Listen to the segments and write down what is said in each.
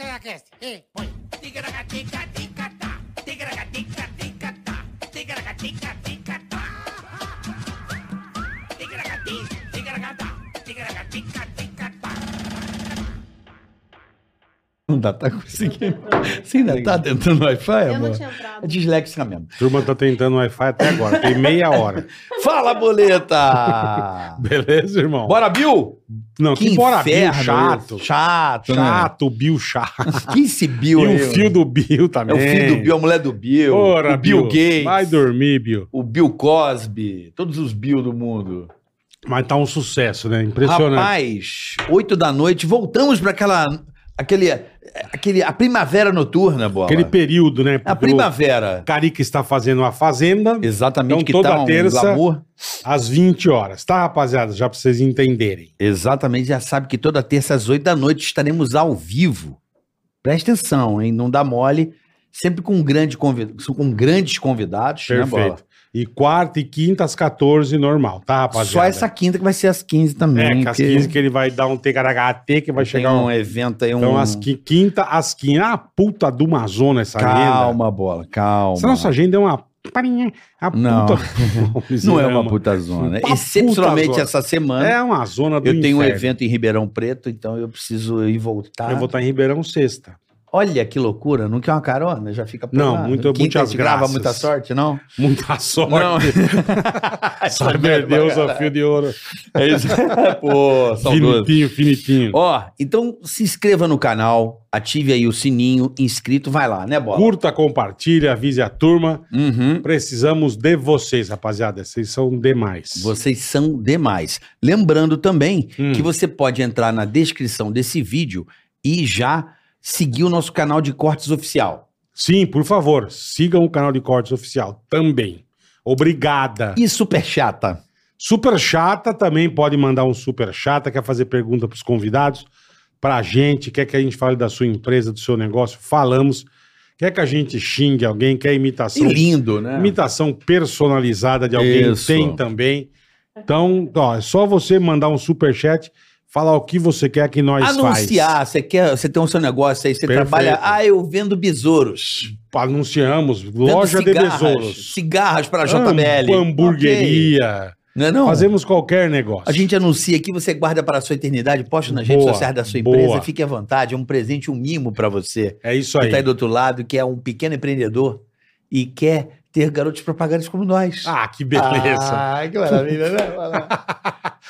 Ticaracast, e põe. Ticaracatica, ticatá. Ticaracatica, ticatá. Ticaracatica, ticatá. Ticaracati, ticaracatá. Ticaracatica, ticatá. Ainda tá conseguindo. Você ainda tá tentando no Wi-Fi, Eu não amor? tinha É entrado. disléxica mesmo. Turma tá tentando Wi-Fi até agora, tem meia É hora. Fala, boleta! Beleza, irmão? Bora, Bill? Não, que, bora, Bill, inferno é chato. esse. Chato, chato. Chato, Bill, chato. Né? Quem se E Bill? o aí? fio do Bill É também. o filho do Bill, a mulher do Bill. Bora, o Bill, Gates. Vai dormir, Bill. O Bill Cosby. Todos os Bill do mundo. Mas tá um sucesso, né? Impressionante. Rapaz, oito da noite, voltamos pra aquela... Aquele, aquele, a primavera noturna, Bola. Aquele período, né? É a do- primavera. Carica está fazendo a Fazenda Exatamente, Então, que toda tá um terça- glamour. às 20 horas, tá, rapaziada? Já pra vocês entenderem. Exatamente, já sabe que toda terça às 8 da noite estaremos ao vivo. Presta atenção, hein? Não dá mole. Sempre com, um grande convid... com grandes convidados, né, Bola? Perfeito. E quarta e quinta às 14, normal, tá, rapaziada? Só essa quinta que vai ser às 15 também. É, que às porque 15 que ele vai dar um TKHT, que tem vai chegar um... um evento aí, um... Então, às tá qui- quinta, às quinta. Ah, puta de uma zona essa agenda. Calma, Bola, calma. Essa nossa agenda é uma. parinha, A puta. Não. Não é uma puta. puta zona. Uma Excepcionalmente né, Tá puta zona. essa semana, É uma zona do eu tenho um inferno. evento em Ribeirão Preto, então eu preciso ir voltar. Eu vou estar em Ribeirão sexta. Olha que loucura, não quer uma carona? Já fica por Não, lá. muito- Quinta muitas a gente grava graças. muita sorte, não? é Muita Não. sorte. Saber Deus a fio de ouro. É isso. Pô, saudoso. Finitinho, finitinho. Ó, então se inscreva no canal, ative aí o sininho, inscrito, vai lá, né, Bola? Curta, compartilha, avise a turma. Uhum. Precisamos de vocês, rapaziada. Vocês são demais. Vocês são demais. Lembrando também Hum. que você pode entrar na descrição desse vídeo e já seguir o nosso canal de cortes oficial. Sim, por favor, sigam o canal de cortes oficial também. Obrigada. E super chata. Super chata também pode mandar um super chata, quer fazer pergunta pros convidados, pra gente, quer que a gente fale da sua empresa, do seu negócio, falamos. Quer que a gente xingue alguém, quer E imitação, lindo, né? imitação personalizada de alguém, Isso. tem também. Então, ó, é só você mandar um super chat, falar o que você quer que nós faz. Anunciar, você quer, você tem o seu negócio aí, você Perfeito. trabalha, ah, eu vendo besouros. Anunciamos, Vendo loja cigarras, de besouros. Cigarras para a Ham- JBL. Ok. Hamburgueria. Não é não? Fazemos qualquer negócio. A gente anuncia aqui, você guarda para a sua eternidade, posta nas redes Boa, sociais da sua boa. empresa, fique à vontade, é um presente, um mimo para você É isso que aí. está aí do outro lado, que é um pequeno empreendedor e quer ter garotos propagandas como nós. Ah, que beleza. Ah, que maravilha, né?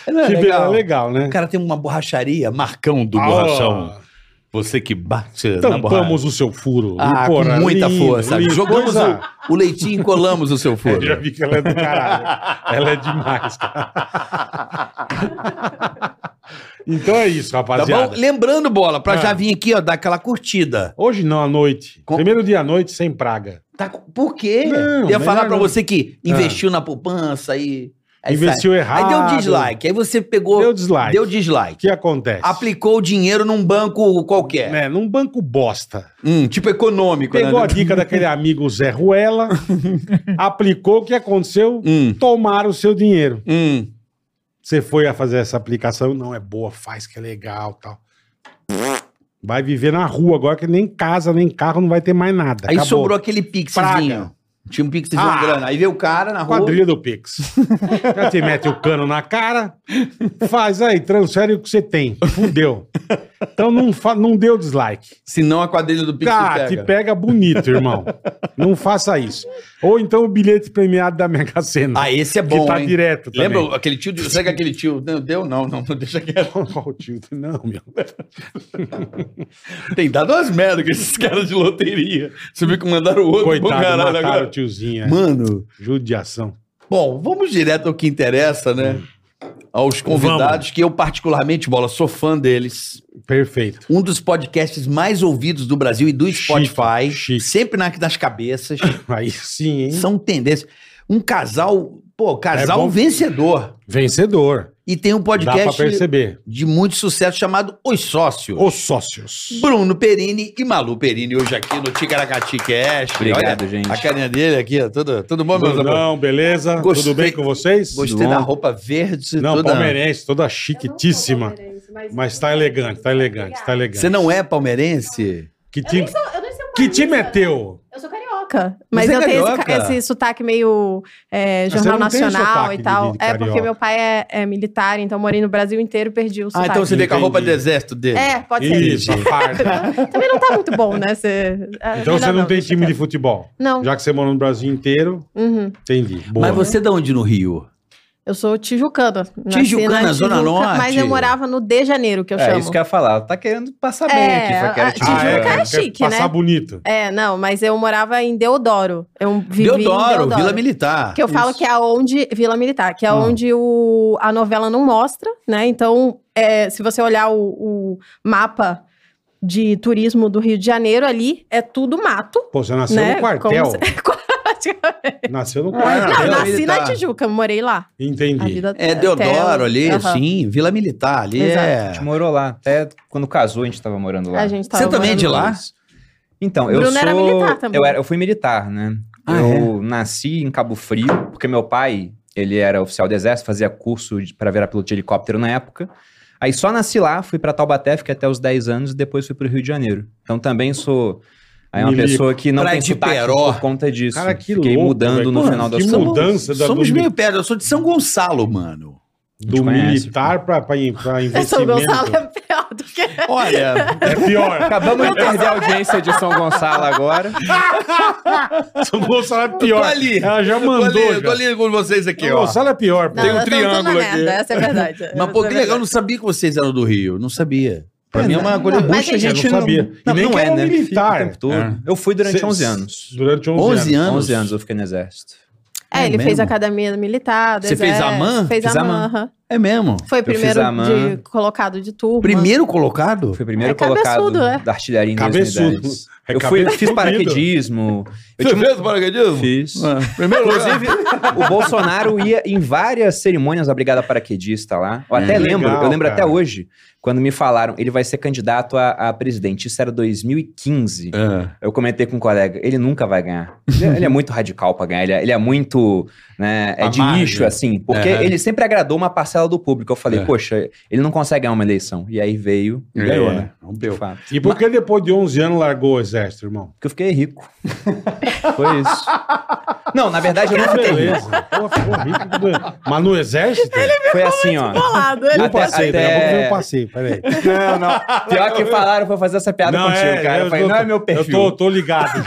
Não é Que be- legal? legal, né? O cara tem uma borracharia, Marcão do Ah, Borrachão. Você que bate na borracha. Tampamos o seu furo. Ah, Pô, com muita lindo, força. lindo. Jogamos Coisa- o, o leitinho e colamos o seu Eu furo. já vi que ela é do caralho. ela é demais, cara. Então é isso, Tá bom? rapaziada. Lembrando, bola, pra Ah. já vir aqui, ó, dar aquela curtida. Hoje não, à noite. Com- Primeiro dia à noite, sem praga. Tá, com- por quê? Não, Eu ia falar melhor pra não. você que Ah. investiu na poupança e. Aí Investiu sai. errado. É Aí deu dislike. Aí você pegou. Deu Deu dislike. dislike. O que acontece? Aplicou o dinheiro num banco qualquer. É, num banco bosta. Hum, tipo econômico, Pegou a né? dica daquele amigo Zé Ruela, aplicou, o que aconteceu? Hum, Tomaram o seu dinheiro. hum. você foi a fazer essa aplicação, não é boa, faz que é legal tal. Vai viver na rua agora, que nem casa, nem carro, não vai ter mais nada. Aí Acabou. sobrou aquele pixzinho. Praga. Tinha um pixzinho Ah. de grana. Aí veio o cara na rua. Quadrilha do Pix. Já te mete o cano na cara, faz aí, transfere o que você tem. Fudeu. Então não, fa- não deu dislike. Senão a quadrilha do pix Cara, te pega. te Ah, pega bonito, irmão. Não faça isso. Ou então o bilhete premiado da Mega Sena. Ah, esse é que bom, tá hein? direto também. Lembra aquele tio? De... Será que aquele tio não deu? Não, não, não deixa quieto. Qual tio? Não, meu. Tem dado umas merdas com esses caras de loteria. Você viu que mandaram o outro pro Coitado, caralho mataram o agora. tiozinho. é. Mano, Judiação. Bom, vamos direto ao que interessa, Hum. né? Aos convidados, que eu particularmente, Bola, sou fã deles. Perfeito. Um dos podcasts mais ouvidos do Brasil e do Chique, Spotify. chique. Sempre na- nas cabeças. Aí sim, hein? São tendências. Um casal, pô, casal É bom. vencedor. Vencedor. E tem um Dá pra podcast perceber. de muito sucesso chamado Os Sócios. Os sócios. Bruno Perini e Malu Perini hoje aqui no Ticaracati Cast. Obrigado, Olha gente. A carinha dele aqui, ó, tudo, tudo bom, meus amores? Brunão, beleza? Gostei. Tudo bem com vocês? Gostei bom. da roupa verde. Não, toda... palmeirense, toda Eu não sou chiquitíssima. palmeirense, Mas, Mas tá elegante, tá elegante, tá elegante. Você não é palmeirense? Que Eu nem time, sou, eu nem sou que paulista, time é né? teu? Eu sou carioca. Mas Você é eu tenho esse, carioca? esse sotaque meio é, Mas jornal Ah, você não tem nacional sotaque e de- tal. de é porque carioca. meu pai é, é militar, então morei no Brasil inteiro e perdi o Ah, sotaque. então você vê com a roupa do Entendi. exército dele. É, pode ser. Isso, a farda. Também não tá muito bom, né? Você- é, Então você não tem deixa time de quieto. futebol. Não. Já que você morou no Brasil inteiro, Uhum. entendi. Boa. Mas você é de onde no Rio? Eu sou tijucana. Nasci Tijucana, na Zona Norte? Mas eu morava no de Janeiro, que eu é, chamo. isso que eu ia falar. Ela Tá querendo passar É, bem aqui. Só que a- era Tijuca Tijuca. é Ah, quer chique, Passar né? bonito. É, não, mas eu morava em Deodoro. Eu vivi em Deodoro, Deodoro. Vila Militar. Que eu falo que é onde. Vila Militar, que é Ah. onde o, a novela não mostra, né? Então, é, se você olhar o, o mapa de turismo do Rio de Janeiro ali, é tudo mato. Pô, você nasceu um né? no quartel. Como se- Praticamente. Nasceu no Ah, Não, quartel. Vila nasci na Militar. Tijuca, morei lá. A Entendi. vida É até- Deodoro ali, Aham. sim. Vila Militar ali. A gente É... morou lá. Até quando casou, a gente tava morando lá. A gente tava Você também é de morando lá? Então, eu Bruno sou... era militar também. Eu, era- eu fui militar, né? Ah, eu nasci em Cabo Frio, porque meu pai, ele era oficial do exército, fazia curso de- pra virar piloto de helicóptero na época. Aí só nasci lá, fui pra Taubaté, fiquei até os 10 anos e depois fui pro Rio de Janeiro. Então também sou aí uma Milico. pessoa que não Pra tem de sotaque Peró. por conta disso. Cara, que Fiquei louco, mudando velho. no Mano, final da que sua Somos- mudança da- Somos do- meio perto. Eu sou de São Gonçalo, mano. Do conhece, militar pra, pra, in- pra São investimento. Gonçalo é pior do que. um Olha, É pior. Acabamos de perder a audiência de São Gonçalo agora. São Gonçalo é Eu pior. tô ali. Ela já tô mandou. ali, tô já. ali com vocês aqui, São ó. Gonçalo é pior. pô. Não, Tem um nós estamos tudo na triângulo aqui. merda, essa é verdade. Mas, pô, que legal, eu não sabia que vocês eram do Rio. Não sabia. Pra É, mim é uma coisa. Mas Puxa, a Eu gente. gente- não não- sabia. E Não, nem não que é, era né? Fica o militar. tempo todo. É. Eu fui durante Cê- 11 anos. Durante 11, 11 anos. anos. 11 anos eu fiquei no exército. É, É ele fez mesmo? a academia militar. do Você fez exército, a man? Fez a Fiz a man. man. aham. É mesmo. Foi fiz primeiro a man. de colocado de turma. Primeiro colocado? Fui o primeiro É colocado cabeçudo, é. da artilharia em Cabeçudo. 2010. É eu fui, cabeçudo. fiz paraquedismo. Eu Você tinha um fez o paraquedismo? Fiz. um É. Ah, Primeiro lugar. Inclusive, o Bolsonaro ia em várias cerimônias da Brigada Paraquedista lá. Eu até É. lembro, Legal, eu lembro cara. até hoje, quando me falaram, ele vai ser candidato a, a presidente. Isso era 2015. É. Eu comentei com um colega, ele nunca vai ganhar. Ele, ele é muito radical pra ganhar, ele é, ele é muito né, é À de margem. nicho, assim, porque É. ele sempre agradou uma parcela do público. Eu falei, É. poxa, ele não consegue ganhar uma eleição. E aí veio e É, ganhou, é, né? rompeu. De fato. E por que depois de 11 anos largou o exército, irmão? Porque eu fiquei rico. Foi isso. Não, na verdade eu não fiquei rico. Beleza. Pô, ficou rico. tudo bem. Mas no exército? Foi assim, ó. Colado, ele Eu Até- passei, daqui a pouco até- eu passei, peraí. Não, não. Pior que falaram pra eu fazer essa piada contigo, cara. Eu, falei, tô- não é meu perfil. Eu tô, tô ligado.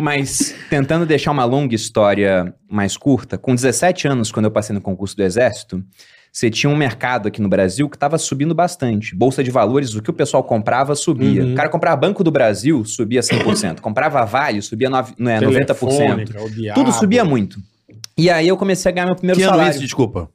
Mas tentando deixar uma longa história mais curta, com 17 anos, quando eu passei no concurso do Exército, você tinha um mercado aqui no Brasil que estava subindo bastante. Bolsa de valores, o que o pessoal comprava, subia. Uhum. O cara comprava Banco do Brasil, subia 100%. comprava Vale, subia nove- né, 90%. Telefônica, o diabo. Tudo subia muito. E aí eu comecei a ganhar meu primeiro Que ano é salário. esse, desculpa?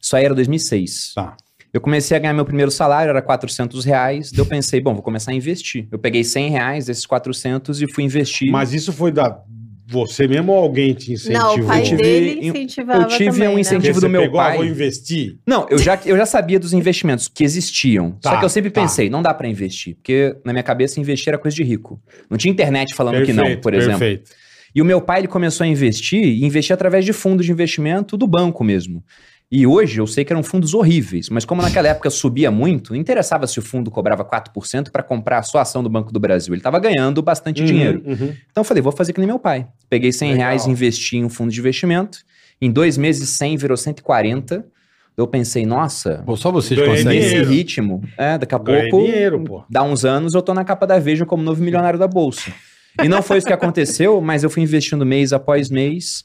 Isso aí era 2006. Tá. Eu comecei a ganhar meu primeiro salário, era 400 reais. Daí eu pensei, bom, vou começar a investir. Eu peguei 100 reais desses 400 e fui investir. Mas isso foi da você mesmo ou alguém te incentivou? Não, o pai Eu tive- dele eu- incentivava eu tive também, um né? incentivo. Porque você do meu pegou, ah, pai. vou investir. Não, eu já, eu já sabia dos investimentos que existiam. Tá, só que eu sempre tá. pensei, não dá pra investir. Porque na minha cabeça, investir era coisa de rico. Não tinha internet falando que não, por exemplo. Perfeito. E o meu pai ele começou a investir e investir através de fundos de investimento do banco mesmo. E hoje eu sei que eram fundos horríveis, mas como naquela época subia muito, não interessava se o fundo cobrava 4% para comprar só a ação do Banco do Brasil. Ele estava ganhando bastante Uhum, dinheiro. uhum. Então eu falei, vou fazer que nem meu pai. Peguei 100 Legal. reais, investi em um fundo de investimento. Em dois meses, 100 virou 140. Eu pensei, nossa, Pô, só vocês Ganhei conseguem. nesse dinheiro. ritmo, é, daqui a Ganhei pouco, dinheiro, pô. dá uns anos, eu tô na capa da Veja como novo milionário da Bolsa. E não foi isso que aconteceu, mas eu fui investindo mês após mês.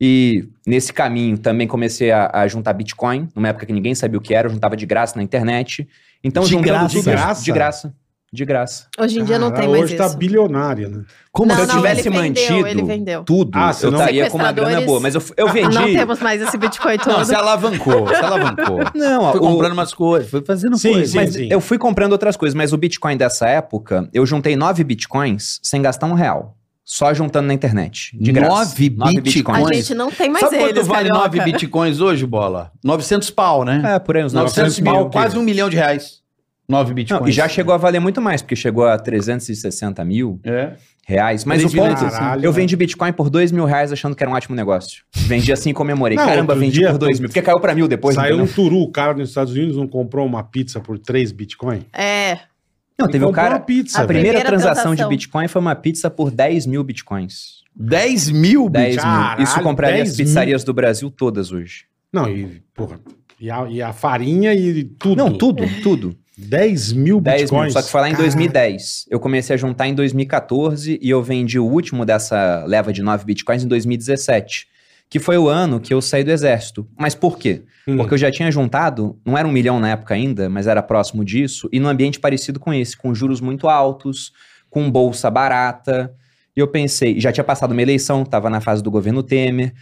E nesse caminho também comecei a, a juntar Bitcoin, numa época que ninguém sabia o que era, eu juntava de graça na internet. Então, De juntando graça? de graça. De De graça. De graça. Hoje em dia não Cara, tem mais Hoje isso. tá bilionário, né? Como não, se eu não, tivesse ele vendeu, mantido- ele vendeu. Tudo. Ah, eu senão- estaria com uma grana Sequestradores- boa, mas eu, eu vendi. Não temos mais esse Bitcoin todo. Não, você é alavancou, você alavancou. Não, Foi o- comprando umas coisas, foi fazendo Sim, coisas. sim. Mas Mas eu fui comprando outras coisas, mas o Bitcoin dessa época, eu juntei nove Bitcoins sem gastar um real. Só juntando na internet. De graça. Nove Bitcoins? a gente não tem mais Sabe eles, quanto vale carioca. 9 bitcoins hoje, Bola? 900 pau, né? É, por aí uns 900 900 mil. pau, quase um milhão de reais. 9 bitcoins. Não, e já chegou a valer muito mais, porque chegou a 360 mil. É. reais. Mas Três o ponto, milhões, caralho, eu né? vendi Bitcoin por 2 mil reais achando que era um ótimo negócio. Vendi assim e comemorei. Não, Caramba, outro vendi dia- por 2 mil. Porque caiu pra mil depois. Saiu entendeu? um turu, o cara nos Estados Unidos não comprou uma pizza por 3 bitcoin? É. Não, Ele teve um comprou cara... uma pizza, A velho. primeira, Primeira transação, de transação. Bitcoin foi uma pizza por 10 mil Bitcoins. 10 mil, 10 bicho. Caralho, mil. Isso compraria 10 as mil. pizzarias do Brasil todas hoje. Não, e, porra, e a, e a farinha e tudo. Não, tudo, tudo. 10 mil 10 mil. bitcoins. Só que foi lá em Cara, 2010. Eu comecei a juntar em 2014 e eu vendi o último dessa leva de 9 Bitcoins em 2017. Que foi o ano que eu saí do exército. Mas por quê? Hum. Porque eu já tinha juntado, não era um milhão na época ainda, mas era próximo disso, e num ambiente parecido com esse, com juros muito altos, com bolsa barata. E eu pensei, já tinha passado uma eleição, estava na fase do governo Temer.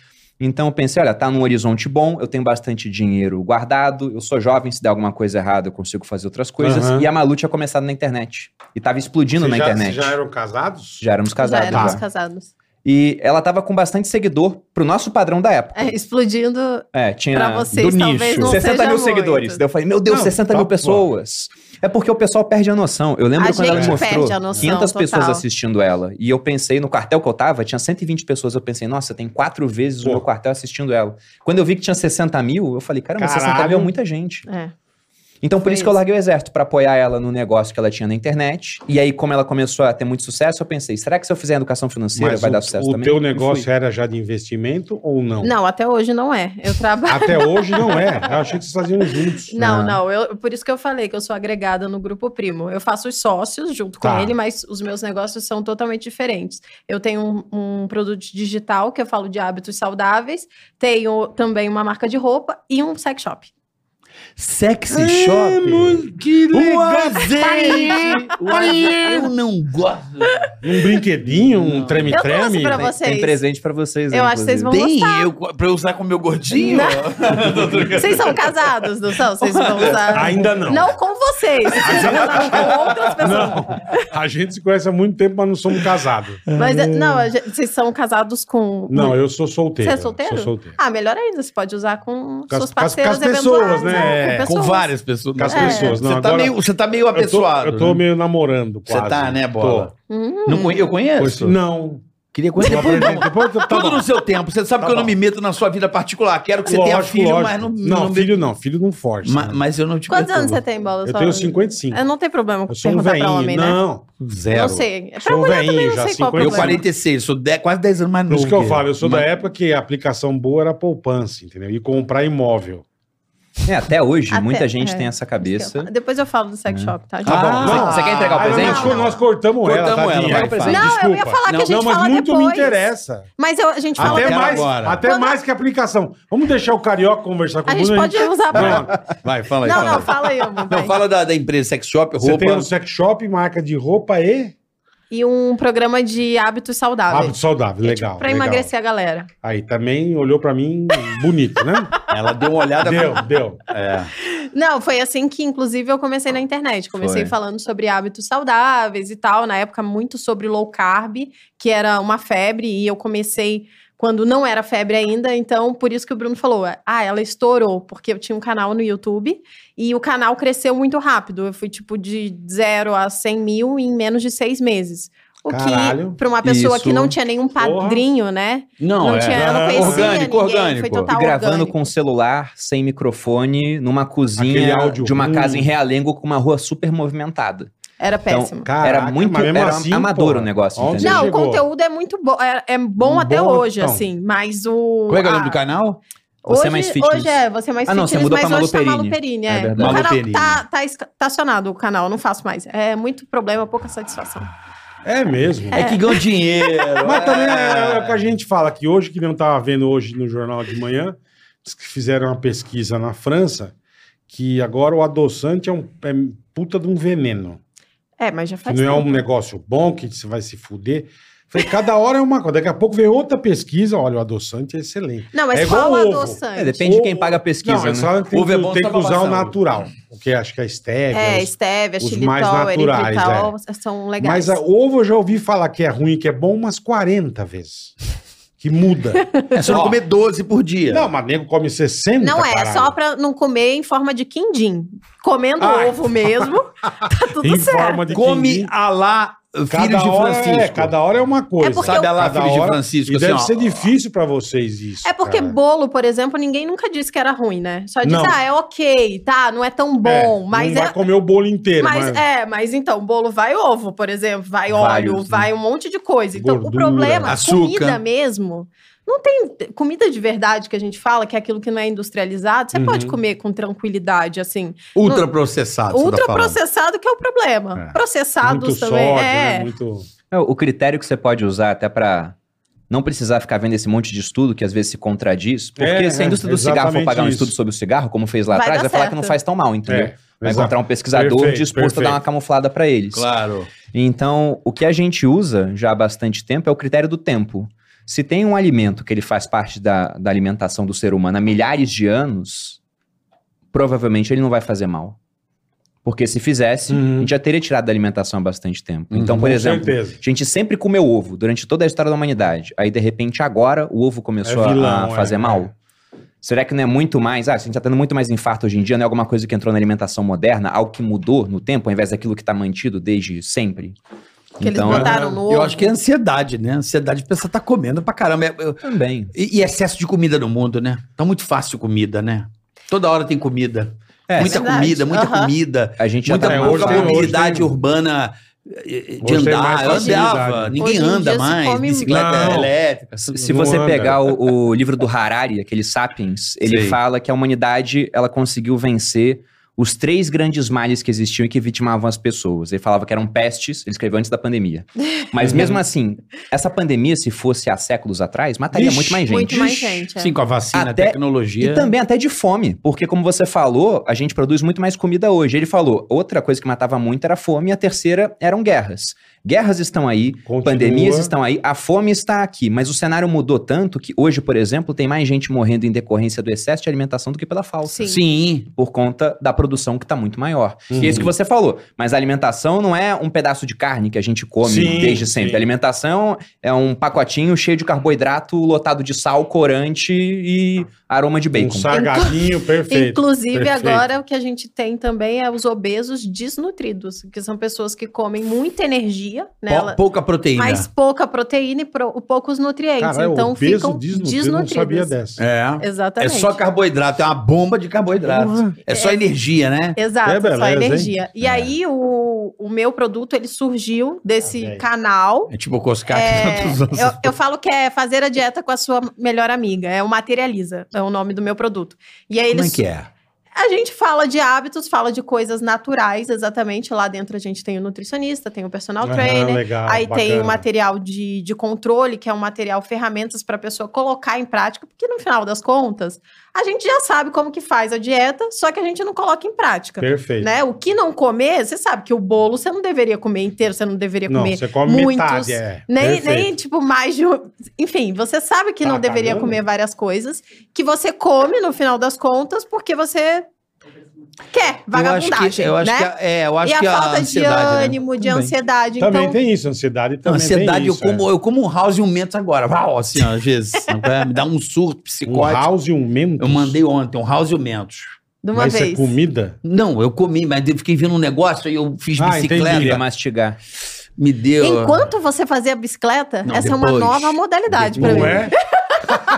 Então eu pensei, olha, tá num horizonte bom, eu tenho bastante dinheiro guardado, eu sou jovem, se der alguma coisa errada eu consigo fazer outras coisas. Aham. E a Malu tinha começado na internet. E tava explodindo Vocês na já, internet. vocês Já, já eram casados? éramos Já casados. éramos já. casados. E ela tava com bastante seguidor pro nosso padrão da época. É, explodindo É, tinha pra vocês, do talvez nicho. não 60 seja mil muito. seguidores. Daí eu falei, meu Deus, Não, 60 tá mil bom. pessoas. É porque o pessoal perde a noção. Eu lembro A quando ela me gente mostrou perde a noção, 500 pessoas total. assistindo ela. E eu pensei, no quartel que eu tava, tinha 120 pessoas. Eu pensei, nossa, tem quatro vezes Pô. o meu quartel assistindo ela. Quando eu vi que tinha 60 mil, eu falei, caramba, Caralho. 60 mil é muita gente. É. Então, por Foi isso que eu isso. larguei o exército, pra apoiar ela no negócio que ela tinha na internet. E aí, como ela começou a ter muito sucesso, eu pensei, será que se eu fizer educação financeira Mas vai o, dar sucesso o também? teu E negócio fui. era já de investimento ou não? Não, até hoje não é. Eu trabalho. Até hoje não é. Eu achei que vocês faziam juntos. Não, Ah. não. Eu, por isso que eu falei que eu sou agregada no grupo primo. Eu faço os sócios junto Tá. com ele, mas os meus negócios são totalmente diferentes. Eu tenho um, um produto digital que eu falo de hábitos saudáveis, tenho também uma marca de roupa e um sex shop. Sexy É, shop. que O azeite! O azeite. Eu não gosto. Um brinquedinho, um Não. Eu trouxe treme-treme. pra Tem- Tem vocês. presente pra vocês. Eu né, acho que vocês inclusive. vão Tem gostar. eu, pra eu usar com o meu gordinho? Vocês são casados, não são? Vocês vão usar. Ainda não. Não com vocês, vocês são casados com outras pessoas. Não, a gente se conhece há muito tempo, mas não somos casados. Mas é, não, a gente- vocês são casados com. Não, eu sou solteiro. Você é solteiro? Sou solteiro. Ah, melhor ainda, você pode usar com, Com as- suas com as- com as parceiras pessoas, eventuais, né? né? É, Com várias pessoas. Com as Não, pessoas, não, você, tá agora- meio, você tá meio Eu tô, apessoado. eu tô né? meio namorando Você quase. tá, né, Bola? Hum. Não conhe- eu Pois- conheço? Não. Queria Eu conhecer. Depois, apresento- Depois, tá tudo bom. no seu tempo. Você sabe Tá que eu não bom. me meto na sua vida particular. Quero que você tenha Lógico, filho, lógico. mas não... Não, me- filho não. Filho não força. Ma- Mas eu não te Tipo, Quantos anos perturbo. você tem, Bola? Eu Só- um- tenho 55. Eu não tenho problema com Eu sou um perguntar pra veinho. homem, né? não, Zero. Não sei. Então Pra sou um mulher também veinho não já. sei qual é 50. o Eu problema. 46, sou de- quase 10 anos mais Por novo. isso que eu falo, eu sou Mas- da época que a aplicação boa era a poupança, entendeu? E comprar imóvel. É, até hoje, Até- muita gente é. tem essa Isso que eu cabeça. falo. Depois eu falo do Né? sex shop, tá? Tá bom. Você- Não. você quer entregar o Ah, não, presente? nós, nós cortamos, ela, Cortamos ela, tadinha. vai, fala. Não, eu ia falar que a gente Não, mas fala muito depois. me interessa. Mas eu- a gente fala Até quero depois. mais, agora. até Quando- mais que aplicação. Vamos deixar o Carioca conversar com A o gente Bruno. pode usar pra... Pronto. Vai, fala aí. Não, fala não, aí. fala aí, amor. vai. Não, fala da, da empresa sex shop, Você tem roupa. um sex shop, marca de roupa e E um programa de hábitos Ah, saudáveis. hábito saudável. É, tipo, Legal. pra legal. emagrecer a galera. Aí também olhou pra mim bonito, né? Ela deu uma olhada. deu, deu. É. Não, foi assim que, inclusive, eu comecei na internet. Comecei Foi. falando sobre hábitos saudáveis e tal. Na época, muito sobre low carb, que era uma febre. E eu comecei quando não era febre ainda. Então, por isso que o Bruno falou: ah, ela estourou, porque eu tinha um canal no YouTube. E o canal cresceu muito rápido. Eu fui, tipo, de zero a 100 mil em menos de seis meses. O Caralho. que, pra uma pessoa que Isso. não tinha nenhum Porra. padrinho, né? Não, Não é. tinha, eu não Aham. conhecia Orgânico, ninguém, orgânico. Foi total e gravando Tá orgânico. com um celular, sem microfone, numa cozinha Aquele áudio de uma ruim. casa em Realengo com uma rua super movimentada. Era Então, péssimo. era muito mas mesmo era assim, amador pô, o negócio, onde entendeu? Não, chegou? o conteúdo é muito bom. É, é bom Bom, até hoje, então. assim. Mas o. Como é que é o nome a- do canal? Você hoje, é mais fitness. Hoje é, você é mais Ah, não, você fitness, mudou mas pra hoje tá Malu Malu Perini. É, É verdade. O Malu canal Perini. tá, tá esc- estacionado o canal, não faço mais. É muito problema, pouca satisfação. É mesmo. É, que ganhou dinheiro. Mas também é, é o que a gente fala que hoje, que não estava vendo hoje no jornal de manhã, diz que fizeram uma pesquisa na França que agora o adoçante é um é puta de um veneno. É, mas já Que faz não é tempo. um negócio bom, que você vai se fuder. Falei, cada hora é uma coisa. Daqui a pouco vem outra pesquisa. Olha, o adoçante é excelente. Não, mas é igual qual o ovo. adoçante? É, depende de quem paga a pesquisa, Não, é né? só tem, Ovo é que- bom, tem só que usar o passar. natural. O que acho que é stevia. É, os- stevia, os xilitol, mais naturais, é. eritritol, são legais. Mas a ovo eu já ouvi falar que é ruim, que é bom umas 40 vezes. Que muda. É só não Ó. comer 12 por dia. não, mas nego come 60. É. Não é, caralho. só pra não comer em forma de quindim. Comendo Ah, ovo mesmo, tá tudo em certo. forma de Come quindim. a lá Cada filhos de hora, Francisco. É, cada hora é uma coisa. É porque Sabe a lá, Cada filhos de hora- Francisco? E deve assim, ó, ser difícil pra vocês isso. É porque cara. bolo, por exemplo, ninguém nunca disse que era ruim, né? Só diz, Não. ah, é ok, tá, não é tão bom, É, mas não é. vai comer o bolo inteiro, Mas, mas, é, mas então, bolo vai ovo, por exemplo, vai Vai, óleo, sim. vai um monte de coisa. Então, o Gordura, problema, açúcar. comida mesmo, não tem comida de verdade que a gente fala, que é aquilo que não é industrializado, você Uhum. pode comer com tranquilidade, assim. ultraprocessado. você tá falando. Ultraprocessado que é o problema. É. Processados muito também. sódio, é. né? Muito... É, O critério que você pode usar até pra não precisar ficar vendo esse monte de estudo que às vezes se contradiz, porque É, se a é, indústria do cigarro for exatamente pagar um isso. estudo sobre o cigarro, como fez lá Vai dar atrás, vai falar que certo. não faz tão mal, entendeu? É, vai exato. encontrar um pesquisador Perfeito, disposto a dar uma perfeito. camuflada pra eles. Claro. Então, o que a gente usa já há bastante tempo é o critério do tempo. Se tem um alimento que ele faz parte da, da alimentação do ser humano há milhares de anos, provavelmente ele não vai fazer mal. Porque se fizesse, Uhum. a gente já teria tirado da alimentação há bastante tempo. Uhum, Então, por Com exemplo, certeza. a gente sempre comeu ovo durante toda a história da humanidade. Aí, de repente, agora o ovo começou É a- vilão, a é, fazer é. mal. Será que não é muito mais. Ah, se a gente tá tendo muito mais infarto hoje em dia, não é alguma coisa que entrou na alimentação moderna, algo que mudou no tempo, ao invés daquilo que tá mantido desde sempre? Então, Que eles botaram no Eu ovo. acho que é ansiedade, né? Ansiedade de pensar tá comendo pra caramba. É- eu- Também. E, e excesso de comida no mundo, né? Tá muito fácil comida, né? Toda hora tem comida. É, muita verdade. comida, muita Aham. comida. A gente já Muita tá É, pouca hoje tem- né? hoje mobilidade tem- urbana eh, de Hoje tem andar. mais Eu andava, facilidade. né? ninguém Hoje em anda dia se mais. come- Bicicleta Não. elétrica. Se se Não você anda. pegar o, o livro do Harari, aquele Sapiens, ele Sei. fala que a humanidade ela conseguiu vencer os três grandes males que existiam e que vitimavam as pessoas. Ele falava que eram pestes, ele escreveu antes da pandemia. Mas mesmo assim, essa pandemia, se fosse há séculos atrás, mataria Vixe, muito mais gente. Muito mais gente. é. Sim, com a vacina, Até- a tecnologia. E também até de fome, porque como você falou, a gente produz muito mais comida hoje. Ele falou, outra coisa que matava muito era a fome, e a terceira eram guerras. Guerras estão aí, Continua. pandemias estão aí, a fome está aqui, mas o cenário mudou tanto que hoje, por exemplo, tem mais gente morrendo em decorrência do excesso de alimentação do que pela falta. Sim. Sim. Por conta da produção que está muito maior. Uhum. E é isso que você falou. Mas a alimentação não é um pedaço de carne que a gente come Sim, desde sempre. sim. A alimentação é um pacotinho cheio de carboidrato, lotado de sal, corante e aroma de Um bacon. sargadinho perfeito. Inclusive, perfeito. agora o que a gente tem também é os obesos desnutridos, que são pessoas que comem muita energia, né? Pou- Ela- pouca proteína. mas pouca proteína e pro- poucos nutrientes. Caralho, então é obeso, ficam desnutrido, desnutridos. eu não sabia dessa. É. É Exatamente. Uhum. só carboidrato, é uma bomba de carboidrato. Porra. É só energia, né? Exato, É só beleza, hein? É. energia. E aí, o, o meu produto, ele surgiu desse Ah, velho. canal. É tipo o Coscar. É, eu, eu falo que é fazer a dieta com a sua melhor amiga. É o Materializa, é o nome do meu produto. E aí, ele Como é que é? A gente fala de hábitos, fala de coisas naturais, exatamente. Lá dentro a gente tem o nutricionista, tem o personal Aham, trainer. legal, Ah, Aí tem bacana. o material de, de controle, que é um material, ferramentas para a pessoa colocar em prática, porque no final das contas, a gente já sabe como que faz a dieta, só que a gente não coloca em prática. Perfeito. Né? O que não comer, você sabe que o bolo você não deveria comer inteiro, você não deveria Não, comer. você come muitos, metade, é. Nem, Perfeito. nem, tipo, mais de. um- Enfim, você sabe que Tá não Ah, deveria cagando. comer várias coisas, que você come no final das contas porque você quer vagabundagem. eu acho que, eu acho né? que a- é, eu acho e que a falta de ansiedade, né? ânimo, de Também. ansiedade. Também então, tem isso, ansiedade Não, também ansiedade, tem eu isso. é. como, eu como um house e um mentos agora. Uau, assim, ó, às vezes. sabe qual é? Me dá um surto é. Um psicótico. house e um mentos. eu mandei ontem um house e um mentos. de uma Mas isso é vez. comida? Não, eu comi, mas eu fiquei vendo um negócio aí eu fiz Ah, bicicleta. entendi. Queria mastigar. Me deu. Enquanto você fazia bicicleta, Não, essa é uma depois. nova modalidade para mim. Não é?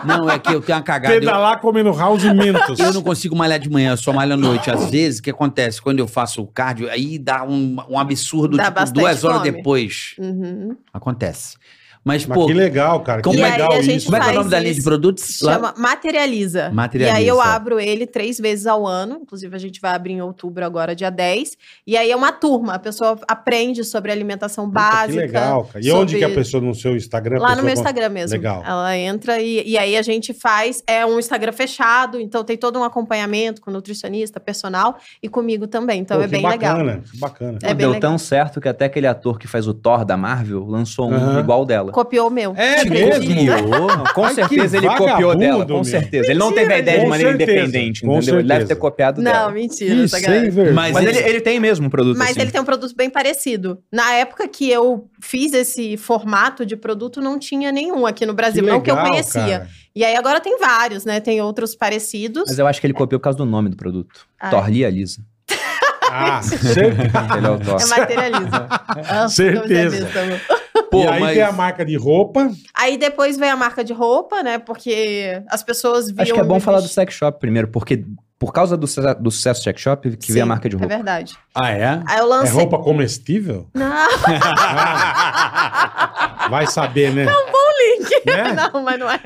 Não, é que eu tenho uma cagada. Eu- Pedalar comendo house e mentos. Eu não consigo malhar de manhã, eu só malho à noite. Às vezes, o que acontece? Quando eu faço o cardio, aí dá um, um absurdo, Dá tipo, bastante duas horas fome. depois. é? Uhum. Acontece. Mas, Mas pô, que legal, cara. Que Como é- legal E aí a gente isso. como é que é o faz nome da linha isso. de produtos? Se chama Materializa. Materializa. E aí eu abro ele três vezes ao ano. Inclusive, a gente vai abrir em outubro agora, dia 10. E aí é uma turma. A pessoa aprende sobre alimentação Puta, básica. que legal, cara. E sobre- onde que a pessoa no seu Instagram? a Lá no pessoa meu con- Instagram mesmo. Legal. Ela entra e, e aí a gente faz. É um Instagram fechado, então tem todo um acompanhamento com nutricionista, personal e comigo também. Então Pô, é que bem legal. bacana, que Bacana. É bem Deu legal. tão certo que até aquele ator que faz o Thor da Marvel lançou um Aham. igual dela. Copiou o meu. É Tipo, mesmo? Não, com Ai, que certeza ele copiou vagabundo, dela, com meu. certeza. Ele não Mentira, teve a ideia de gente. maneira Com certeza, independente, com entendeu? Ele deve certeza. ter copiado Não, dela. mentira. Isso, essa galera. sem vergonha. é Mas Mas ele, ele tem mesmo um produto Mas assim. ele tem um produto bem parecido. Na época que eu fiz esse formato de produto, não tinha nenhum aqui no Brasil, não que eu legal, conhecia. cara. E aí agora tem vários, né? Tem outros parecidos. Mas eu acho que ele copiou por causa do nome do produto. Ah. Thor Lia Lisa. Ah, certeza. Ele é o dó. É materialismo. Ah, Certeza. Deus é besta, amor. Pô, e aí mas- tem a marca de roupa. É Aí depois vem a marca de roupa, né? Porque as pessoas viam. Acho que é bom me falar do vestir- sex shop primeiro, porque por causa do, suce- do sucesso do sex shop que veio a Sim, marca de roupa. É verdade. Ah, é? Aí eu É lancei. roupa comestível? Não, Vai saber, né? link. Né? Não, mas não é.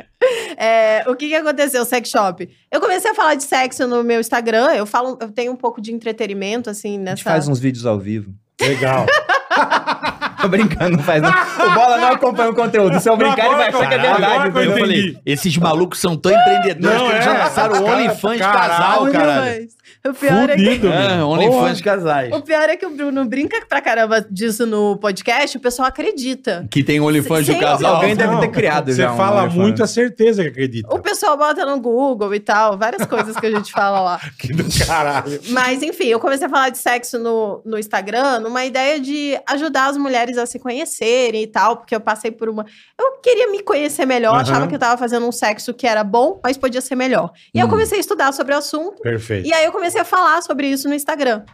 É, O que, que aconteceu, sex shop? Eu comecei a falar de sexo no meu Instagram. Eu falo, eu tenho um pouco de entretenimento, assim, A gente nessa. faz uns vídeos ao vivo. Legal. Tô brincando, não faz não. O Bola não acompanha o conteúdo. Se eu brincar, ele vai achar que é Agora verdade. que eu entendeu? Eu falei, entendi. esses malucos são Ah, tão empreendedores Não, que eles já é. lançaram o Cara- OnlyFans caralho, casal, caralho. Mas O pior é que. Fudido, Ah, É, meu. OnlyFans casais. O pior é que o Bruno brinca pra caramba disso no podcast, o pessoal acredita. Que tem OnlyFans do Sim, casal. Alguém deve ter criado Você já um fala OnlyFans. muito, é certeza que acredita. O pessoal bota no Google e tal, várias coisas que a gente fala lá. Que do caralho. Mas, enfim, eu comecei a falar de sexo no, no Instagram, numa ideia de ajudar as mulheres a se conhecerem e tal, porque eu passei por uma. Eu queria me conhecer melhor, Aham. achava que eu tava fazendo um sexo que era bom, mas podia ser melhor. E eu Hum. comecei a estudar sobre o assunto, Perfeito. e aí eu comecei a falar sobre isso no Instagram.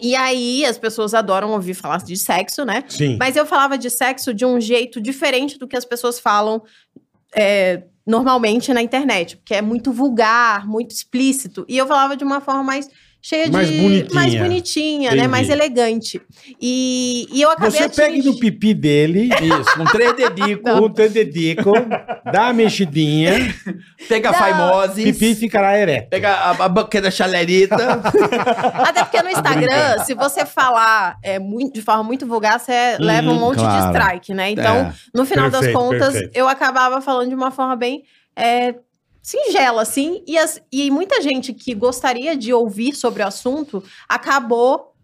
E aí as pessoas adoram ouvir falar de sexo, né? Sim. Mas eu falava de sexo de um jeito diferente do que as pessoas falam é, normalmente na internet, porque é muito vulgar, muito explícito. E eu falava de uma forma mais cheia Mais de. bonitinha. Mais bonitinha, né? Mais Entendi. elegante. E, e eu acabei Você pega atingindo- do pipi É dele, Isso, com um três dedicos, o teu dedico, dá a mexidinha, pega a Não. pipi faimoses, ficará ereto. pega a, a banqueira da chalerita. Até porque no Instagram, se você falar é, muito, de forma muito vulgar, você leva um Hum, monte de claro. strike, né? Então, É. no final das Perfeito, contas, perfeito. eu acabava falando de uma forma bem é, singela, assim. E, as- e muita gente que gostaria de ouvir sobre o assunto acabou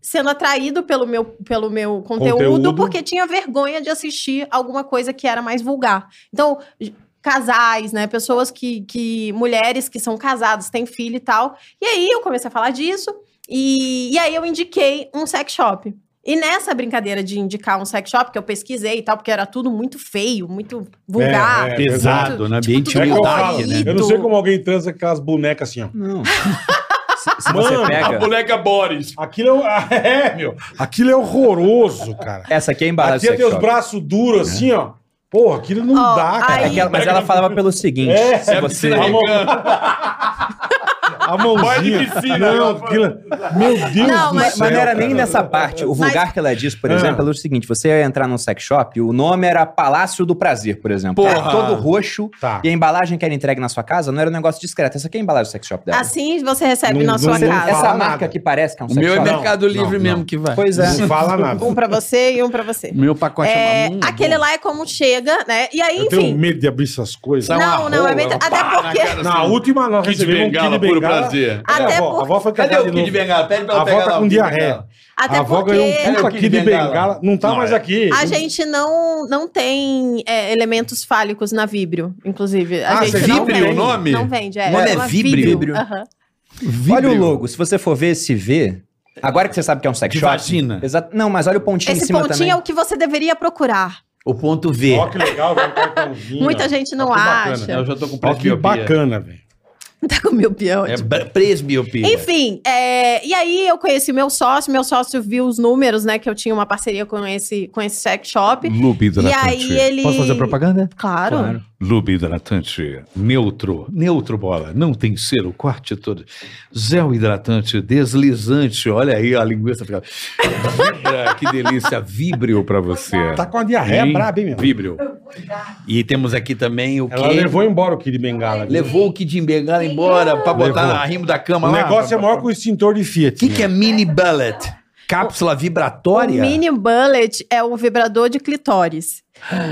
sendo atraído pelo meu, pelo meu conteúdo, Conteúdo. porque tinha vergonha de assistir alguma coisa que era mais vulgar. Então, j- casais, né? Pessoas que, que. mulheres que são casadas, têm filho e tal. E aí eu comecei a falar disso. E, e aí eu indiquei um sex shop. E nessa brincadeira de indicar um sex shop, que eu pesquisei e tal, porque era tudo muito feio, muito vulgar. É, Pesado, né? Bem tudo É que eu, intimidade, falo, colorido. né? eu não sei como alguém transa com aquelas bonecas assim, ó. Não. Se, se você Mano, pega. boneca Boris. Aquilo é, o- é, meu. Aquilo é horroroso, cara. Essa aqui é a Aqui embalagem do é sex teus shop. braços duros assim, ó. Porra, aquilo não Ó, dá, cara. aí- Aquela- mas É ela falava pelo seguinte: É, se você. a, mão... a mãozinha. Vai de né? piscina, não, meu. aquilo... é- Meu Deus Não, do mas- Mas não era é, cara. nem nessa parte. O vulgar que ela diz, por exemplo, era o seguinte: você ia entrar num sex shop, o nome era Palácio do Prazer, por exemplo. Era Porra. todo roxo. Tá. E a embalagem que era entregue na sua casa não era um negócio discreto. Essa aqui é a embalagem do sex shop dela. Assim você recebe Não- na sua não- casa. Essa fala marca nada. que parece que é um O sex meu é shop. Não, Mercado Livre não, mesmo não. que vai. Pois é. Não fala nada. Um pra você e um pra você. Meu pacote É, hum, aquele bom. lá é como chega, né? E aí, Eu tenho um- enfim. medo de abrir essas coisas. Sai uma Não, não, é rola, meio... uma Até pá na porque. cara, Na assim. última nós Kid recebemos um kit Bengala, de puro bengala. prazer. Cadê Até a avó? A avó foi Cadê cagar de o Kid novo. Bengala? Pede pra A ela avó pegar tá lá com o Kid diarreia. Bengala. Até a avó porque... ganhou um Cadê puta o aqui Kid de Bengala? bengala. Não tá Não, mais é. aqui. A gente não, não tem é, elementos fálicos na Vibrio, inclusive. A Ah, gente você não vibrio vende. o nome? Não vende, é. O nome é chama vibrio? Aham. Olha o Vibrio. logo. Se você for ver se vê Agora que você sabe que é um sex De shop. vagina. Exato. Não, mas olha o pontinho em Esse cima pontinho também. é o que você deveria procurar. O ponto V. Ó, que legal, velho. um cartãozinho, ó. Muita gente não que bacana. É acha. Eu já tô com Ó, que presbiopia. bacana, velho. Tá com meu pião. É ba- presbiopia. Enfim, é, e aí eu conheci meu sócio, meu sócio viu os números, né? Que eu tinha uma parceria com esse, com esse sex shop. Lube E hidratante. aí ele. Posso fazer propaganda? Claro. Claro. Lube hidratante neutro. Neutro bola. Não tem cero, corte todo. Gel hidratante deslizante. Olha aí a linguiça fica. Vibra, que delícia. Vibrio pra você. Tá com a diarreia Hein? braba, hein, meu? Vibrio. E temos aqui também o Ela que é? levou, levou embora o Kid Bengala. o Kid Bengala embora pra botar Levou. na rimo da cama O lá. negócio é maior que o extintor de Fiat. né? O que, que é mini bullet? Cápsula O vibratória? mini bullet é um vibrador de clitóris.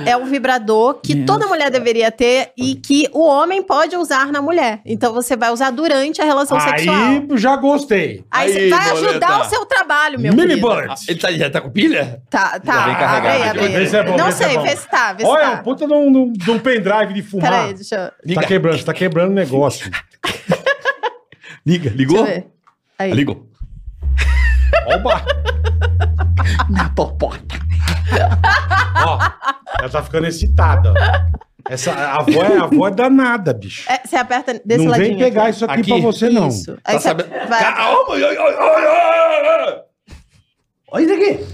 É um vibrador que toda mulher deveria ter e que o homem pode usar na mulher. Então você vai usar durante a relação sexual. Aí já gostei. Aí você Aí, vai ajudar boleta. o seu trabalho, meu Mini querido. bullet. Ah, Ele tá, já tá com pilha? Tá, tá. bem abre aí, carregado. abre aí. Vê se é bom, Não vê se é sei, bom. vê se tá, vê se Olha, um tá. puta de um, de um pendrive de fumar. Peraí, deixa eu- Tá quebrando, você tá quebrando o negócio. Liga. deixa eu Ligou? ver. Aí. Ligou. Oba! Na popota. Ó, ela tá ficando excitada. ó. Essa a avó é a avó é danada, bicho. É, você aperta desse não ladinho. vem pegar aqui. isso aqui, Aqui? pra você, não. Isso. Aí você sabendo- vai- Calma! Ai, ai, ai, ai, ai, ai. Olha isso aqui.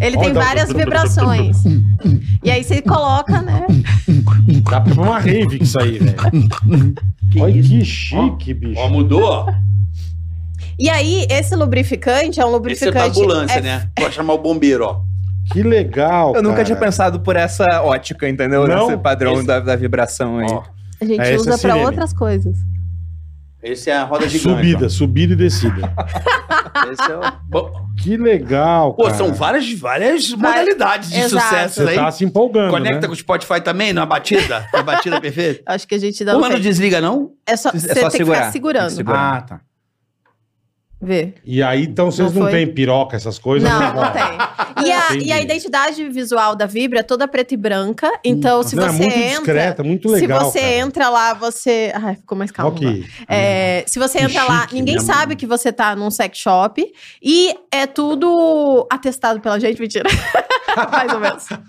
Ele Olha, tem dá- várias vibrações. E aí você coloca, né? Dá pra uma rave isso aí, velho. Olha que chique, bicho. Ó, mudou, ó. E aí, esse lubrificante é um Esse é lubrificante. pra ambulância, é- né? Pode chamar o bombeiro, ó. Que legal. Eu nunca tinha cara. pensado por essa ótica, entendeu? Não? Nesse padrão Esse- da, da vibração aí. Ó. A gente É, esse é usa pra sirene. outras coisas. Esse é a roda gigante. Subida, subida e descida. ó. Esse é o... Bom, Que legal, Pô, cara. são várias, várias Vai- modalidades de Exato. sucesso Você aí. tá se empolgando, Conecta né? com o Spotify também, na batida. Na batida perfeita. Acho que a gente dá Ou mas não um. desliga, não? É só, É você só tem que segurar. ficar segurando. Tem que segurar. Ah, tá. Vê. E aí, então, vocês Não não, foi? têm piroca, essas coisas? né? Não, rola. não tem. E a, Entendi. e a identidade visual da Vibra é toda preta e branca. Então, se Não, você é muito entra. discreta, muito legal. se você cara. entra lá, você. Ai, ficou mais calmo. Ok. Hum. É, se você Que entra lá, chique, né, ninguém minha sabe que você tá num sex shop. E é tudo atestado pela gente, mentira. Mais ou menos.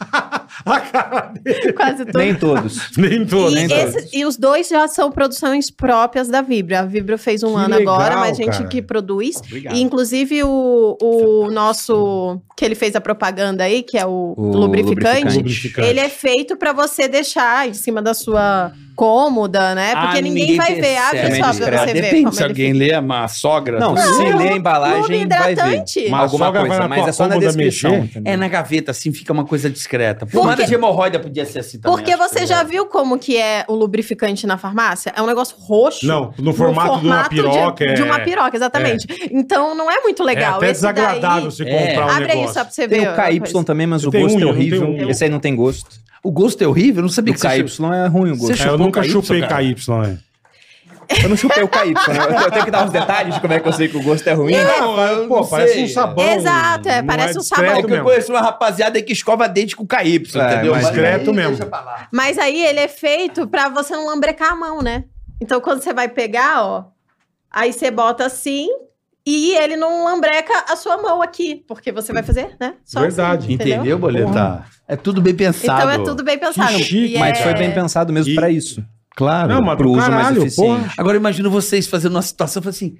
A cara dele. Quase tudo. Nem todos. Nem tô, E, nem tô. esse- e os dois já são produções próprias da Vibra. A Vibra fez um Que ano agora, legal, mas a gente cara. que produz. Obrigado. E, inclusive, o, o nosso. que ele fez a propaganda aí, que é o, O lubrificante, Tá Lubrificante. ele é feito pra você deixar em cima da sua cômoda, né? Porque Ah, ninguém, ninguém vai ver. percebe. Abre Também só pra discreto. você ver Depende como é se ele alguém lê a sogra. Não, tá- se Não, lê a Clube embalagem, vai ver. hidratante. Mas Alguma só vai coisa, na mas tua é só na cômoda descrição. mexer? entendeu? É na gaveta, assim, fica uma coisa discreta. Por Pomada quê? de hemorroida podia ser assim também. Porque acho que você eu- já viu como que é o lubrificante na farmácia? É um negócio roxo. Não, no formato, de uma formato piroca. De, é... de uma piroca, exatamente. Então não é muito legal. É até Esse daí- desagradável se É. comprar um Abre aí negócio. só pra você Tem ver. o KY também, mas o Tem gosto unha, é não tem horrível. unha. Esse aí não tem gosto. O gosto é horrível? Eu não sabia O que você KY chupou- é ruim o Você gosto. É, eu chupou nunca KY, chupei cara? KY, né? Eu não chupei o KY, né? Eu tenho- Eu tenho que dar uns detalhes de como é que eu sei que o gosto é ruim. Não, é- pô, não parece sei. um sabão. Exato, é, não parece um discreto É sabão. que eu mesmo. conheço uma rapaziada que escova dente com KY, É, entendeu? mas discreto aí mesmo. deixa pra lá. Mas aí ele é feito pra você não lambrecar a mão, né? Então quando você vai pegar, ó, aí você bota assim e ele não lambreca a sua mão aqui, porque você vai fazer, né? Só assim, Verdade. Entendeu, Boleta? É tudo bem pensado. Então é tudo bem pensado. Que chique, E Mas é- foi bem pensado mesmo E- pra isso. Claro. Não, mas Pro do uso mais caralho, eficiente. porra. Agora imagino vocês fazendo uma situação e falando assim: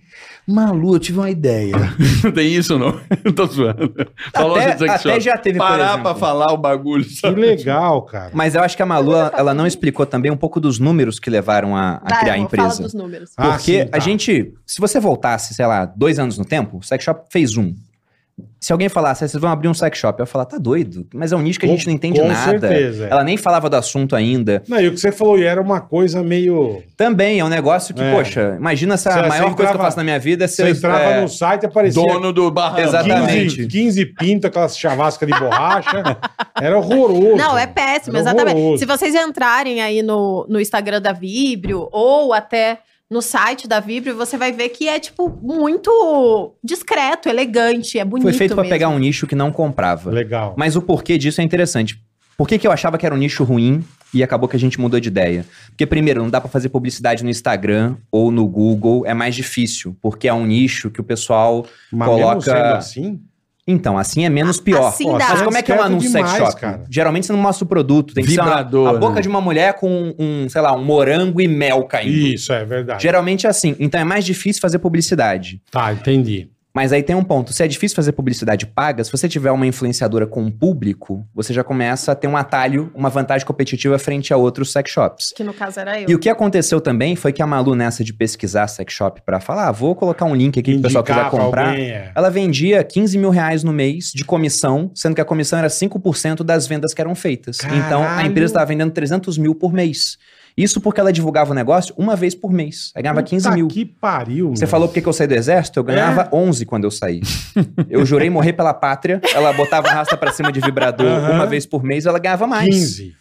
Malu, eu tive uma ideia. Não tem isso ou não? Eu tô zoando. Falou Até- de sex até shop. já teve, por Parar exemplo. pra falar o bagulho. Que sabe? legal, cara. Mas eu acho que a Malu, ela, ela não explicou também um pouco dos números que levaram a, a Vai, criar a amor, Fala empresa. dos números. Ah, Porque sim, tá. a gente, se você voltasse, sei lá, dois anos no tempo, o sex shop fez um. Se alguém falasse, "Ah, vocês vão abrir um sex shop, eu ia falar, tá doido, mas é um nicho que a gente não entende com nada. certeza, é. Ela nem falava do assunto ainda. Não, e o que você falou, e era uma coisa meio. Também é um negócio que, É. poxa, imagina se a Você- você maior coisa que entrava- eu faço na minha vida é se Você eu entrava é, no site e aparecia Dono do barranco. Exatamente. 15, 15 pinto, aquelas chavascas de borracha. Era horroroso. Não, é péssimo, Era exatamente. horroroso. Se vocês entrarem aí no, no Instagram da Vibrio ou até no site da Vibrio, você vai ver que é, tipo, muito discreto, elegante, é bonito. foi feito pra mesmo. pegar um nicho que não comprava. Legal. Mas o porquê disso é interessante. Por que, que eu achava que era um nicho ruim e acabou que a gente mudou de ideia? Porque, primeiro, não dá pra fazer publicidade no Instagram ou no Google, é mais difícil, porque é um nicho que o pessoal. Mas coloca- mesmo sendo assim, Então, assim é menos pior. Assim dá. Pô, Mas assim como é que é um discreto anúncio sex demais, shop? cara. Geralmente você não mostra o produto, tem que ser uma- Vibrador, a boca né? de uma mulher com um, sei lá, um morango e mel caindo. isso é verdade. Geralmente é assim. Então é mais difícil fazer publicidade. Tá, entendi. Mas aí tem um ponto. Se é difícil fazer publicidade paga, se você tiver uma influenciadora com um público, você já começa a ter um atalho, uma vantagem competitiva frente a outros sex shops. Que no caso era eu. E o que aconteceu também foi que a Malu, nessa de pesquisar sex shop pra falar, ah, vou colocar um link aqui pro pessoal que quiser Indicar pra comprar. alguém, é. Ela vendia 15 mil reais no mês de comissão, sendo que a comissão era 5% das vendas que eram feitas. Então, a Caralho! empresa estava vendendo 300 mil por mês. Isso porque ela divulgava o negócio uma vez por mês. Ela ganhava 15 Puta mil. que É. pariu, Você meu. falou porque que eu saí do exército? Eu ganhava 11 quando eu saí. Eu jurei morrer pela pátria. Ela botava a rasta pra cima de vibrador Aham. uma vez por mês, ela ganhava mais. 15.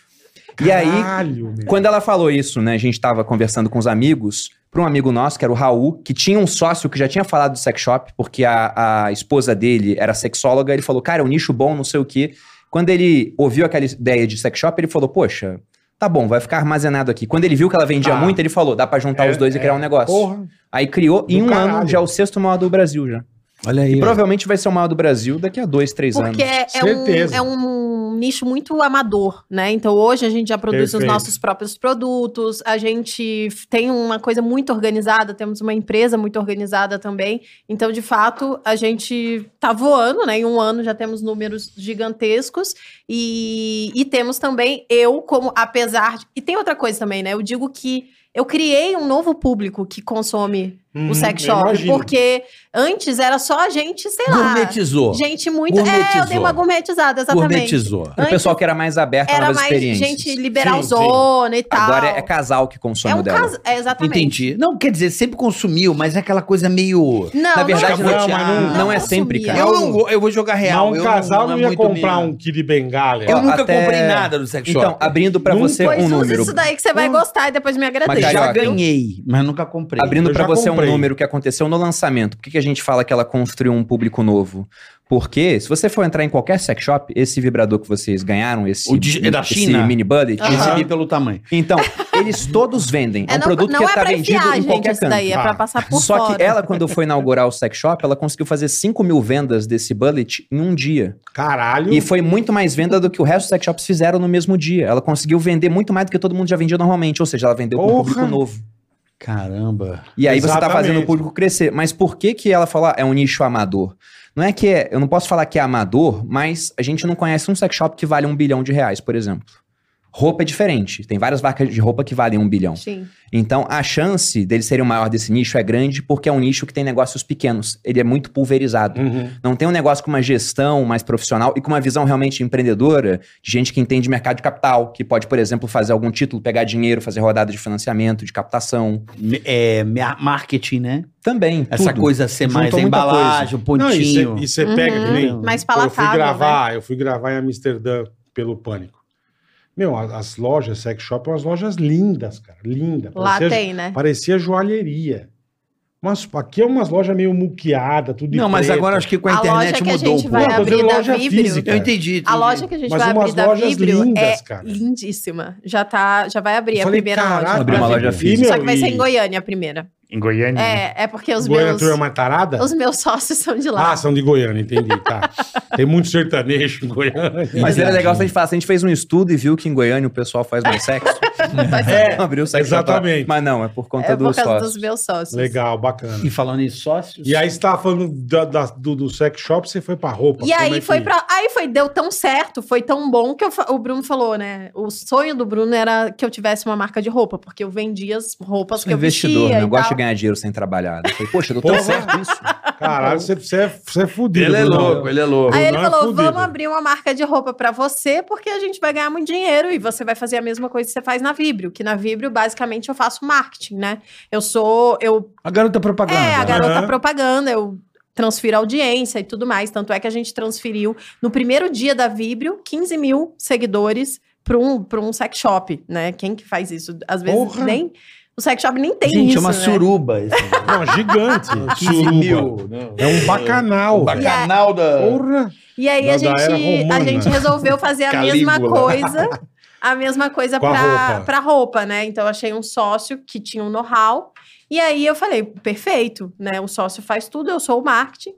E aí, Caralho, meu. quando ela falou isso, né? A gente tava conversando com os amigos, pra um amigo nosso, que era o Raul, que tinha um sócio que já tinha falado do sex shop, porque a, a esposa dele era sexóloga, ele falou, cara, é um nicho bom, não sei o quê. Quando ele ouviu aquela ideia de sex shop, ele falou, poxa, tá bom, vai ficar armazenado aqui. Quando ele viu que ela vendia Ah. muito, ele falou, dá pra juntar É, tá os dois e é. criar um negócio. Porra. Aí criou, e em Do um caralho. ano, já é o sexto maior do Brasil já. Olha aí. E ó. provavelmente vai ser o maior do Brasil daqui a dois, três Porque anos. é um, Certeza. é um nicho muito amador, né? Então hoje a gente já produz Perfeito. os nossos próprios produtos, a gente f- tem uma coisa muito organizada, temos uma empresa muito organizada também. Então, de fato, a gente tá voando, né? Em um ano já temos números gigantescos e, e temos também eu como, apesar de... E tem outra coisa também, né? Eu digo que eu criei um novo público que consome Uhum, o sex eu shop, imagino. porque antes era só a gente, sei lá... Gourmetizou. Ah, Gente muito. É, eu dei Gourmetizou. uma gourmetizada, exatamente. Gourmetizou. O pessoal que era mais aberto a Era novas mais experiências. gente liberal Sim, sim. zona e tal. Agora é, é casal que É consome um dela. caso. É, exatamente. Entendi. Não, quer dizer, sempre consumiu, mas é aquela coisa meio. Não, é Na verdade, não, não, Não, te- mas não- ah, Não é consumia. sempre, cara. Eu não go- eu vou jogar Mas real. um eu casal não, é ia muito comprar minha- um quilo de bengala. Eu Ó, nunca até- comprei nada no sex shop. Então, abrindo pra Nunca- você Pois um usa número. isso daí que você vai gostar e depois me agradece. Mas já Carioca. ganhei, mas nunca comprei. Abrindo Eu pra já você comprei. um número que aconteceu no lançamento. Por que, que a gente fala que ela construiu um público novo? Porque se você for entrar em qualquer sex shop, esse vibrador que vocês ganharam, esse, O de- é da esse China? mini buddy, Aham. esse- Recebi pelo tamanho. então, eles todos vendem. É, um não, produto não que é tá pra vendido enfiar, em gente, qualquer isso canto. daí. É Ah. pra passar por Só fora. que é ela, quando foi inaugurar o sex shop, ela conseguiu fazer 5 mil vendas desse bullet em um dia. Caralho. E foi muito mais venda do que o resto dos sex shops fizeram no mesmo dia. Ela conseguiu vender muito mais do que todo mundo já vendia normalmente. Ou seja, ela vendeu com um Porra. público novo. Caramba. E aí você tá Exatamente. fazendo o público crescer. Mas por que que ela fala é um nicho amador? Não é que é, eu não posso falar que é amador, mas a gente não conhece um sex shop que vale um bilhão de reais, por exemplo. Roupa é diferente. Tem várias marcas de roupa que valem um bilhão. Sim. Então, a chance dele ser o maior desse nicho é grande porque é um nicho que tem negócios pequenos. Ele é muito pulverizado. Uhum. Não tem um negócio com uma gestão mais profissional e com uma visão realmente empreendedora de gente que entende mercado de capital, que pode, por exemplo, fazer algum título, pegar dinheiro, fazer rodada de financiamento, de captação. Me- É, mea- marketing, né? Também. Essa tudo. coisa ser Juntou mais a muita embalagem, o Não, é e pontinho. cê- e você pega que Uhum. nem. Mais Pô, Eu fui palatável. né? gravar, eu fui gravar em Amsterdã pelo Pânico. Meu, a- as lojas sex shop, umas lojas lindas, cara, linda. Lá Parecia, tem, né? parecia joalheria. Mas aqui é umas lojas meio muqueada, tudo de Não, mas preto. agora acho que com a, A loja internet que a mudou um gente pouco. vai Não, eu tô abrir dizendo da loja Vibrio. física. Eu entendi, entendi. A loja que a gente Mas vai umas abrir da lojas Vibrio lindas, é cara. lindíssima. Já tá, já vai abrir Eu a falei, primeira "Caraca, loja. Abrir uma loja e, física. meu, Só que vai ser e em Goiânia a primeira. Em Goiânia? né, É, é porque os Hum. Goiânia meus, tu é uma tarada? os meus sócios são de lá. Ah, são de Goiânia, entendi, tá. tem muito sertanejo em Goiânia. Mas era legal se a gente falasse, a gente fez um estudo e viu que em Goiânia o pessoal faz mais sexo. É, abriu o sexo exatamente. shop. Mas não, é por conta é por dos causa sócios. dos meus sócios. Legal, bacana. E falando em sócios. E aí você tava falando da- da- do, do sex shop, você foi pra roupa. E como aí é foi que- pra. Aí foi, deu tão certo, foi tão bom que eu fa- o Bruno falou, né? O sonho do Bruno era que eu tivesse uma marca de roupa, porque eu vendia as roupas Sou que eu investidor, vestia. né? Eu e gosto de tal. ganhar dinheiro sem trabalhar. né? Eu falei, poxa, deu Porra. tão certo isso. Caralho, você, você, é, você é fudido. Ele é Brunão. louco, ele é louco. Aí ele Não é falou: fudido. vamos abrir uma marca de roupa pra você, porque a gente vai ganhar muito dinheiro e você vai fazer a mesma coisa que você faz na Vibrio, que na Vibrio, basicamente, eu faço marketing, né? Eu sou. Eu A garota propaganda. É, a garota Aham. propaganda, eu transfiro audiência e tudo mais. Tanto é que a gente transferiu, no primeiro dia da Vibrio, 15 mil seguidores para um, pra um sex shop, né? Quem que faz isso? Às vezes Porra! nem... O sex shop nem tem Gente, isso, é uma né? suruba. esse negócio. Não, gigante. 15 Suruba. mil, né? É um bacanal. O velho. bacanal da. Porra. E aí a Da- da era gente, a romana. gente resolveu fazer a mesma Calígula. coisa. A mesma coisa Com a pra, roupa. pra roupa, né? Então eu achei um sócio que tinha um know-how. E aí eu falei, perfeito, né? O sócio faz tudo, eu sou o marketing.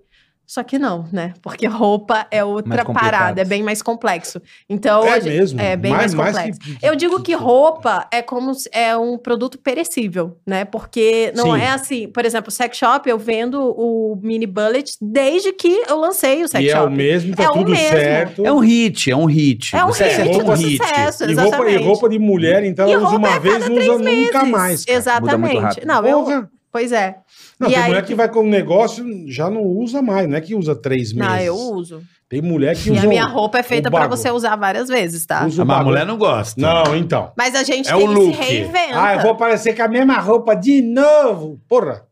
Só que não, né? Porque roupa é outra complicado. parada, é bem mais complexo. Então, a é gente- mesmo. é bem mais, complexo. que- Eu digo que roupa é como se- é um produto perecível, né? Porque não Sim. é assim, por exemplo, sex shop eu vendo o mini bullet desde que eu lancei o sex E é shop. o mesmo, tá É o tudo mesmo. certo. É um hit, é um hit. É um Você hit, acertou um sucesso, e roupa, e exatamente. roupa de mulher, então E ela usa roupa é uma a vez, cada não três usa nunca meses. mais. cara. Muda muito Exatamente. rápido. Não, eu, Porra. pois é. Não, E tem aí mulher que- que vai com um negócio, já não usa mais, não é que usa três meses. Não, eu uso. Tem mulher que E usa. a minha um- roupa é feita o pra bago. você usar várias vezes, tá? usa o Mas a bagulho. mulher não gosta. Não, então. Mas a gente É tem o que look. se reinventa. Ah, eu vou aparecer com a mesma roupa de novo. Porra.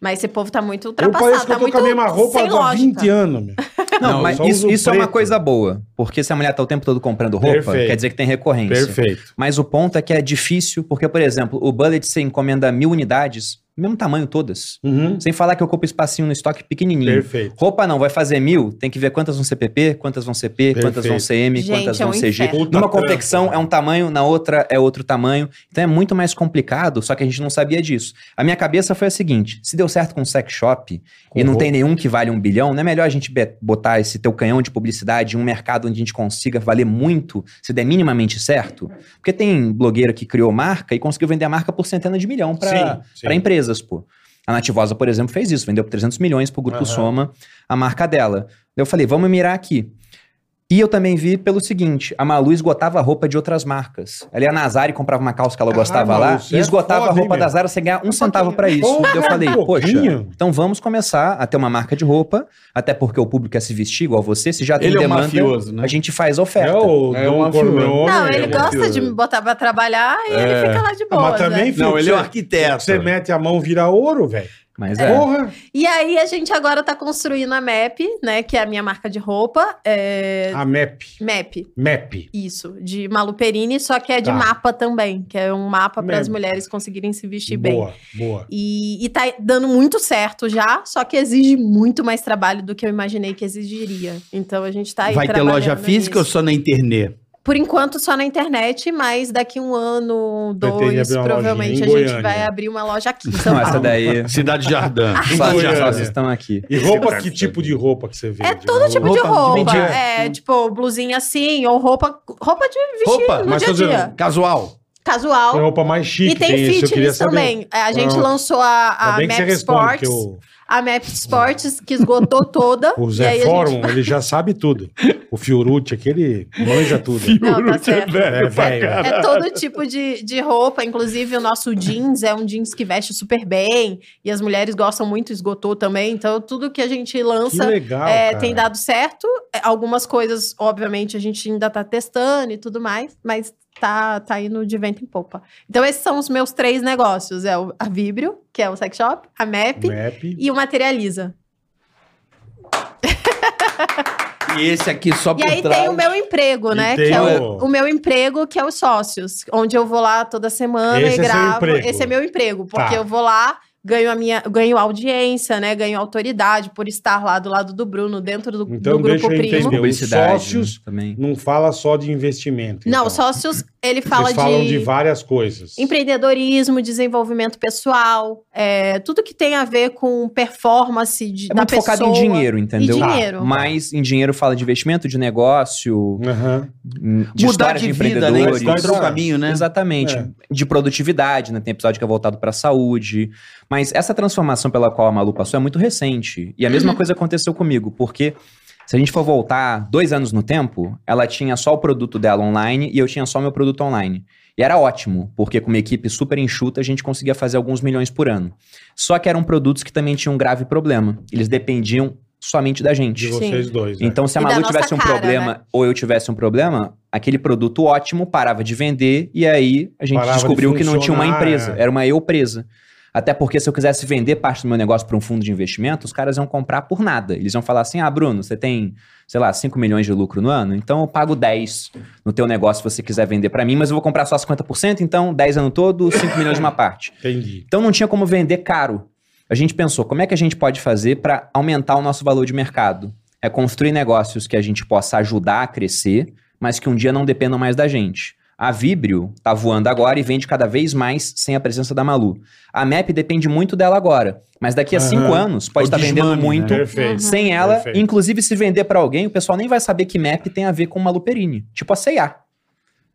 Mas esse povo tá muito Eu ultrapassado, pareço que tá eu tô muito com a mesma roupa sem há lógica. 20 anos, meu. Não, Não, mas só isso, uso isso é uma preto. coisa boa. Porque se a mulher tá o tempo todo comprando roupa, Perfeito. quer dizer que tem recorrência. Perfeito. Mas o ponto é que é difícil, porque, por exemplo, o bullet você encomenda mil unidades, Mesmo tamanho todas. Uhum. Sem falar que eu compro espacinho no estoque pequenininho. Perfeito. Roupa não, vai fazer mil, tem que ver quantas vão CPP, quantas vão CP, quantas vão Perfeito. CM, Gente, quantas é vão um CG. inferno. Puta Numa trampo, confecção cara. é um tamanho, na outra é outro tamanho. Então é muito mais complicado, só que a gente não sabia disso. A minha cabeça foi a seguinte: se deu certo com o sex shop e não roupa. tem nenhum que vale um bilhão, não é melhor a gente be- botar esse teu canhão de publicidade em um mercado onde a gente consiga valer muito, se der minimamente certo? Porque tem blogueira que criou marca e conseguiu vender a marca por centenas de milhão pra, Sim, sim. pra empresas, pô. A Nativosa, por exemplo, fez isso, vendeu por 300 milhões pro Aham. Grupo Soma, a marca dela. Eu falei, vamos mirar aqui. E eu também vi pelo seguinte, a Malu esgotava a roupa de outras marcas. Ela ia na Zara e comprava uma calça que ela Caralho, gostava Malu, lá você e é esgotava foda, a roupa hein, da meu? Zara sem ganhar um centavo pra isso. Porra, eu falei, um pouquinho. poxa, então vamos começar a ter uma marca de roupa, até porque o público quer se vestir igual você, se já tem Ele é um demanda, mafioso, né? a gente faz É oferta. o É Dom uma Corleone. Não, né? ele meu gosta Deus. de me botar pra trabalhar e É. ele fica lá de né? Ah, boa. mas também, filho, Não, ele é um você- arquiteto. Você mete a mão, vira ouro, velho. Mas é. Porra. E aí a gente agora tá construindo a MAP, né? Que é a minha marca de roupa. É... A MAP. MAP, MAP. isso, de Malu Perini, só que é de Tá. mapa também, que é um mapa para as Map. mulheres conseguirem se vestir bem. Boa, boa. E, e tá dando muito certo já, só que exige muito mais trabalho do que eu imaginei que exigiria. Então a gente tá aí Vai ter trabalhando loja física ou nisso. só na internet? Por enquanto só na internet, mas daqui um ano, Pretende dois, abrir uma provavelmente a lojinha em gente Goiânia. vai abrir uma loja aqui em São Não, essa Paulo. daí. Cidade Jardim. Ah, Só as Goiânia. sócias estão aqui. E roupa, que tipo de roupa que você vende? É todo tipo de Roupa de roupa. mendigo. Hum. é, tipo, blusinha assim, ou roupa, roupa de vestir Roupa, no mas dia um- É a tô dia. dizendo, Casual. Tem Casual. roupa mais chique. e tem, isso, eu queria fitness saber. também. É, A gente Pronto. lançou a, Ainda a bem que Map você responde, que Sports. o, A Map Sports, que esgotou toda. o e aí Zé a Fórum, gente- ele já sabe tudo. O Fiorucci aqui, ele manja tudo. Não, tá certo. É, velho. É todo tipo de, de roupa, inclusive o nosso jeans é um jeans que veste super bem e as mulheres gostam muito, esgotou também. Então, tudo que a gente Que lança legal, é, cara. tem dado certo. É, Algumas coisas, obviamente, a gente ainda tá testando e tudo mais, mas tá, tá indo de vento em popa. Então, esses são os meus três negócios: é o, a Vibrio, que é o sex shop, a MAP Map. e o Materializa. E esse aqui só E por aí trás. tem o meu emprego, E né? tem Que é o- o, o meu emprego, que é os sócios, onde eu vou lá toda semana Esse é e seu gravo. emprego. Esse é meu emprego, porque Tá. eu vou lá, ganho a minha, ganho audiência, né? Ganho autoridade por estar lá do lado do Bruno, dentro do, do Então, deixa grupo eu primo. entender. Publicidade. sócios- né, também. Não fala só de investimento. Não, então. sócios, ele fala Vocês falam de de várias coisas. empreendedorismo, desenvolvimento pessoal, é, tudo que tem a ver com performance de, É da muito pessoa. focado em dinheiro, entendeu? dinheiro. Tá. Mas em dinheiro fala de investimento, de negócio, hum, Aham. de Mudar história de de vida, né? empreendedores. Encontrar um caminho, né? Exatamente. É. De produtividade, né? Tem episódio que é voltado pra saúde. Mas essa transformação pela qual a Malu passou é muito recente. E a mesma coisa aconteceu comigo, porque se a gente for voltar dois anos no tempo, ela tinha só o produto dela online e eu tinha só o meu produto online. E era ótimo, porque com uma equipe super enxuta, a gente conseguia fazer alguns milhões por ano. Só que eram produtos que também tinham um grave problema. Eles dependiam somente da gente. De vocês Sim. dois. né? Então, se a E da Malu nossa tivesse um cara, né? problema ou eu tivesse um problema, aquele produto ótimo parava de vender e aí a gente Parava de descobriu que não tinha uma funcionar, empresa, é. era uma eu presa. Até porque se eu quisesse vender parte do meu negócio para um fundo de investimento, os caras iam comprar por nada. Eles iam falar assim: ah, Bruno, você tem, sei lá, 5 milhões de lucro no ano, então eu pago 10 no teu negócio se você quiser vender para mim, mas eu vou comprar só 50%, então 10 ano todo, 5 milhões de uma parte. Entendi. Então não tinha como vender caro. A gente pensou, como é que a gente pode fazer para aumentar o nosso valor de mercado? É construir negócios que a gente possa ajudar a crescer, mas que um dia não dependam mais da gente. A Vibrio tá voando agora e vende cada vez mais sem a presença da Malu. A MAP depende muito dela agora, mas daqui a Aham. cinco anos pode O estar vendendo desmame, né? muito Perfeito. sem ela. Perfeito. Inclusive, se vender pra alguém, o pessoal nem vai saber que MAP tem a ver com Malu Perini. Tipo a C&A.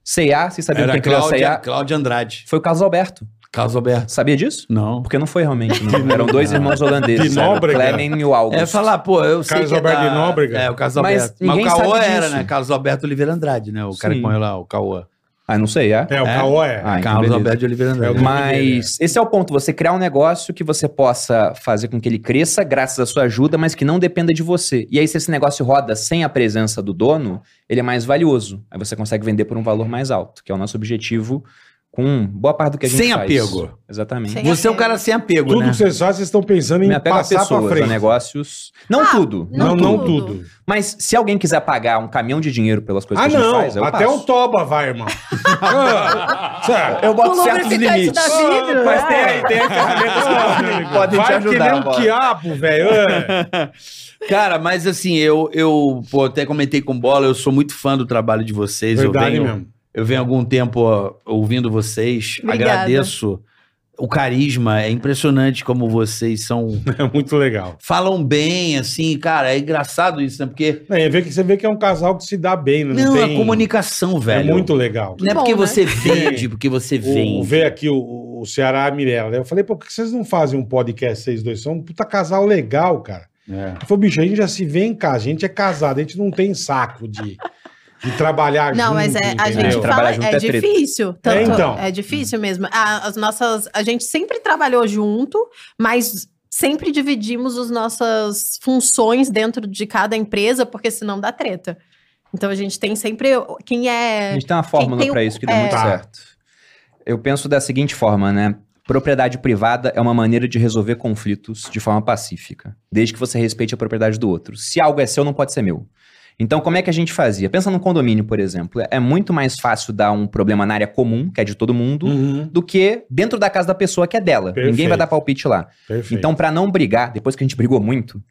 C&A, vocês sabiam Era quem criou a Cláudia, C&A? Cláudia Andrade. Foi o Carlos Alberto. Caso Alberto. Sabia disso? Não. Porque não foi realmente, não. Eram dois Não. irmãos holandeses. De era o Nóbrega. Clemen e o August. É falar, pô, eu sei Carlos que é Alberto da- de Nóbrega. É, o Carlos Mas Alberto. Mas, ninguém o Cauã sabe era, disso. né? Carlos Alberto Oliveira Andrade, né? O cara Sim. que põe lá, o Cauã. Ah, não sei, é? É, o É? Caô é. Ah, então Carlos beleza. Alberto de Oliveira É o Andrade. nome dele, Mas esse é o ponto, você criar um negócio que você possa fazer com que ele cresça graças à sua ajuda, mas que não dependa de você. E aí se esse negócio roda sem a presença do dono, ele é mais valioso. Aí você consegue vender por um valor mais alto, que é o nosso objetivo com boa parte do que a gente Sem faz. apego. Exatamente. Sem- Você é um cara sem apego, Tudo né? que vocês fazem, vocês estão pensando em Me apego a passar pra pessoas, a frente. negócios. Não Ah, tudo. Não, Não não tudo. tudo. Mas se alguém quiser pagar um caminhão de dinheiro pelas coisas Ah, que a gente não. faz, eu Até passo. o Toba vai, irmão. Ah, sério. Eu O lubrificante da vidro, Mas é. tem aí, tem aí ferramentas Ah, meu que amigo, podem te vai que nem ajudar. um Bola. quiabo, velho. É. Cara, mas assim, eu, eu pô, até comentei com bola, eu sou muito fã do trabalho de vocês. eu Verdade venho, mesmo. Eu venho há algum tempo ó, ouvindo vocês. Obrigada. Agradeço. O carisma é impressionante como vocês são. É muito legal. Falam bem, assim, cara. É engraçado isso, né? Porque. É, vê que você vê que é um casal que se dá bem, né? não, é Não, tem... a comunicação, É velho. muito legal. Não é Bom, porque né? você vende, porque você É. O, vende. vê aqui o, o Ceará e a Mirella. né? Eu falei, pô, por que vocês não fazem um podcast, vocês dois? São um puta casal legal, cara. Ele falou, bicho, a gente já se vê em casa, a gente é casado, a gente não tem saco de, de trabalhar Não, junto, mas é, a entendeu? gente fala, Trabalhar junto é, é treta. difícil. Tanto, é, então. difícil mesmo. A, as nossas, a gente sempre trabalhou junto, mas sempre dividimos as nossas funções dentro de cada empresa, porque senão dá treta. Então a gente tem sempre quem A é gente tem uma fórmula tem o- pra isso que deu é. muito Tá. certo. Eu penso da seguinte forma, né? Propriedade privada é uma maneira de resolver conflitos de forma pacífica, desde que você respeite a propriedade do outro. Se algo é seu, não pode ser meu. Então, como é que a gente fazia? Pensa num condomínio, por exemplo. É muito mais fácil dar um problema na área comum, que é de todo mundo, Uhum, do que dentro da casa da pessoa, que é dela. Ninguém Perfeito. vai dar palpite lá. perfeito. Então, pra não brigar, depois que a gente brigou muito,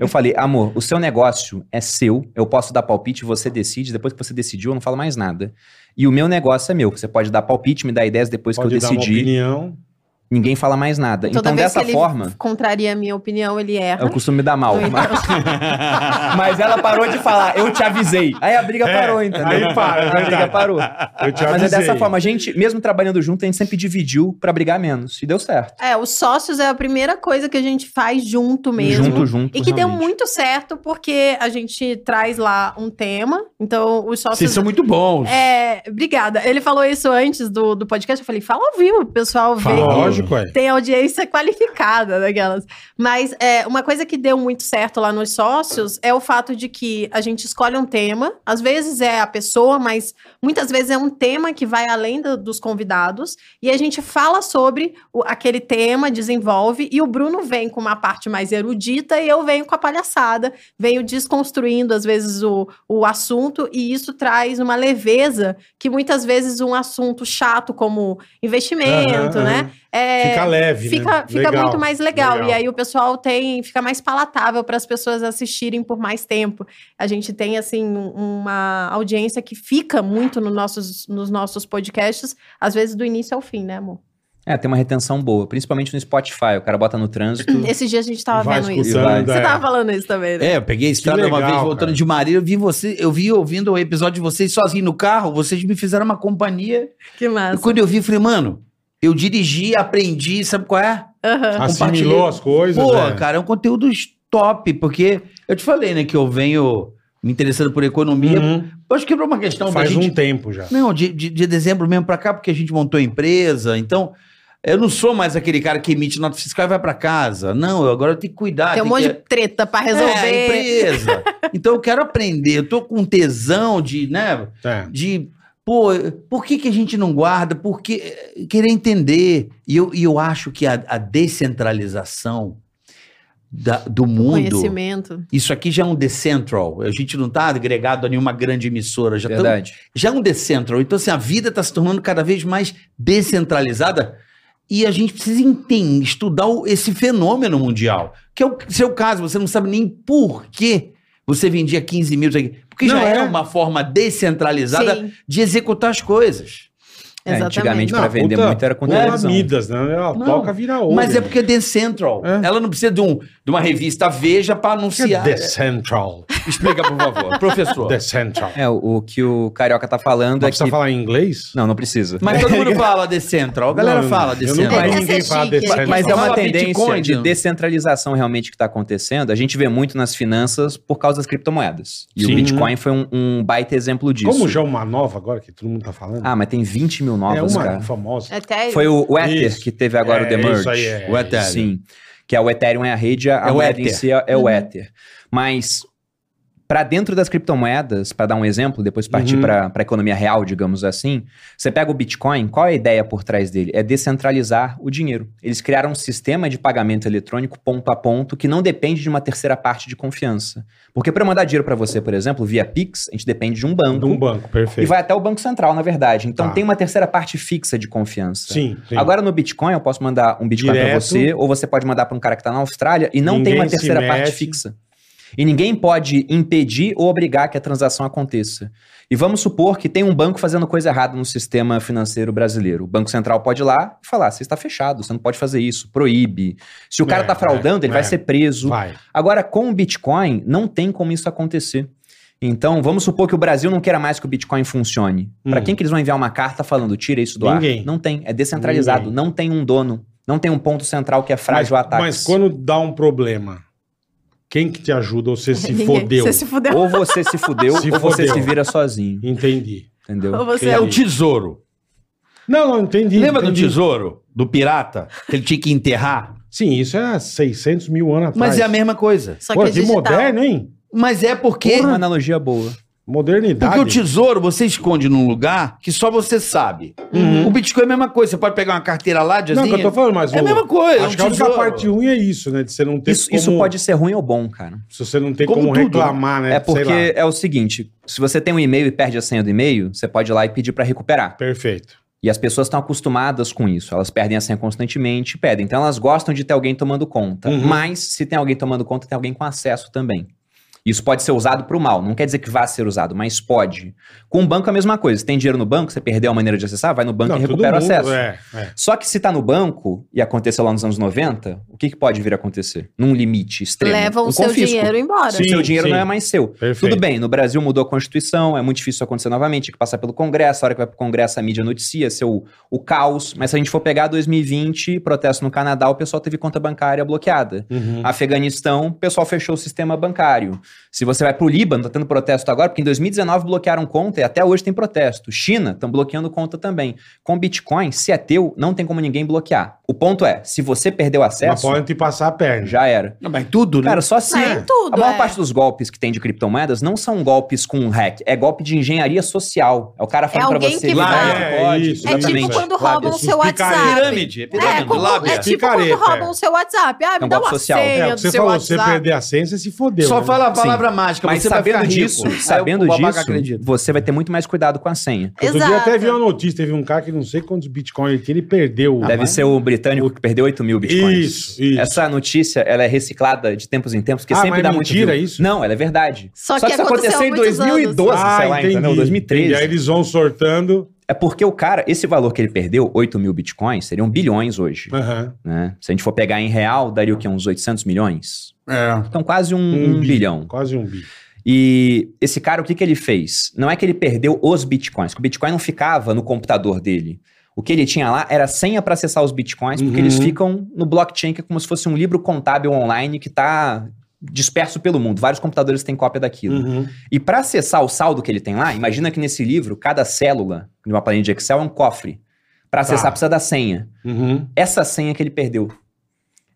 eu falei, amor, o seu negócio é seu, eu posso dar palpite, você decide, depois que você decidiu, eu não falo mais nada. E o meu negócio é meu, você pode dar palpite, me dar ideias depois Pode que eu dar uma decidi, opinião. ninguém fala mais nada. toda então, vez dessa que ele forma, É contraria a minha opinião, ele erra. eu costumo me dar mal. Ou então- Mas ela parou de falar, eu te avisei. Aí a briga É, parou, entendeu? aí para, é a briga verdade. parou. Eu te Mas é avisei. dessa forma, a gente, mesmo trabalhando junto, a gente sempre dividiu pra brigar menos. E deu certo. É, os sócios é a primeira coisa que a gente faz junto mesmo. Junto, junto. E que deu Tipo, realmente. muito certo, porque a gente traz lá um tema. Então, os Vocês sócios são muito bons. É, obrigada. Ele falou isso antes do, do podcast. Eu falei, fala ao vivo, pro pessoal ver Fala, que lógico, é. tem audiência qualificada daquelas. Mas é, uma coisa que deu muito certo lá nos sócios é o fato de que a gente escolhe um tema. Às vezes é a pessoa, mas muitas vezes é um tema que vai além do- dos convidados. E a gente fala sobre o- aquele tema, desenvolve. E o Bruno vem com uma parte mais erudita e eu venho com a palhaçada. Venho desconstruindo, às vezes, o, o assunto. E isso traz uma leveza que muitas vezes um assunto chato, como investimento, Aham, né? aham. É, Fica leve, fica, né? fica Legal, muito mais legal. legal. E aí o pessoal tem, fica mais palatável para as pessoas assistirem por mais tempo. A gente tem, assim, um- uma audiência que fica muito no nossos, nos nossos podcasts, às vezes do início ao fim, né, amor? É, tem uma retenção boa, principalmente no Spotify. O cara bota no trânsito. Esses dias a gente tava Hum. Vai vendo isso. escutando, Você é. tava falando isso também, né? É, eu peguei a estrada uma legal, vez voltando cara. de Marília, eu vi você, eu vi ouvindo o episódio de vocês sozinho no carro, vocês me fizeram uma companhia. Que E massa. quando eu vi, eu falei, mano, eu dirigi, aprendi, sabe qual é? Aham. Assimilou as coisas, Pô, né? cara, é um conteúdo top, porque eu te falei, né, que eu venho me interessando por economia. Uhum. Eu acho que por uma questão Faz da gente um tempo já. não, de, de, de dezembro mesmo pra cá, porque a gente montou a empresa. Então, eu não sou mais aquele cara que emite nota fiscal e vai pra casa. Não, eu agora eu tenho que cuidar. Tem um tenho monte Ah, que- de treta para É, a resolver. empresa. então, eu quero aprender. Eu tô com tesão de, né, É. de... Pô, por que, que a gente não guarda? Porque querer entender. E eu, e eu acho que a, a descentralização da- do mundo... Conhecimento. Isso aqui já é um decentral. A gente não tá agregado a nenhuma grande emissora. Já estamos Verdade. já é um decentral. Então, assim, a vida está se tornando cada vez mais descentralizada e a gente precisa entender, estudar o- esse fenômeno mundial. Que é o seu caso, você não sabe nem por que você vendia 15 mil. isso aqui. Porque Não, já é é. uma forma descentralizada Sim, de executar as coisas. É, exatamente. antigamente, Não, pra vender puta- muito, era com Puta televisão. Midas, né? Ela Não, toca, vira ouro. Mas é porque é decentral. É. Ela não precisa de, um, de uma revista Veja para Que é anunciar. The Central. Explica, por favor. Professor. The Central. É, o, o que o Carioca tá falando Não é que... precisa falar em inglês? Não, não precisa. Mas todo mundo fala decentral. A galera Não, fala eu não decentral. mais Essa é ninguém fala chique, The Central. Mas é uma Fala tendência Bitcoin, de Dino. descentralização realmente que está acontecendo. A gente vê muito nas finanças por causa das criptomoedas. E Sim. o Bitcoin foi um, um baita exemplo disso. Como já é uma nova agora que todo mundo tá falando? Ah, mas tem 20 mil é novas, uma cara. famosa. Até Foi o, o Ether Isso. que teve agora o É, The Merge. isso aí, é, o Ether. Sim. Que é o Ethereum é a rede, a É o moeda em Ether. si é, é o Uhum. Ether. Mas Para dentro das criptomoedas, para dar um exemplo, depois partir Uhum. para a economia real, digamos assim, você pega o Bitcoin, qual é a ideia por trás dele? É descentralizar o dinheiro. Eles criaram um sistema de pagamento eletrônico ponto a ponto que não depende de uma terceira parte de confiança. Porque para mandar dinheiro para você, por exemplo, via Pix, a gente depende de um banco. De um banco, E perfeito. vai até o Banco Central, na verdade. Então Tá. tem uma terceira parte fixa de confiança. Sim, sim. Agora no Bitcoin eu posso mandar um Bitcoin para Direto. você, ou você pode mandar para um cara que tá na Austrália e não Ninguém tem uma se terceira parte mexe. fixa. E ninguém pode impedir ou obrigar que a transação aconteça. E vamos supor que tem um banco fazendo coisa errada no sistema financeiro brasileiro. O Banco Central pode ir lá e falar: você está fechado, você não pode fazer isso, proíbe. Se o cara É, tá fraudando, é, ele vai é. ser preso. vai. Agora, com o Bitcoin, não tem como isso acontecer. Então, vamos supor que o Brasil não queira mais que o Bitcoin funcione. Pra Hum. quem que eles vão enviar uma carta falando tira isso do Ninguém. ar? Não tem. É descentralizado. Ninguém. Não tem um dono. Não tem um ponto central que é frágil a mas, ataques. mas quando dá um problema, quem que te ajuda? Ou você se Ninguém- fodeu? Você se fodeu. Ou você se fudeu, Se ou você fudeu. se vira sozinho. Entendi. Ou Entendeu? você- É o Entendi. tesouro. Não, não, entendi. Lembra do entendi. tesouro? Do pirata? Que ele tinha que enterrar? Sim, isso é 600 mil anos atrás. Mas é a mesma coisa. Só que Pô, é que digital. moderno, hein? Mas é porque. Uma analogia boa. Modernidade. Porque o tesouro você esconde num lugar que só você sabe. O Bitcoin é a mesma coisa. Você pode pegar uma carteira lá de Não, que eu tô falando, mas É a o- mesma coisa. Acho é que a um única tesouro. parte ruim é isso, né? De você não ter Isso, como... isso pode ser ruim ou bom, cara. Se você não tem Como como, tudo, reclamar, né? É Sei porque lá. é o seguinte: se você tem um e-mail e perde a senha do e-mail, você pode ir lá e pedir pra recuperar. Perfeito. E as pessoas estão acostumadas com isso. Elas perdem a senha constantemente, e pedem. Então elas gostam de ter alguém tomando conta. Uhum. Mas se tem alguém tomando conta, tem alguém com acesso também. Isso pode ser usado para o mal. Não quer dizer que vá ser usado, mas pode. Com o banco é a mesma coisa. Se tem dinheiro no banco, você perdeu a maneira de acessar, vai no banco e todo recupera o mundo, acesso. É, é. Só que se tá no banco e aconteceu lá nos anos 90, o que, que pode vir a acontecer? Num limite extremo. Levam o Um seu confisco. dinheiro embora. O seu Sim, dinheiro sim. não é mais seu. Perfeito. Tudo bem, no Brasil mudou a Constituição, é muito difícil isso acontecer novamente, tem que passar pelo Congresso, a hora que vai pro Congresso a mídia noticia, seu o caos, mas se a gente for pegar 2020, protesto no Canadá, o pessoal teve conta bancária bloqueada. Uhum. Afeganistão, o pessoal fechou o sistema bancário. Se você vai pro Líbano, tá tendo protesto agora, porque em 2019 bloquearam conta e até hoje tem protesto. China, estão bloqueando conta também. Com Bitcoin, se é teu, não tem como ninguém bloquear. O ponto é, se você perdeu Mas acesso, podem te passar a perna. já era. Não, mas tudo, né? Cara, só se. Ah, em tudo, a maior é. parte dos golpes que tem de criptomoedas não são golpes com um hack, é golpe de engenharia social. É o cara falando pra alguém você que lá, vai- não pode, É tipo É exatamente. tipo quando Lábia. roubam o seu Lábia, WhatsApp. pirâmide, é pirâmide, É, como- lábia. é tipo Picareta, quando roubam é. o seu WhatsApp. Ah, É me um dá golpe uma social. É, senha o do que você seu falou, você WhatsApp. perder a senha, você se fodeu. Só né? fala a Sim. palavra mágica, Então Mas você vai sabendo ficar rico. disso, Aí o sabendo babaca disso, acredita. você vai ter muito mais cuidado com a senha. Outro dia eu até vi Exato. uma notícia, teve um cara que não sei quantos bitcoins ele tinha, ele perdeu. Deve ser o britânico que perdeu 8 mil bitcoins. Tá Isso, isso. Essa notícia, ela é reciclada de tempos em tempos, porque Ah, sempre mas dá mentira muito view. isso? Não, ela é verdade. Só que aconteceu há em muitos anos. 2012, sei lá, entendeu? 2013. E Ah, aí eles vão sortando. É porque o cara, esse valor que ele perdeu, 8 mil bitcoins, seriam bilhões hoje. Aham. né? Se a gente for pegar em real, daria o quê? Uns 800 milhões? É. Então, quase um, Um um bi. bilhão. Quase um bi. E esse cara, o que, que ele fez? Não é que ele perdeu os bitcoins, que o bitcoin não ficava no computador dele. O que ele tinha lá era senha para acessar os bitcoins, porque Uhum. eles ficam no blockchain, que é como se fosse um livro contábil online que está disperso pelo mundo. Vários computadores têm cópia daquilo. Uhum. E para acessar o saldo que ele tem lá, imagina que nesse livro, cada célula de uma planilha de Excel é um cofre. Para acessar, Tá. precisa da senha. Uhum. Essa senha que ele perdeu.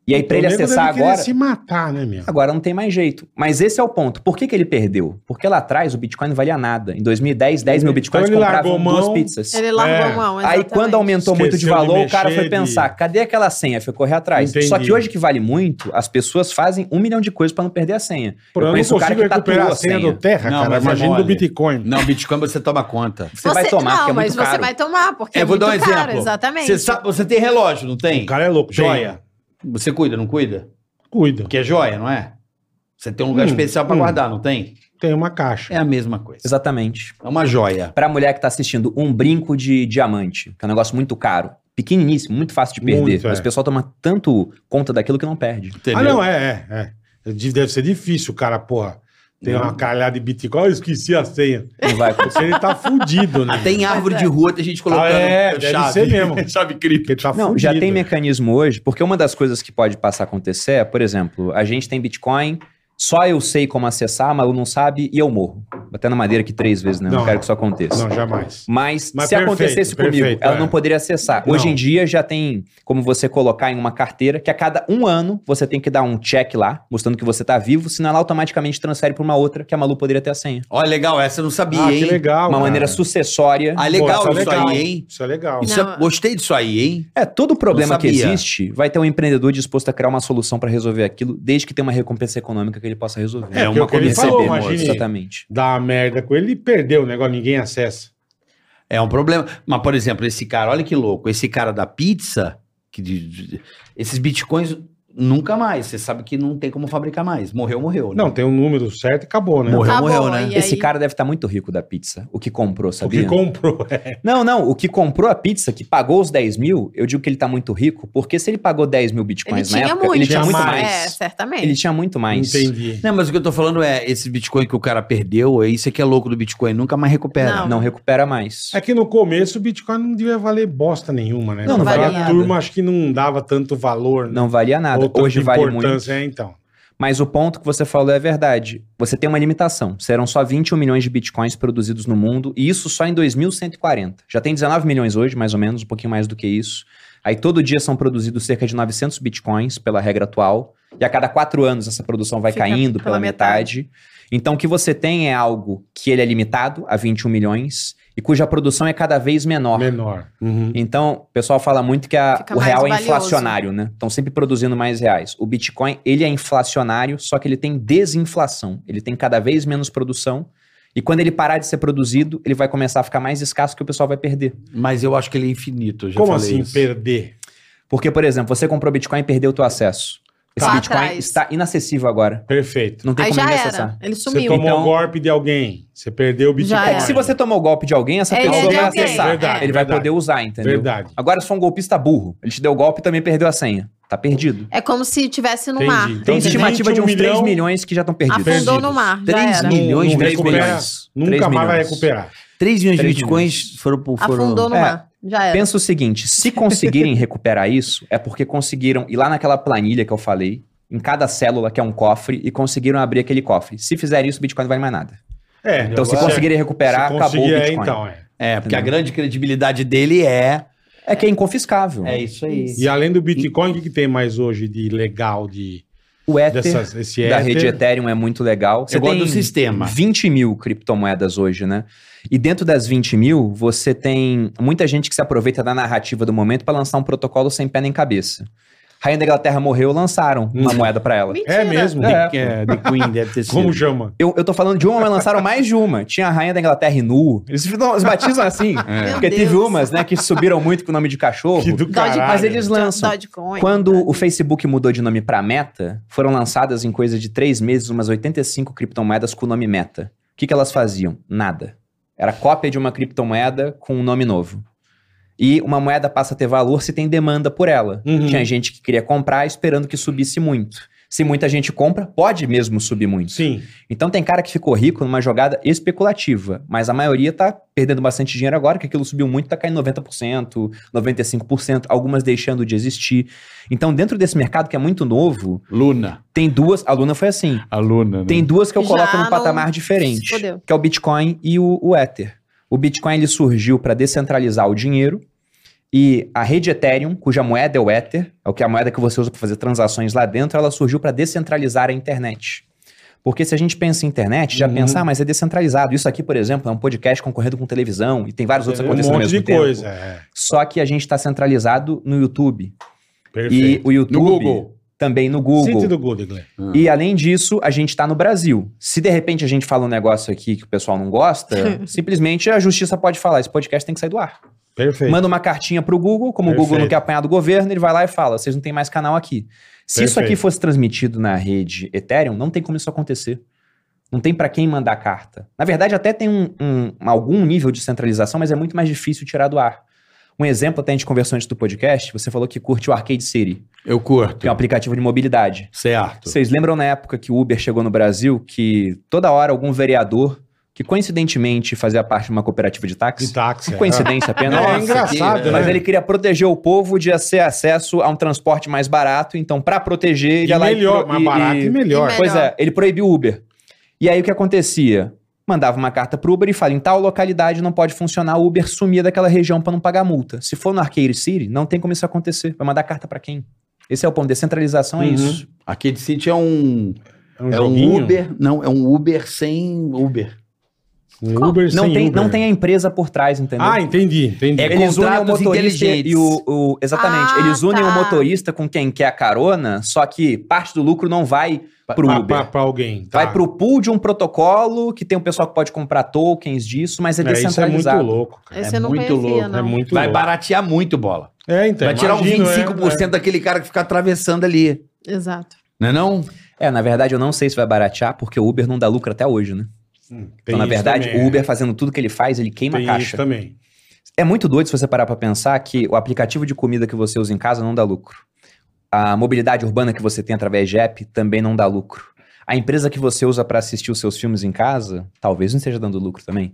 E aí, para Então, O ele nego deve acessar querer agora. se matar, né, meu? Agora não tem mais jeito. Mas esse é o ponto. Por que, que ele perdeu? Porque lá atrás o Bitcoin não valia nada. Em 2010, 10 mil Então Bitcoins ele compravam largou duas mão. pizzas. Ele largou É. a mão, Aí exatamente. quando aumentou muito de Esqueceu de valor, o cara foi mexer, pensar, de- cadê aquela senha? Foi correr atrás. Entendi. Só que hoje que vale muito, as pessoas fazem um milhão de coisas pra não perder a senha. Pô, eu não conheço consigo o cara que é tá assim. recuperar tatuou a senha a senha. do Terra, Não, cara. mas é Imagina do mole. Bitcoin. Não, Bitcoin você toma conta. Você, vai tomar, não, porque é muito mas caro. você vai tomar, porque Eu é vou muito dar um exemplo. caro, exatamente. Você, sabe, você tem relógio, não tem? O cara é louco. Joia. Tem. Você cuida, não cuida? Cuida. Porque é joia, não é? Você tem um lugar Hum, especial pra hum. guardar, não tem? Tem uma caixa. É a mesma coisa. Exatamente. É uma joia. Pra mulher que tá assistindo, um brinco de diamante, que é um negócio muito caro. Pequeniníssimo, muito fácil de perder. Muito, é. Mas o pessoal toma tanto conta daquilo que não perde. Entendeu? Ah, não, é, é, é. De- Deve ser difícil, cara, porra. Tem uma calhada de Bitcoin. Eu esqueci a senha. Não vai acontecer. Ele tá fudido, né? Tem árvore é. de rua, tem gente colocando Ah, é, deve ser mesmo. chave cripto. Porque ele tá Não, fudido. já tem mecanismo hoje, porque uma das coisas que pode passar a acontecer é, por exemplo, a gente tem Bitcoin Só eu sei como acessar, mas eu não sabe e eu morro. Até na madeira aqui três vezes, né? Não, Não. quero que isso aconteça. Não, jamais. Mas, Mas se perfeito, acontecesse comigo, perfeito, ela é. não poderia acessar. Hoje Não. em dia já tem como você colocar em uma carteira que a cada um ano você tem que dar um check lá, mostrando que você tá vivo, senão ela automaticamente transfere para uma outra que a Malu poderia ter a senha. Olha, legal, essa eu não sabia, Ah, que hein? legal. uma cara. maneira sucessória. Ah, legal Pô, isso legal. aí, hein? Isso é legal. Isso é- Não. gostei disso aí, hein? É, todo problema que sabia. existe vai ter um empreendedor disposto a criar uma solução para resolver aquilo, desde que tenha uma recompensa econômica que ele possa resolver. É, porque uma o que ele comissão, falou, moço, imagine. Exatamente. Dá a merda com ele e perdeu o negócio, ninguém acessa. É um problema. Mas, por exemplo, esse cara, olha que louco, esse cara da pizza, que de- de- esses bitcoins nunca mais. Você sabe que não tem como fabricar mais. Morreu, morreu. né? Não, tem um número certo e acabou, né? Morreu, Acabou, morreu, né? E Esse aí- cara deve estar muito rico da pizza, o que comprou, O sabia? que comprou. É. Não, não, o que comprou a pizza, que pagou os 10 mil, eu digo que ele tá muito rico, porque se ele pagou 10 mil Ele bitcoins na tinha época, muito. ele tinha muito Tinha mais. É, certamente. Ele tinha muito mais. né? Entendi. Não, mas o que eu tô falando é, esse Bitcoin que o cara perdeu, é isso é que é louco do Bitcoin, nunca mais recupera. Não. Não recupera mais. É que no começo o Bitcoin não devia valer bosta nenhuma, né? Não, não Porque valia a nada. turma acho que não dava tanto valor, né? Não valia nada. Ou tanta Hoje vale muito. importância, É, então. Mas o ponto que você falou é verdade. Você tem uma limitação. Serão só 21 milhões de bitcoins produzidos no mundo, e isso só em 2140. Já tem 19 milhões hoje, mais ou menos, um pouquinho mais do que isso. Aí todo dia são produzidos cerca de 900 bitcoins, pela regra atual. E a cada quatro anos essa produção vai Fica caindo pela pela metade. Então o que você tem é algo que ele é limitado a 21 milhões e cuja produção é cada vez menor. Menor. Uhum. Então, o pessoal fala muito que a- Fica o mais real é valioso. inflacionário, né? Estão sempre produzindo mais reais. O Bitcoin, ele é inflacionário, só que ele tem desinflação. Ele tem cada vez menos produção. E quando ele parar de ser produzido, ele vai começar a ficar mais escasso que o pessoal vai perder. Mas eu acho que ele é infinito, eu já Como falei assim, isso. perder? Porque, por exemplo, você comprou Bitcoin e perdeu o teu acesso. Esse Tá. Bitcoin Atrás. está inacessível agora. Perfeito. Não tem Aí como já ninguém era. acessar. Ele Você sumiu. tomou Então- o golpe de alguém, você perdeu o Bitcoin. Já É que se você tomou o golpe de alguém, essa É, Ah, ele pessoa é de vai alguém, acessar. verdade, ele vai verdade. poder usar, entendeu? Verdade. Agora, se for um golpista burro, ele te deu o golpe e também perdeu a senha. Tá perdido. É como se tivesse no Entendi. mar. Então, Tem de estimativa de 21 uns 3 milhão, milhões que já estão perdidos. Afundou Perdidos. no mar. Já Três era. mil- Milhões, não três recupera, milhões. Nunca Três mais vai milhões. recuperar. 3 milhões de Três bitcoins foram por. Foram... Afundou no É. mar. Já era. Pensa o seguinte: se conseguirem recuperar isso, é porque conseguiram ir lá naquela planilha que eu falei, em cada célula, que é um cofre, e conseguiram abrir aquele cofre. Se fizerem isso, o Bitcoin não vale mais nada. É, Então, se agora- conseguirem recuperar, se acabou o conseguir, é, Bitcoin. então, é. É, porque a Entendeu? grande credibilidade dele é. É que é inconfiscável. É isso aí. E além do Bitcoin, o que, que tem mais hoje de legal de O Ether dessas, esse da Ether? rede Ethereum é muito legal. Você Eu gosto tem do sistema. 20 mil criptomoedas hoje, né? E dentro das 20 mil, você tem muita gente que se aproveita da narrativa do momento para lançar um protocolo sem pé nem cabeça. Rainha da Inglaterra morreu, lançaram uma Hum. moeda para ela. É mesmo? É. Que é The Queen deve ter sido. Como chama? Eu, eu tô falando de uma, mas lançaram mais de uma. Tinha a Rainha da Inglaterra e Nu. Eles, não, eles batizam assim. É. Meu Porque Deus. teve umas, né, que subiram muito com o nome de cachorro. Que do Dó de- caralho. Mas eles lançam. Dogecoin. Quando o Facebook mudou de nome pra Meta, foram lançadas em coisa de três meses umas 85 criptomoedas com o nome Meta. O que, que elas faziam? Nada. Era cópia de uma criptomoeda com um nome novo. E uma moeda passa a ter valor se tem demanda por ela. Uhum. Tinha gente que queria comprar esperando que subisse muito. Se muita gente compra, pode mesmo subir muito. Sim. Então tem cara que ficou rico numa jogada especulativa, mas a maioria tá perdendo bastante dinheiro agora, que aquilo subiu muito, tá caindo 90%, 95%, algumas deixando de existir. Então dentro desse mercado que é muito novo, Luna. tem duas, a Luna foi assim, Aluna, né? Hum. tem duas que eu Já coloco num não- patamar diferente, Fodeu. que é o Bitcoin e o, o Ether. O Bitcoin ele surgiu para descentralizar o dinheiro e a rede Ethereum, cuja moeda é o Ether, é o que é a moeda que você usa para fazer transações lá dentro, ela surgiu para descentralizar a internet. Porque se a gente pensa em internet, já Uhum. pensa, ah, mas é descentralizado. Isso aqui, por exemplo, é um podcast concorrendo com televisão e tem vários outros Um acontecendo ao monte mesmo de tempo. coisa. É. Só que a gente está centralizado no YouTube. Perfeito. E o YouTube No Google. também no Google. Sinto do Google, Glenn. E além disso, a gente está no Brasil. Se de repente a gente fala um negócio aqui que o pessoal não gosta, simplesmente a justiça pode falar: esse podcast tem que sair do ar. Perfeito. Manda uma cartinha pro Google, como o Google não Perfeito. quer apanhar do governo, ele vai lá e fala: vocês não têm mais canal aqui. Se isso aqui Perfeito. fosse transmitido na rede Ethereum, não tem como isso acontecer. Não tem para quem mandar carta. Na verdade, até tem um, um- algum nível de centralização, mas é muito mais difícil tirar do ar. Um exemplo, até a gente conversou antes do podcast, você falou que curte o Arcade City, Eu curto. que é um aplicativo de mobilidade. Certo. Vocês lembram na época que o Uber chegou no Brasil que toda hora algum vereador que que coincidentemente fazia parte de uma cooperativa de táxi. De táxi. é. É, Coincidência apenas. é Nossa, engraçado, que- né? Mas ele queria proteger o povo de ser acesso a um transporte mais barato. Então, pra proteger, ele E ia lá melhor, pro- mais barato e, melhor. e Pois Melhor. é, ele proibiu o Uber. E aí o que acontecia? Mandava uma carta pro Uber e fala: em tal localidade não pode funcionar, o Uber sumia daquela região pra não pagar multa. Se for no Arcade City, não tem como isso acontecer. Vai mandar carta pra quem? Esse é o ponto. Descentralização é Uhum. isso. Arcade City é um, É um é joguinho. um Uber. Não, é um Uber sem Uber. Um Uber Não sem tem, Uber. não tem a empresa por trás, entendeu? Ah, entendi, entendi. É É eles unem o contratos motorista inteligentes. e o, o- exatamente, Ah, eles unem tá. o motorista com quem quer a carona, só que parte do lucro não vai pro pra, Uber. pra- pra alguém. tá. Vai pro pool de um protocolo que tem um pessoal que pode comprar tokens disso, mas É, isso é é muito descentralizado. louco, cara. Esse É eu não muito conhecia, louco, não. É muito Vai louco. baratear muito bola. É, então, Vai um tirar um imagino, uns é, 25% daquele cara que fica atravessando ali. Exato. Não é não? É, na verdade eu não sei se vai baratear, porque o Uber não dá lucro até hoje, né? é. Hum, tem Então, na isso verdade, também, o Uber fazendo tudo que ele faz, ele é. queima tem isso a caixa. também. É muito doido se você parar pra pensar que o aplicativo de comida que você usa em casa não dá lucro. A mobilidade urbana que você tem através de app também não dá lucro. A empresa que você usa pra assistir os seus filmes em casa, talvez não esteja dando lucro também.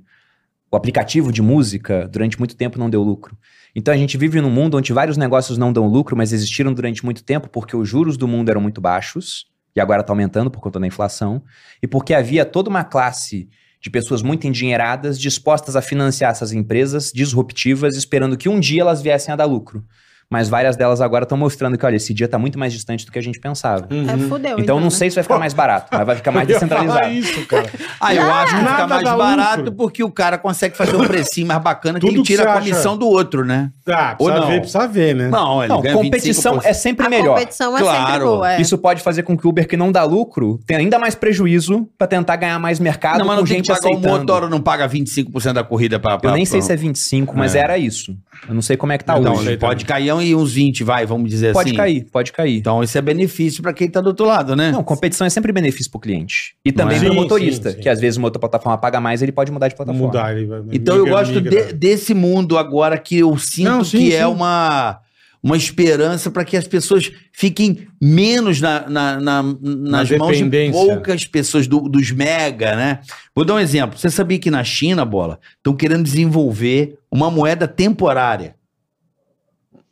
O aplicativo de música, durante muito tempo, não deu lucro. Então a gente vive num mundo onde vários negócios não dão lucro, mas existiram durante muito tempo porque os juros do mundo eram muito baixos, e agora está aumentando por conta da inflação, e porque havia toda uma classe de pessoas muito endinheiradas dispostas a financiar essas empresas disruptivas, esperando que um dia elas viessem a dar lucro. Mas várias delas agora estão mostrando que, olha, esse dia está muito mais distante do que a gente pensava. Uhum. É, fudeu. Então não né? sei se vai ficar mais barato, mas vai ficar Tá mais Eu ia falar descentralizado. isso, cara. Ah, eu acho que Nada fica mais dá barato lucro. porque o cara consegue fazer um precinho mais bacana que Tudo ele que tira você a acha. comissão do outro, né? Tá, Ou precisa não? ver, precisa ver, né? Não, ele Não, tá ganha competição 25%. é sempre A melhor. competição é sempre Claro. boa. é. Isso pode fazer com que o Uber que não dá lucro tenha ainda mais prejuízo pra tentar ganhar mais mercado Não, mas com não tem que gente pagar aceitando. o Motoro, não paga 25% da corrida pra... pra Eu nem sei pra- se é 25, mas É. era isso. Eu não sei como é que tá Não, hoje. sei Então, ele pode cair um- e uns 20, vai, vamos dizer Pode assim. cair, pode cair. Então isso é benefício pra quem tá do outro lado, né? Não, competição é sempre benefício pro cliente. E Não também é? pro Sim, motorista, sim, sim. que às vezes uma outra plataforma paga mais, ele pode mudar de plataforma. Mudar ele. vai- Então eu migra, gosto migra. de- desse mundo agora que eu sinto Não, sim, que sim. é uma, uma esperança para que as pessoas fiquem menos na- na- na- nas mãos de dependência. poucas pessoas, do- dos mega, né? Vou dar um exemplo. Você sabia que na China, Bola, estão querendo desenvolver uma moeda temporária.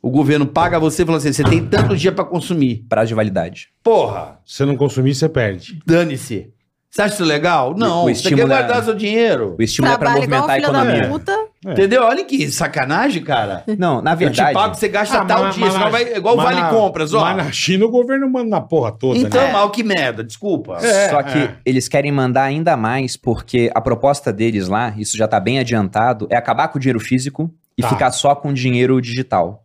O governo paga você e fala assim, você tem tantos dias para consumir. Prazo de validade. Porra, Se você não consumir, você perde. dane-se. Você acha isso legal? Não, O você quer estímulo é- guardar seu dinheiro. O estímulo é pra Trabalha igual movimentar a filha da economia. puta. Entendeu? Olha que sacanagem, cara. Não, na Eu te Tipo, pago, verdade. você gasta tal Ah, mas- dia, mas senão na- vai igual mas vale na- compras, ó. Mas na China o governo manda na porra toda, então, né? mal que merda, desculpa. É, só que é. eles querem mandar ainda mais, porque a proposta deles lá, isso já tá bem adiantado, é acabar com o dinheiro físico e Tá. ficar só com o dinheiro digital.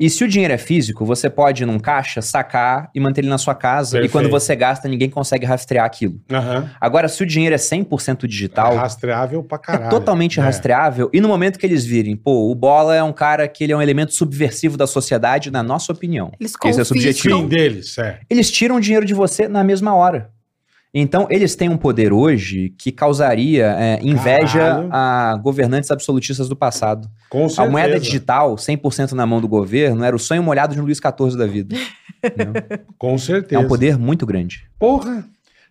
E se o dinheiro é físico, você pode ir num caixa, sacar e manter ele na sua casa. E Perfeito. quando você gasta, ninguém consegue rastrear aquilo. Aham. Agora, se o dinheiro é 100% digital, É rastreável pra caralho. É totalmente rastreável. E no momento que eles virem, pô, o Bola é um cara que ele é um elemento subversivo da sociedade, na nossa opinião. Eles Esse é confiscam. subjetivo. Sim, deles, é. Eles tiram o dinheiro de você na mesma hora. Então, eles têm um poder hoje que causaria é, inveja Caralho. a governantes absolutistas do passado. Com certeza. A moeda digital, 100% na mão do governo, era o sonho molhado de um Luiz XIV da vida. Com É certeza. um poder muito grande. Porra,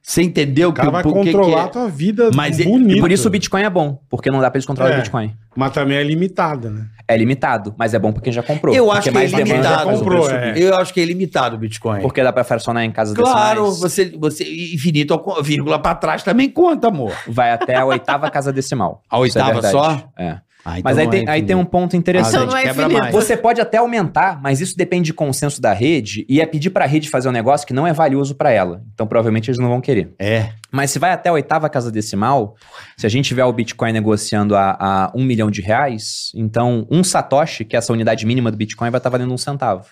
Você entendeu o que cara vai por que que controlar a é? tua vida Mas é- bonito. E por isso o Bitcoin é bom, porque não dá pra eles controlarem É. o Bitcoin. Mas também é limitada, né? É limitado, mas é bom pra quem já comprou. Eu porque acho que é mais demanda, ilimitado. faz o Comprou, preço é. subir. Eu acho que é ilimitado o Bitcoin. Porque dá pra fracionar em casas claro, decimais. você, você infinito ao co- vírgula pra trás também conta, amor. Vai até a oitava casa decimal. A Isso é oitava verdade. só? É. Ah, então Mas aí não tem, é aí tem um infinito. ponto Ah, interessante. Então não é gente, quebra infinito. mais. Você pode até aumentar, mas isso depende de consenso da rede e é pedir pra rede fazer um negócio que não é valioso pra ela. Então provavelmente eles não vão querer. É. Mas se vai até a oitava casa decimal, se a gente tiver o Bitcoin negociando a, a um milhão de reais, então um satoshi, que é essa unidade mínima do Bitcoin, vai estar valendo um centavo.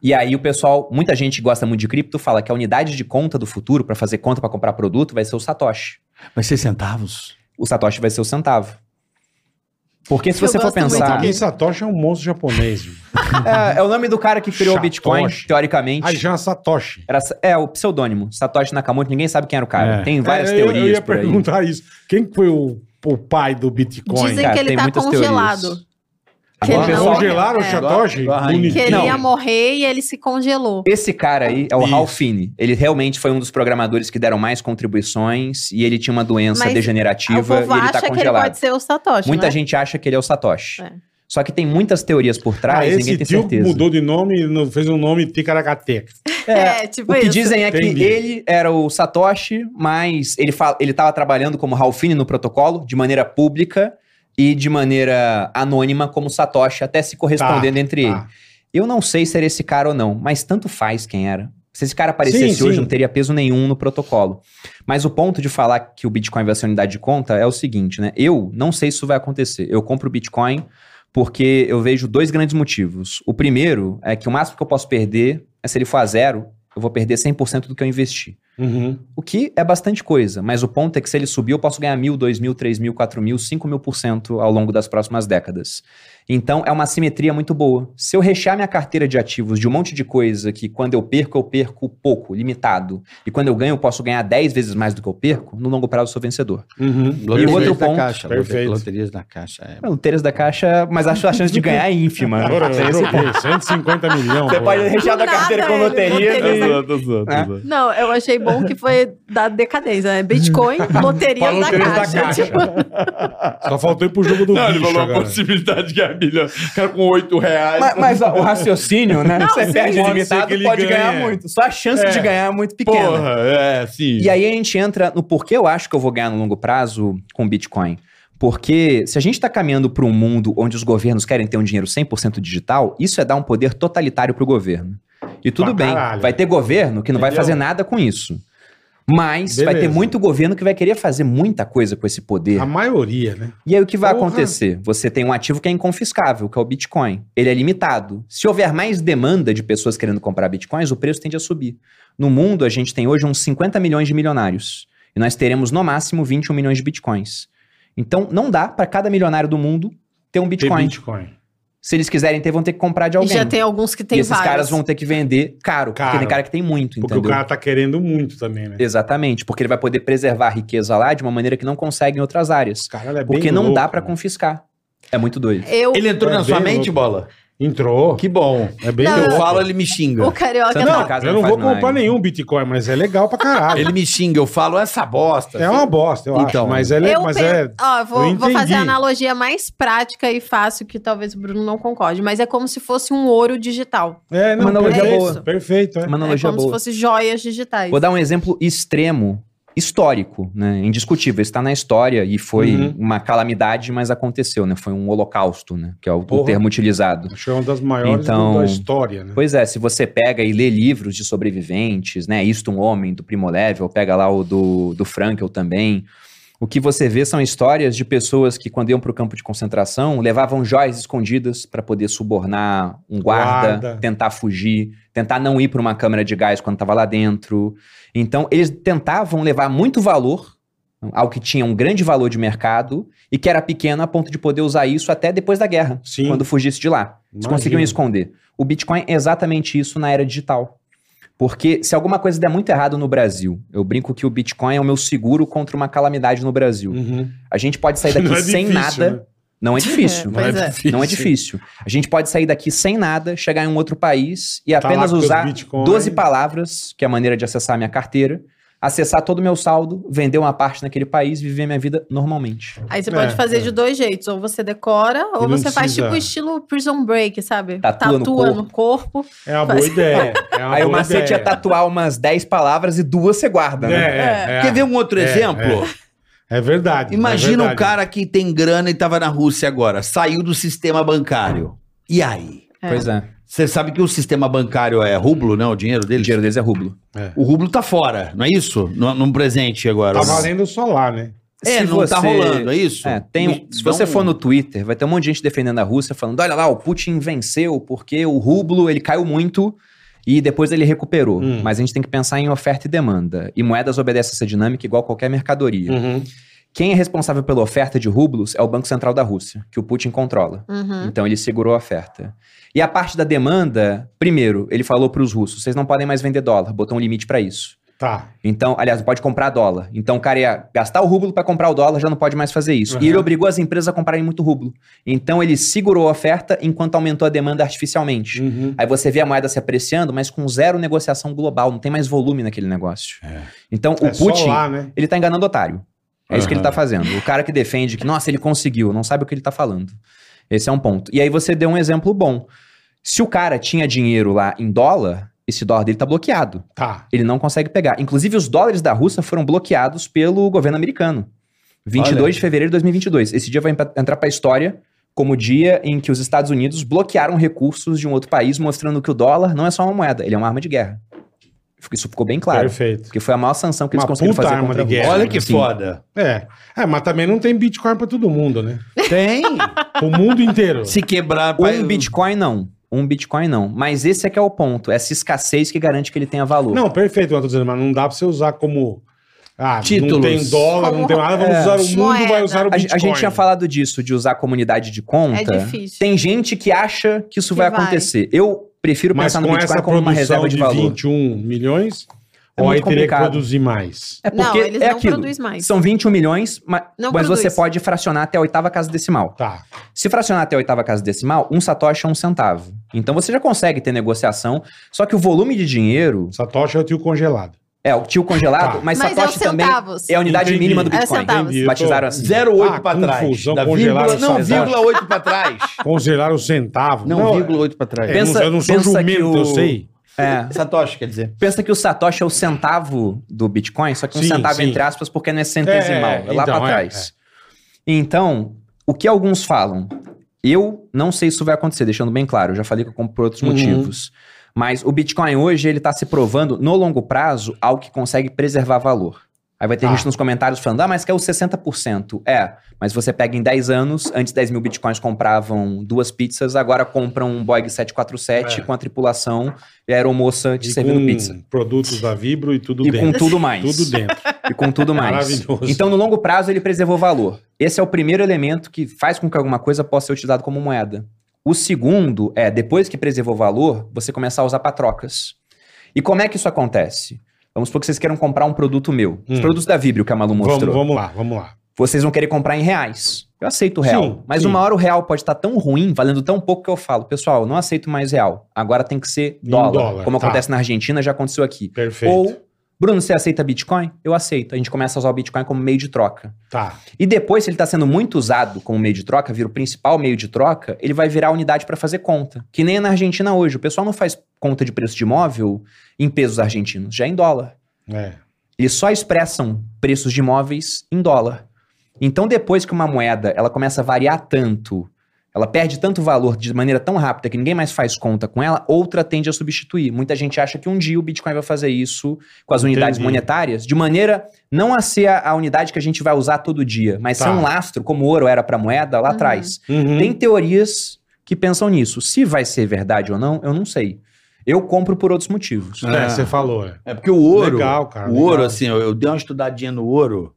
E aí o pessoal, muita gente que gosta muito de cripto fala que a unidade de conta do futuro pra fazer conta pra comprar produto vai ser o satoshi. Mas 6 centavos? o Satoshi vai ser o centavo. Porque se Eu você for gosto muito pensar. Ah. Quem Satoshi é um monstro japonês. viu? É, é o nome do cara que criou o Bitcoin, Satoshi. teoricamente. Aí já é Satoshi. Era, é o pseudônimo, Satoshi Nakamoto, ninguém sabe quem era o cara. É. Tem várias É, eu- teorias Eu, ia por aí. perguntar isso. Quem foi o, o pai do Bitcoin? Dizem Cara, que ele tem tá muitas congelado. teorias. Que Agora ele o não- É. Congelaram o Satoshi? Agora a rainha. Bonitinho. Que ele Não. ia morrer e ele se congelou. Esse cara aí é o Isso. Ralph Finney. Ele realmente foi um dos programadores que deram mais contribuições e ele tinha uma doença Mas o degenerativa povo e ele tá acha que ele congelado. pode ser o Satoshi, Muita né? gente acha que ele é o Satoshi. É. Só que tem muitas teorias por Ah, trás, ninguém esse tem tio certeza. mudou de nome, não- fez um nome Ticaracateca. É, O tipo que isso. dizem é Entendi. que ele era o Satoshi, mas ele fala, ele estava trabalhando como Ralphine no protocolo, de maneira pública e de maneira anônima como Satoshi, até se correspondendo entre tá. ele. Eu não sei se era esse cara ou não, mas tanto faz quem era. Se esse cara aparecesse Sim, hoje, sim. não teria peso nenhum no protocolo. Mas o ponto de falar que o Bitcoin vai ser unidade de conta é o seguinte, né? Eu não sei se isso vai acontecer. Eu compro o Bitcoin porque eu vejo dois grandes motivos. O primeiro é que o máximo que eu posso perder é se ele for a zero, eu vou perder 100% do que eu investi. Uhum. O que é bastante coisa, mas o ponto é que se ele subir, eu posso ganhar mil, dois mil, três mil, quatro mil, cinco mil por cento ao longo das próximas décadas. Então é uma simetria muito boa. Se eu rechear minha carteira de ativos de um monte de coisa que quando eu perco, eu perco pouco, limitado, e quando eu ganho, eu posso ganhar 10 vezes mais do que eu perco, no longo prazo eu sou vencedor. Uhum. Loterias outro da ponto- caixa. Perfeito. Loterias da caixa. é. É, Loterias da caixa, mas acho a chance de ganhar é ínfima. Agora eu Esse joguei 150 milhões. Você pode rechear Do da é carteira nada, com velho, loteria. loteria. né? É. Não, eu achei bom que foi da decadência, né? Bitcoin, loteria Falou da três caixa. tipo, Então, Só faltou ir pro jogo do Não, ele bicho falou a agora. possibilidade é de ganhar milhão. O cara com 8 reais. Mas, mas, ó, o raciocínio, né? você sim. perde Pode limitado, ser que ele pode, ganhe. ganhar muito. Só a chance É. de ganhar é muito pequena. Porra, é, sim. E aí a gente entra no porquê eu acho que eu vou ganhar no longo prazo com Bitcoin. Porque se a gente está caminhando para um mundo onde os governos querem ter um dinheiro 100% digital, isso é dar um poder totalitário para o governo. E tudo Pra bem, caralho. vai ter governo que não vai Entendeu? fazer nada com isso. Mas vai ter Beleza. muito governo que vai querer fazer muita coisa com esse poder. A maioria, né? E aí o que vai Porra. acontecer? Você tem um ativo que é inconfiscável, que é o Bitcoin. Ele é limitado. Se houver mais demanda de pessoas querendo comprar Bitcoins, o preço tende a subir. No mundo, a gente tem hoje uns 50 milhões de milionários. E nós teremos, no máximo, 21 milhões de Bitcoins. Então, não dá para cada milionário do mundo ter um Tem Bitcoin. Bitcoin. Se eles quiserem ter, vão ter que comprar de e alguém. já tem alguns que e tem esses vários. caras vão ter que vender caro, Caro. porque tem cara que tem muito, Porque entendeu? o cara tá querendo muito também, né? Exatamente, porque ele vai poder preservar a riqueza lá de uma maneira que não consegue em outras áreas. Caralho, é bem Porque não louco, dá para né? confiscar. É muito doido. Eu, Ele entrou É na bem sua mente, louco. bola? Entrou. Que bom. É bem Não, Eu louco. falo, ele me xinga. o carioca Você não- tá... casa eu não faz vou comprar milagre. nenhum Bitcoin, mas é legal pra caralho. Ele me xinga, eu falo essa bosta. É uma bosta, eu Então, acho. Mas é, le- Eu mas pen- é Ó, vou, eu vou fazer entendi. a analogia mais prática e fácil, que talvez o Bruno não concorde, mas é como se fosse um ouro digital. É, não, Uma analogia perfeito, boa. Perfeito, é. Uma analogia é como boa. se fosse joias digitais. Vou dar um exemplo extremo, histórico, né? Indiscutível. Está na história e foi Uhum. uma calamidade, mas aconteceu, né? Foi um holocausto, né? Que é o, o Porra. termo utilizado. Acho que é uma das maiores Então- do- da história, né? Pois é, se você pega e lê livros de sobreviventes, né? Isto um homem do Primo Level, pega lá o do, do Frankel também. O que você vê são histórias de pessoas que, quando iam para o campo de concentração, levavam joias escondidas para poder subornar um guarda, Guarda. tentar fugir, tentar não ir para uma câmara de gás quando estava lá dentro. Então, eles tentavam levar muito valor, algo que tinha um grande valor de mercado e que era pequeno a ponto de poder usar isso até depois da guerra, Sim. quando fugisse de lá. Eles Imagino. conseguiam esconder. O Bitcoin é exatamente isso na era digital. Porque se alguma coisa der muito errado no Brasil, eu brinco que o Bitcoin é o meu seguro contra uma calamidade no Brasil. Uhum. A gente pode sair daqui Não é sem difícil, nada. né? Não é difícil. Pois é. Não é difícil. A gente pode sair daqui sem nada, chegar em um outro país e Tá lá apenas com teus usar Bitcoin. 12 palavras, que é a maneira de acessar a minha carteira, acessar todo o meu saldo, vender uma parte naquele país e viver minha vida normalmente. Aí você É, pode fazer é. de dois jeitos. Ou você decora, ou não você faz precisa- tipo estilo Prison Break, sabe? Tatua no no corpo. É uma boa ideia. É uma Aí o boa macete é ideia. tatuar umas 10 palavras e duas você guarda, É, né? é, é. Quer ver um outro É, exemplo? É verdade. é Imagina verdade. um cara que tem grana e tava na Rússia agora, saiu do sistema bancário. E aí? É. Pois é. Você sabe que o sistema bancário é rublo, né? O dinheiro O dele? dinheiro deles é rublo. O rublo tá fora, não é isso? No- Num presente agora. Tá valendo só lá, né? É, Se não tá você- rolando, é isso? É, tem, Não- se você não- for no Twitter, vai ter um monte de gente defendendo a Rússia, falando: olha lá, o Putin venceu porque o rublo ele caiu muito e depois ele recuperou. Hum. Mas a gente tem que pensar em oferta e demanda. E moedas obedecem essa dinâmica igual qualquer Hum. mercadoria. Uhum. Quem é responsável pela oferta de rublos é o Banco Central da Rússia, que o Putin controla. Uhum. Então ele segurou a oferta. E a parte da demanda, primeiro, ele falou para os russos: vocês não podem mais vender dólar, botou um limite para isso. Tá. Então, aliás, pode comprar dólar. Então, o cara ia gastar o rublo para comprar o dólar, já não pode mais fazer isso. Uhum. E ele obrigou as empresas a comprarem muito rublo. Então, ele segurou a oferta enquanto aumentou a demanda artificialmente. Uhum. Aí você vê a moeda se apreciando, mas com zero negociação global, não tem mais volume naquele negócio. É. Então, o É só Putin, lá, Uhum. né? ele tá enganando otário. É isso que ele tá Aham. fazendo. O cara que defende que, nossa, ele conseguiu, não sabe o que ele tá falando. Esse é um ponto. E aí você deu um exemplo bom. Se o cara tinha dinheiro lá em dólar, esse dólar dele tá bloqueado. Tá. Ele não consegue pegar. Inclusive, os dólares da Rússia foram bloqueados pelo governo americano. 22 Olha. de fevereiro de 2022. Esse dia vai empa- entrar para a história como o dia em que os Estados Unidos bloquearam recursos de um outro país, mostrando que o dólar não é só uma moeda, ele é uma arma de guerra. Isso ficou bem claro. Perfeito. Porque foi a maior sanção que eles Uma conseguiram puta fazer arma de contra a Rússia. guerra. né? Olha que Sim. foda. É. É, mas também não tem Bitcoin pra todo mundo, né? Tem. O mundo inteiro. Se quebrar... pai, Um Bitcoin não. Um Bitcoin não. Mas esse é que é o ponto. Essa escassez que garante que ele tenha valor. Não, perfeito, eu tô dizendo, mas não dá pra você usar como. Ah, não Títulos. tem dólar, não tem nada, vamos É. usar o mundo, vai Moeda. usar o A, Bitcoin. a gente tinha falado disso, de usar a comunidade de conta. É difícil. Então, Tem gente que acha que isso Que vai vai. acontecer. Eu prefiro mas pensar com no Bitcoin essa como uma produção reserva de, de, valor. 21 milhões, É ou aí muito teria que complicado. produzir mais. É Não, porque eles é não aquilo. produzem mais. São 21 milhões, ma- Não mas produz. você pode fracionar até a oitava casa decimal. Tá. Se fracionar até a oitava casa decimal, um satoshi é um centavo. Então você já consegue ter negociação, só que o volume de dinheiro Satoshi é o tio congelado. é o tio congelado, Tá. mas, Mas é os satoshi também centavos. é a unidade Entendi. mínima do É os Bitcoin. centavos. Entendi, eu Batizaram assim. 0,8 Ah, pra trás. confusão, Da vírgula, congelaram o não, salário. vírgula 8 pra trás. Congelar o centavo. Não, vírgula 8 pra trás. é, Pensa- eu não sou pensa que jumento, o- eu sei. É. Satoshi, quer dizer. Pensa que o Satoshi é o centavo do Bitcoin, só que um Sim, centavo sim. entre aspas, porque não é centesimal, É, é, é, lá então, pra é, trás. Então, o que alguns falam, eu não sei se isso vai acontecer, deixando bem claro, eu já falei que eu compro por outros Uhum. motivos. Mas o Bitcoin hoje, ele tá se provando, no longo prazo, algo que consegue preservar valor. Aí vai ter Tá. gente nos comentários falando, ah, mas quer os 60%. É, mas você pega em 10 anos, antes 10 mil bitcoins compravam duas pizzas, agora compram um Boeing 747 É. com a tripulação e a aeromoça te E servindo com pizza produtos da Vibro e tudo e dentro. com tudo mais. Tudo dentro. E com tudo mais. Maravilhoso. Então, no longo prazo, ele preservou valor. Esse é o primeiro elemento que faz com que alguma coisa possa ser utilizada como moeda. O segundo é, depois que preservou valor, você começar a usar para trocas. E como é que isso acontece? Vamos supor que vocês queiram comprar um produto meu. Os Hum. produtos da Vibrio que a Malu mostrou. Vamos, vamos lá, vamos lá. Vocês vão querer comprar em reais. Eu aceito o real. Sim, mas sim. uma hora o real pode estar tão ruim, valendo tão pouco que eu falo, pessoal, eu não aceito mais real. Agora tem que ser Em dólar. dólar, como tá. acontece na Argentina, já aconteceu aqui. Perfeito. Ou, Bruno, você aceita Bitcoin? Eu aceito. A gente começa a usar o Bitcoin como meio de troca. Tá. E depois, se ele está sendo muito usado como meio de troca, vira o principal meio de troca, ele vai virar unidade para fazer conta. Que nem na Argentina hoje. O pessoal não faz conta de preço de imóvel em pesos argentinos, já é em dólar. É. Eles só expressam preços de imóveis em dólar. Então, depois que uma moeda ela começa a variar tanto, ela perde tanto valor de maneira tão rápida que ninguém mais faz conta com ela, outra tende a substituir. Muita gente acha que um dia o Bitcoin vai fazer isso com as unidades Entendi. monetárias, de maneira não a ser a, a unidade que a gente vai usar todo dia, mas Tá. ser um lastro, como ouro era para moeda lá atrás. Uhum. Tem teorias que pensam nisso. Se vai ser verdade ou não, eu não sei. Eu compro por outros motivos. É, você falou. É. É porque o ouro. Legal, cara, O ouro, legal. assim, eu, eu dei uma estudadinha no ouro.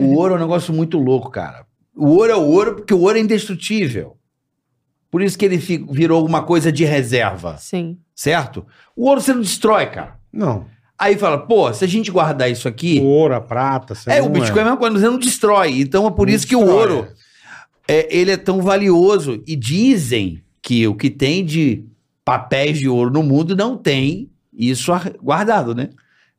O ouro é um negócio muito louco, cara. O ouro é o ouro porque o ouro é indestrutível. Por isso que ele fi- virou uma coisa de reserva, Sim. certo? O ouro você não destrói, cara. Não. Aí fala, pô, se a gente guardar isso O aqui. ouro, a prata, você É, não o Bitcoin é a mesma coisa, você não destrói. Então é por Não isso que o destrói, ouro é, ele é tão valioso. E dizem que o que tem de papéis de ouro no mundo não tem isso ar- guardado, né?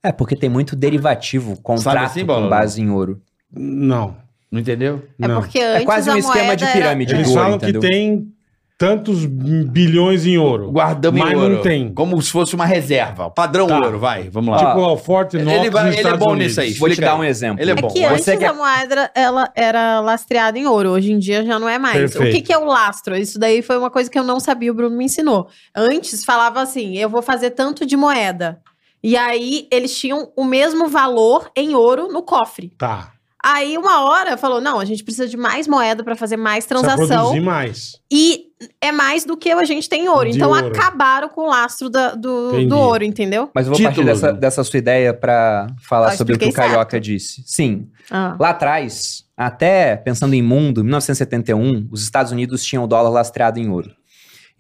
É, porque tem muito derivativo, contrato assim, Bola? com base em ouro. Não. Não entendeu? É não. porque antes é quase um a esquema moeda de era- pirâmide Eles do ouro, falam entendeu? que tem tantos bilhões em ouro. Guardamos Mas em ouro. não tem. Como se fosse uma reserva. Padrão Tá. ouro, vai. Vamos lá. Ó, Tipo, o Forte ele vai- Knox nos ele é Estados bom Unidos. nisso aí. Vou te Explica dar aí. um exemplo. Ele é É bom. que Você antes quer- a moeda ela era lastreada em ouro, hoje em dia já não é mais. O que Perfeito. que, é o lastro? Isso daí foi uma coisa que eu não sabia, o Bruno me ensinou. Antes falava assim: eu vou fazer tanto de moeda. E aí eles tinham o mesmo valor em ouro no cofre. Tá. Aí uma hora falou: não, a gente precisa de mais moeda para fazer mais Precisa transação. produzir mais. E é mais do que a gente tem em ouro. De então ouro. acabaram com o lastro da- do, Entendi. do ouro, entendeu? Mas eu vou partir Título. dessa, dessa sua ideia pra falar Eu sobre o que o expliquei Carioca disse. Sim, Ah. lá atrás, um, até pensando em mundo, em 1971, os Estados Unidos tinham o dólar lastreado em ouro.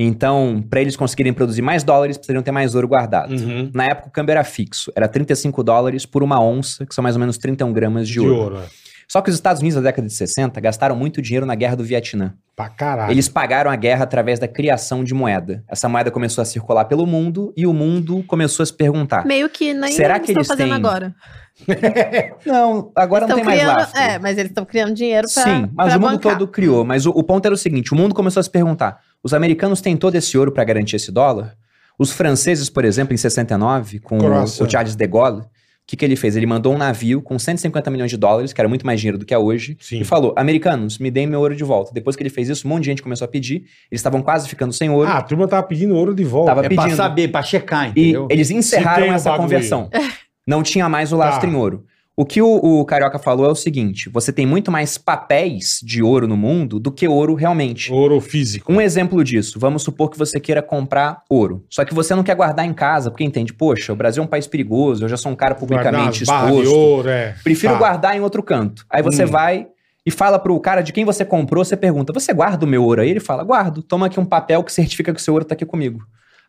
Então, para eles conseguirem produzir mais dólares, precisariam ter mais ouro guardado. Hum. Uhum. Na época, o câmbio era fixo. Era 35 dólares por uma onça, que são mais ou menos 31 gramas de, De ouro. ouro. é. Só que os Estados Unidos, na década de 60, gastaram muito dinheiro na Guerra do Vietnã. Pra caralho. Eles pagaram a guerra através da criação de moeda. Essa moeda começou a circular pelo mundo e o mundo começou a se perguntar. Meio que nem Será que estão eles fazendo têm- agora. Não, agora Estão não tem mais criando- lastro. É, mas eles estão criando dinheiro pra. Sim, mas pra o mundo bancar. todo criou. Mas o, o ponto era o seguinte: o mundo começou a se perguntar: os americanos têm todo esse ouro para garantir esse dólar? Os franceses, por exemplo, em 69, com Croácia. o Charles de Gaulle, o que, que ele fez? Ele mandou um navio com 150 milhões de dólares, que era muito mais dinheiro do que é hoje, Sim. e falou: americanos, me deem meu ouro de volta. Depois que ele fez isso, um monte de gente começou a pedir, eles estavam quase ficando sem ouro. Ah, a turma tava pedindo ouro de volta. Tava É pra pedindo. saber, pra checar, E entendeu? eles encerraram tem um essa bagulho. conversão. Não tinha mais o lastro Tá. em ouro. O que o, o Carioca falou é o seguinte: você tem muito mais papéis de ouro no mundo do que ouro realmente. Ouro físico. Um exemplo disso, vamos supor que você queira comprar ouro. Só que você não quer guardar em casa, porque entende, poxa, o Brasil é um país perigoso, eu já sou um cara publicamente Guardar as barras de exposto. ouro, é. Prefiro Tá. guardar em outro canto. Aí você Hum. vai e fala pro cara de quem você comprou, você pergunta: "Você guarda o meu ouro aí?" Ele fala: "Guardo. Toma aqui um papel que certifica que o seu ouro tá aqui comigo."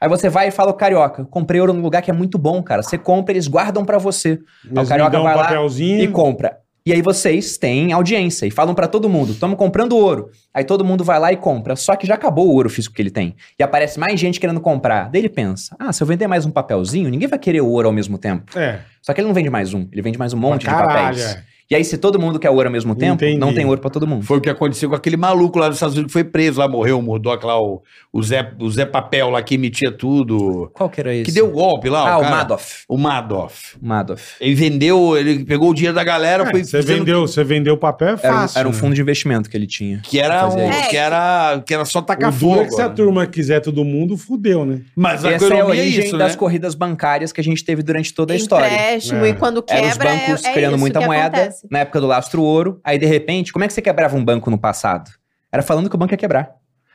Aí você vai e fala: "Carioca, comprei ouro num lugar que é muito bom, cara. Você compra, eles guardam pra você." Eles carioca me dão vai lá papelzinho. e compra. E aí vocês têm audiência e falam pra todo mundo, estamos comprando ouro. Aí todo mundo vai lá e compra, só que já acabou o ouro físico que ele tem. E aparece mais gente querendo comprar. Daí ele pensa, ah, se eu vender mais um papelzinho, ninguém vai querer o ouro ao mesmo tempo. É, Só que ele não vende mais um, ele vende mais um monte de caralho. papéis. é. E aí se todo mundo quer ouro ao mesmo tempo, não Entendi. tem ouro pra todo mundo. Foi o que aconteceu com aquele maluco lá nos Estados Unidos que foi preso, lá morreu o Murdoch, lá o, o, Zé, o Zé Papel lá que emitia tudo. Qual que era esse? Que deu golpe lá, Ah, o o cara. Madoff. O Madoff. Madoff. Ele vendeu, ele pegou o dinheiro da galera, É, foi Você fazendo- vendeu, você vendeu o papel, é Era, um- fácil. era um né? fundo de investimento que ele tinha. que era, um- Fazia isso. que era que era só tacar O duro fogo. é que se a né? turma quiser todo mundo, fudeu, né? Mas a Essa é a economia é origem isso, das né? corridas bancárias que a gente teve durante toda a história. Empréstimo, É. e quando Eram quebra. os bancos é- é criando isso muita que moeda acontece. na época do lastro ouro. Aí, de repente, como é que você quebrava um banco no passado? Era falando que o banco ia quebrar.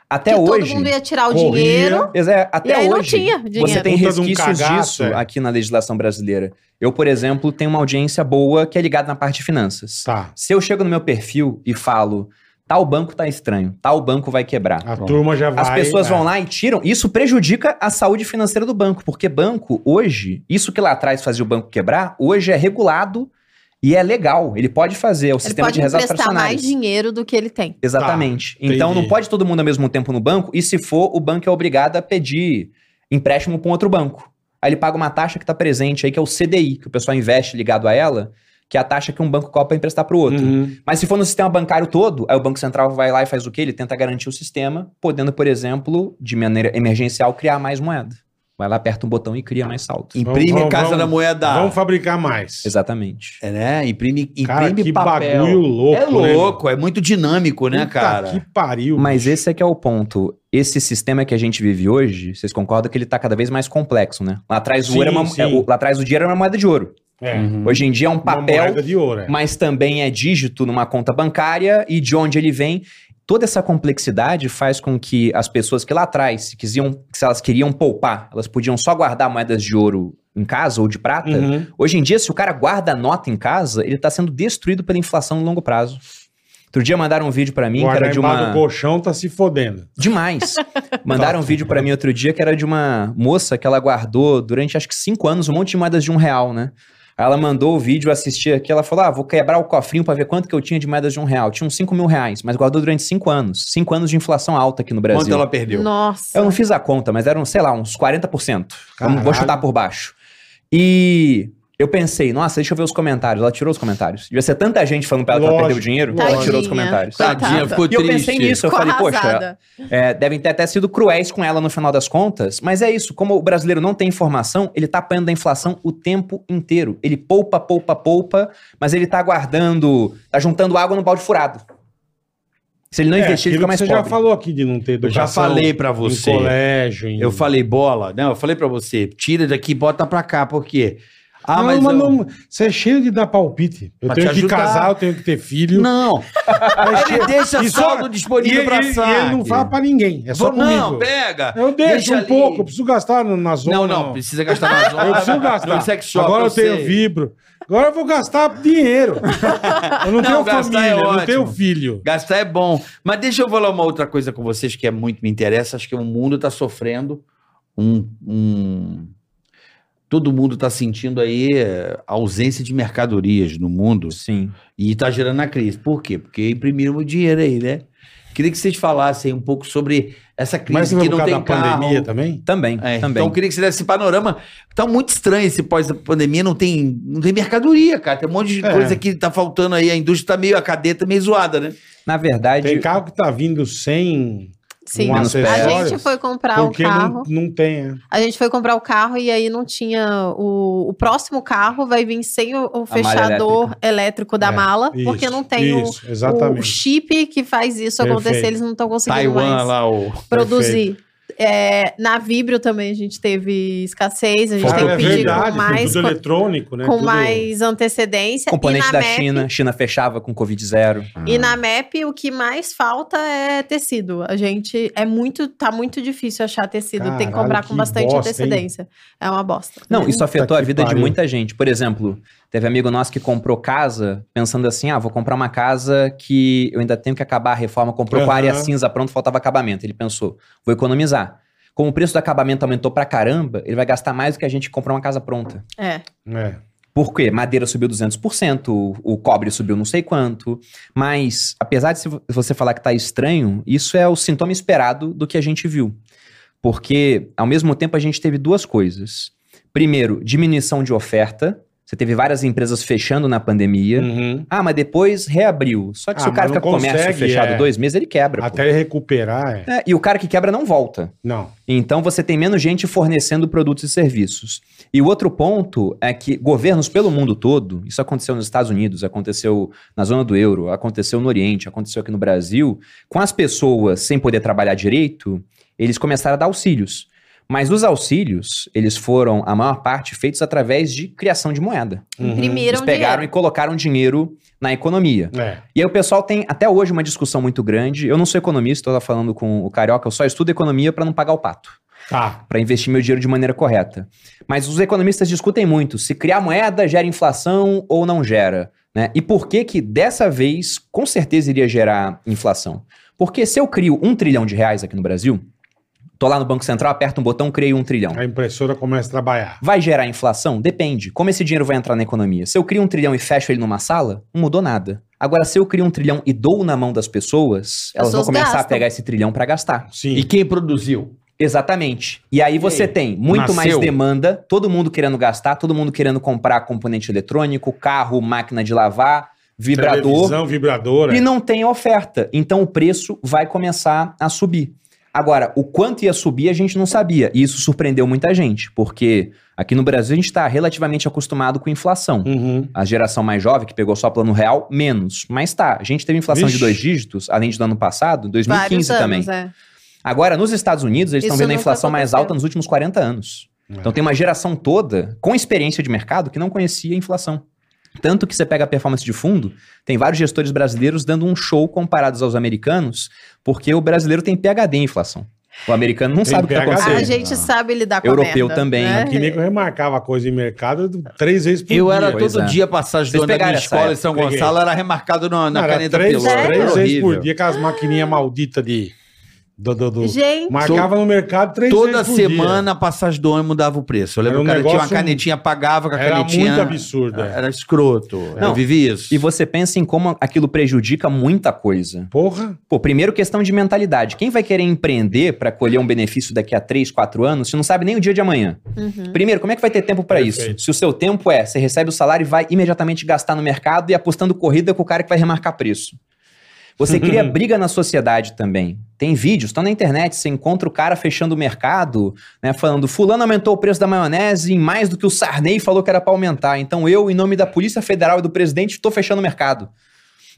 Até Que hoje. Todo mundo ia tirar É o Corria. dinheiro. Pois é, até E aí não hoje. tinha Você dinheiro. tem Puta de um resquícios cagaço, disso é. aqui na legislação brasileira. Eu, por exemplo, tenho uma audiência boa que é ligada na parte de finanças. Tá. Se eu chego no meu perfil e falo, tal banco tá estranho, tal banco vai quebrar. A Pronto. turma já vai. As pessoas é. vão lá e tiram. Isso prejudica a saúde financeira do banco, porque banco hoje, isso que lá atrás fazia o banco quebrar, hoje é regulado e é legal. Ele pode fazer é o Ele sistema pode de reservas emprestar mais personais. dinheiro do que ele tem. Exatamente. então Tá, entendi. não pode todo mundo ao mesmo tempo no banco e se for, o banco é obrigado a pedir empréstimo para um outro banco. Aí ele paga uma taxa que está presente aí que é o CDI, que o pessoal investe ligado a ela, que é a taxa que um banco cobra para emprestar para o outro. Uhum. Mas se for no sistema bancário todo, aí o Banco Central vai lá e faz o quê? Ele tenta garantir o sistema, podendo, por exemplo, de maneira emergencial, criar mais moeda. Vai lá, aperta um botão e cria mais saldo. Imprime Vamos- a Casa vamos- da Moeda. Vamos fabricar mais. Exatamente. É, né? Imprime, imprime Cara, que papel. bagulho louco. é né, louco, é muito dinâmico, meu? né, Puta cara? Que pariu. Mas esse é que é o ponto. Esse sistema que a gente vive hoje, vocês concordam que ele tá cada vez mais complexo, né? Lá atrás, o Sim, ouro era uma- sim. é, o- lá atrás o dinheiro era uma moeda de ouro. É. Uhum. Hoje em dia é um Uma papel moeda de ouro. é. mas também é dígito numa conta bancária e de onde ele vem. Toda essa complexidade faz com que as pessoas que lá atrás, se, quisiam, se elas queriam poupar, elas podiam só guardar moedas de ouro em casa ou de prata. Uhum. Hoje em dia, se o cara guarda a nota em casa, ele está sendo destruído pela inflação no longo prazo. Outro dia mandaram um vídeo para mim que Guardar era de embaixo uma. do colchão tá se fodendo. Demais. Mandaram um vídeo pra mim outro dia que era de uma moça que ela guardou durante acho que cinco anos um monte de moedas de um real, né? Aí Ela mandou o vídeo, eu assisti aqui, ela falou: Ah, vou quebrar o cofrinho pra ver quanto que eu tinha de moedas de um real. Tinha uns 5 mil reais, mas guardou durante cinco anos. Cinco anos de inflação alta aqui no Quanto Brasil. ela perdeu? Nossa. Eu não fiz a conta, mas eram, sei lá, uns 40%. Vamos, vou Caralho. chutar por baixo. E eu pensei, nossa, deixa eu ver os comentários. Ela tirou os comentários. Devia ser tanta gente falando pra ela que ela Lógico, perdeu dinheiro, ela tirou os Tadinha. comentários. Coitada. Tadinha, ficou E eu triste. pensei nisso, eu Ficou falei, poxa, arrasada. é, devem ter até sido cruéis com ela no final das contas, mas é isso. Como o brasileiro não tem informação, ele tá apanhando da inflação o tempo inteiro. Ele poupa, poupa, poupa, mas ele tá guardando, tá juntando água no balde furado. Se ele não É, investir, ele aquilo fica que mais você pobre. já falou aqui de não ter Eu já educação. falei pra Em você. colégio. Em... Eu falei bola. Não, eu falei pra você. Tira daqui e bota pra cá. Por quê? Ah, Ah, mas. mas, eu- não, você é cheio de dar palpite. Eu Pra tenho te que ajudar. casar, eu tenho que ter filho. Não. Ele deixa Isso- saldo E disponível ele, pra e- e saque. ele não fala pra ninguém. É só Vou- não, comigo. pega. Eu deixo Deixa um ali. pouco, eu preciso gastar na- na zona. Não, não, precisa gastar na zona. Eu preciso Vai- vai- vai gastar. no sex shop, Agora eu, tenho sei. vibro. Agora eu vou gastar dinheiro. Eu não, Não, tenho gastar família, é eu não ótimo. tenho filho. Gastar é bom. Mas deixa eu falar uma outra coisa com vocês que é muito me interessa. Acho que o mundo está sofrendo um, um- Todo mundo está sentindo aí eh, a ausência de mercadorias no mundo Sim. e está gerando a crise. Por quê? Porque imprimiram o dinheiro aí, né? Queria que vocês falassem um pouco sobre essa Mas crise não que é por não causa tem da carro. pandemia também? Também, É, também. Então eu queria que você desse esse panorama. Tá muito estranho esse pós-pandemia, não tem, não tem mercadoria, cara. Tem um monte de É. coisa que tá faltando aí. A indústria tá meio, a cadeia tá meio zoada, né? Na verdade, Tem carro que tá vindo sem. Sim. Um Menos a acessórios? gente foi comprar Tá, o Porque carro. Ah, não, não tem. é. A gente foi comprar o carro e aí não tinha o, o próximo carro vai vir sem o, o fechador elétrico da É, mala, porque Isso, não tem o- Isso, o, exatamente. chip que faz isso acontecer, Perfeito. eles não estão conseguindo Taiwan mais lá, o. produzir. É, na Vibrio também a gente teve escassez, a gente Cara, tem é que pedir verdade, com tem mais, tudo com, eletrônico, né? tudo- mais antecedência. componente e na da MEP, China. China fechava com Covid zero. E na MEP o que mais falta é tecido. A gente é muito, tá muito difícil achar tecido. tem que Caralho, comprar com que bastante bosta, hein? antecedência. É uma bosta. Não, isso afetou a que vida de pariu. muita gente. Por exemplo, teve amigo nosso que comprou casa pensando assim: ah, vou comprar uma casa que eu ainda tenho que acabar a reforma. Comprou com a área Aham. cinza pronto, faltava acabamento. Ele pensou: vou economizar. Como o preço do acabamento aumentou pra caramba, ele vai gastar mais do que a gente comprou uma casa pronta. É. É. Por quê? Madeira subiu 200%, o- o cobre subiu não sei quanto. Mas, apesar de se vo- você falar que tá estranho, isso é o sintoma esperado do que a gente viu. Porque, ao mesmo tempo, a gente teve duas coisas. Primeiro, diminuição de oferta. Você teve várias empresas fechando na pandemia. Uhum. Ah, mas depois reabriu. Só que Ah, se o cara mas fica não com o comércio consegue, fechado é. dois meses, ele quebra. pô. Até ele recuperar, é. É, e o cara que quebra não volta. Não. Então você tem menos gente fornecendo produtos e serviços. E o outro ponto é que governos pelo mundo todo, isso aconteceu nos Estados Unidos, aconteceu na zona do euro, aconteceu no Oriente, aconteceu aqui no Brasil, com as pessoas sem poder trabalhar direito, eles começaram a dar auxílios. Mas os auxílios, eles foram, a maior parte, feitos através de criação de moeda. Uhum. Imprimiram Eles pegaram dinheiro. e colocaram dinheiro na economia. Uhum. É. E aí o pessoal tem até hoje uma discussão muito grande. Eu não sou economista, eu tava falando com o Carioca, eu só estudo economia para não pagar o pato Tá. para investir meu dinheiro de maneira correta. Mas os economistas discutem muito se criar moeda gera inflação ou não gera. Né? E por que que dessa vez com certeza iria gerar inflação? Porque se eu crio um trilhão de reais aqui no Brasil, tô lá no Banco Central, aperto um botão, creio um trilhão. A impressora começa a trabalhar. Vai gerar inflação? Depende. Como esse dinheiro vai entrar na economia? Se eu crio um trilhão e fecho ele numa sala, não mudou nada. Agora, se eu crio um trilhão e dou na mão das pessoas, elas vão Pessoas começar a gastam. pegar esse trilhão para gastar. Sim. E quem produziu? Exatamente. E aí você aí? tem muito Nasceu. mais demanda, todo mundo querendo gastar, todo mundo querendo comprar componente eletrônico, carro, máquina de lavar, vibrador. Televisão, né? vibradora. E não tem oferta. Então o preço vai começar a subir. Agora, o quanto ia subir a gente não sabia. E isso surpreendeu muita gente, porque aqui no Brasil a gente está relativamente acostumado com inflação. Uhum. A geração mais jovem, que pegou só plano real, menos. Mas tá, a gente teve inflação Vixe. de dois dígitos, além de do ano passado, 2015 Vários anos, também. é. Agora, nos Estados Unidos, eles estão Isso vendo a nunca inflação mais aconteceu. alta nos últimos 40 anos. Então tem uma geração toda com experiência de mercado que não conhecia a inflação. Tanto que você pega a performance de fundo, tem vários gestores brasileiros dando um show comparados aos americanos, porque o brasileiro tem PhD em inflação. O americano não Tem sabe o que está PhD. acontecendo. A gente sabe lidar com a Europeu merda, também, né? Que nem que eu remarcava coisa em mercado três vezes por Eu dia. era Pois todo é. dia passagem do Vocês ano da minha pegaram essa escola em São época? Gonçalo, era remarcado na, na Não, era caneta três, pelota. Sério? Era três vezes por horrível. dia, aquelas maquininhas malditas de. Do, do, do- Gente, Marcava no mercado três Toda vezes por dia. semana a passagem do ano mudava o preço. Eu lembro Era que um o cara tinha uma negócio- canetinha, pagava com a Era canetinha. muito absurdo, é. Era escroto. Eu Não, vivi isso. E você pensa em como aquilo prejudica muita coisa. Porra. Pô, primeiro questão de mentalidade. Quem vai querer empreender para colher um benefício daqui a 3, 4 anos se não sabe nem o dia de amanhã? Uhum. Primeiro, como é que vai ter tempo pra isso? Perfeito. Se o seu tempo é, você recebe o salário e vai imediatamente gastar no mercado e apostando corrida com o cara que vai remarcar preço. Você cria briga na sociedade também. Tem vídeos, estão na internet, você encontra o cara fechando o mercado, né, falando, fulano aumentou o preço da maionese em mais do que o Sarney falou que era pra aumentar. Então eu, em nome da Polícia Federal e do presidente, estou fechando o mercado.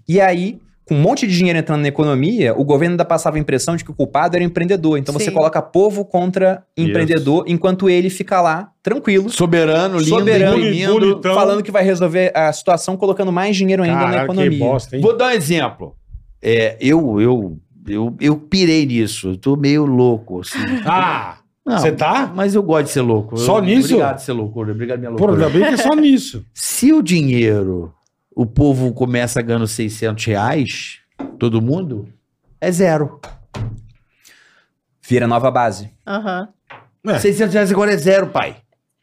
E aí, com um monte de dinheiro entrando na economia, o governo ainda passava a impressão de que o culpado era o empreendedor. Então você Sim. coloca povo contra empreendedor, enquanto ele fica lá, tranquilo, Soberano, lindo, Soberano, imprimindo. bonito. Então- falando que vai resolver a situação, colocando mais dinheiro ainda na Caralho, que economia. bosta, hein? Vou dar um exemplo. É, eu, eu, eu, eu pirei nisso. Eu tô meio louco. Assim. Ah! Não, Você tá? Mas eu gosto de ser louco. Eu- Só nisso? Obrigado, ser loucura. Obrigado, minha Pô, loucura. ainda bem que é só nisso. Se o dinheiro, o povo começa ganhando 600 reais, todo mundo, é zero. Vira nova base. Aham. É. 600 reais agora é zero, pai.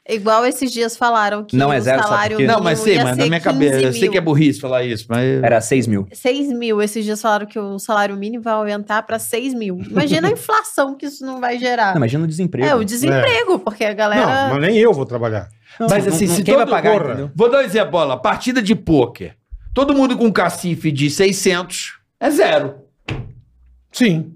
Igual esses dias falaram que Não é o zero, sabe por salário quê? Não, mas sei, ia mas na ser minha cabeça, 15 eu sei mil. que é burrice falar isso, mas... Era 6 mil. 6 mil. Esses dias falaram que o salário mínimo vai aumentar para 6 mil. Imagina a inflação que isso não vai gerar. Não, imagina o desemprego. é, o desemprego, porque a galera. Não, mas nem eu vou trabalhar. Mas assim, não- se quem todo vai pagar, porra. entendeu? Vou dar um exemplo, bola. Partida de pôquer. Todo mundo com um cacife de 600 é zero. Sim.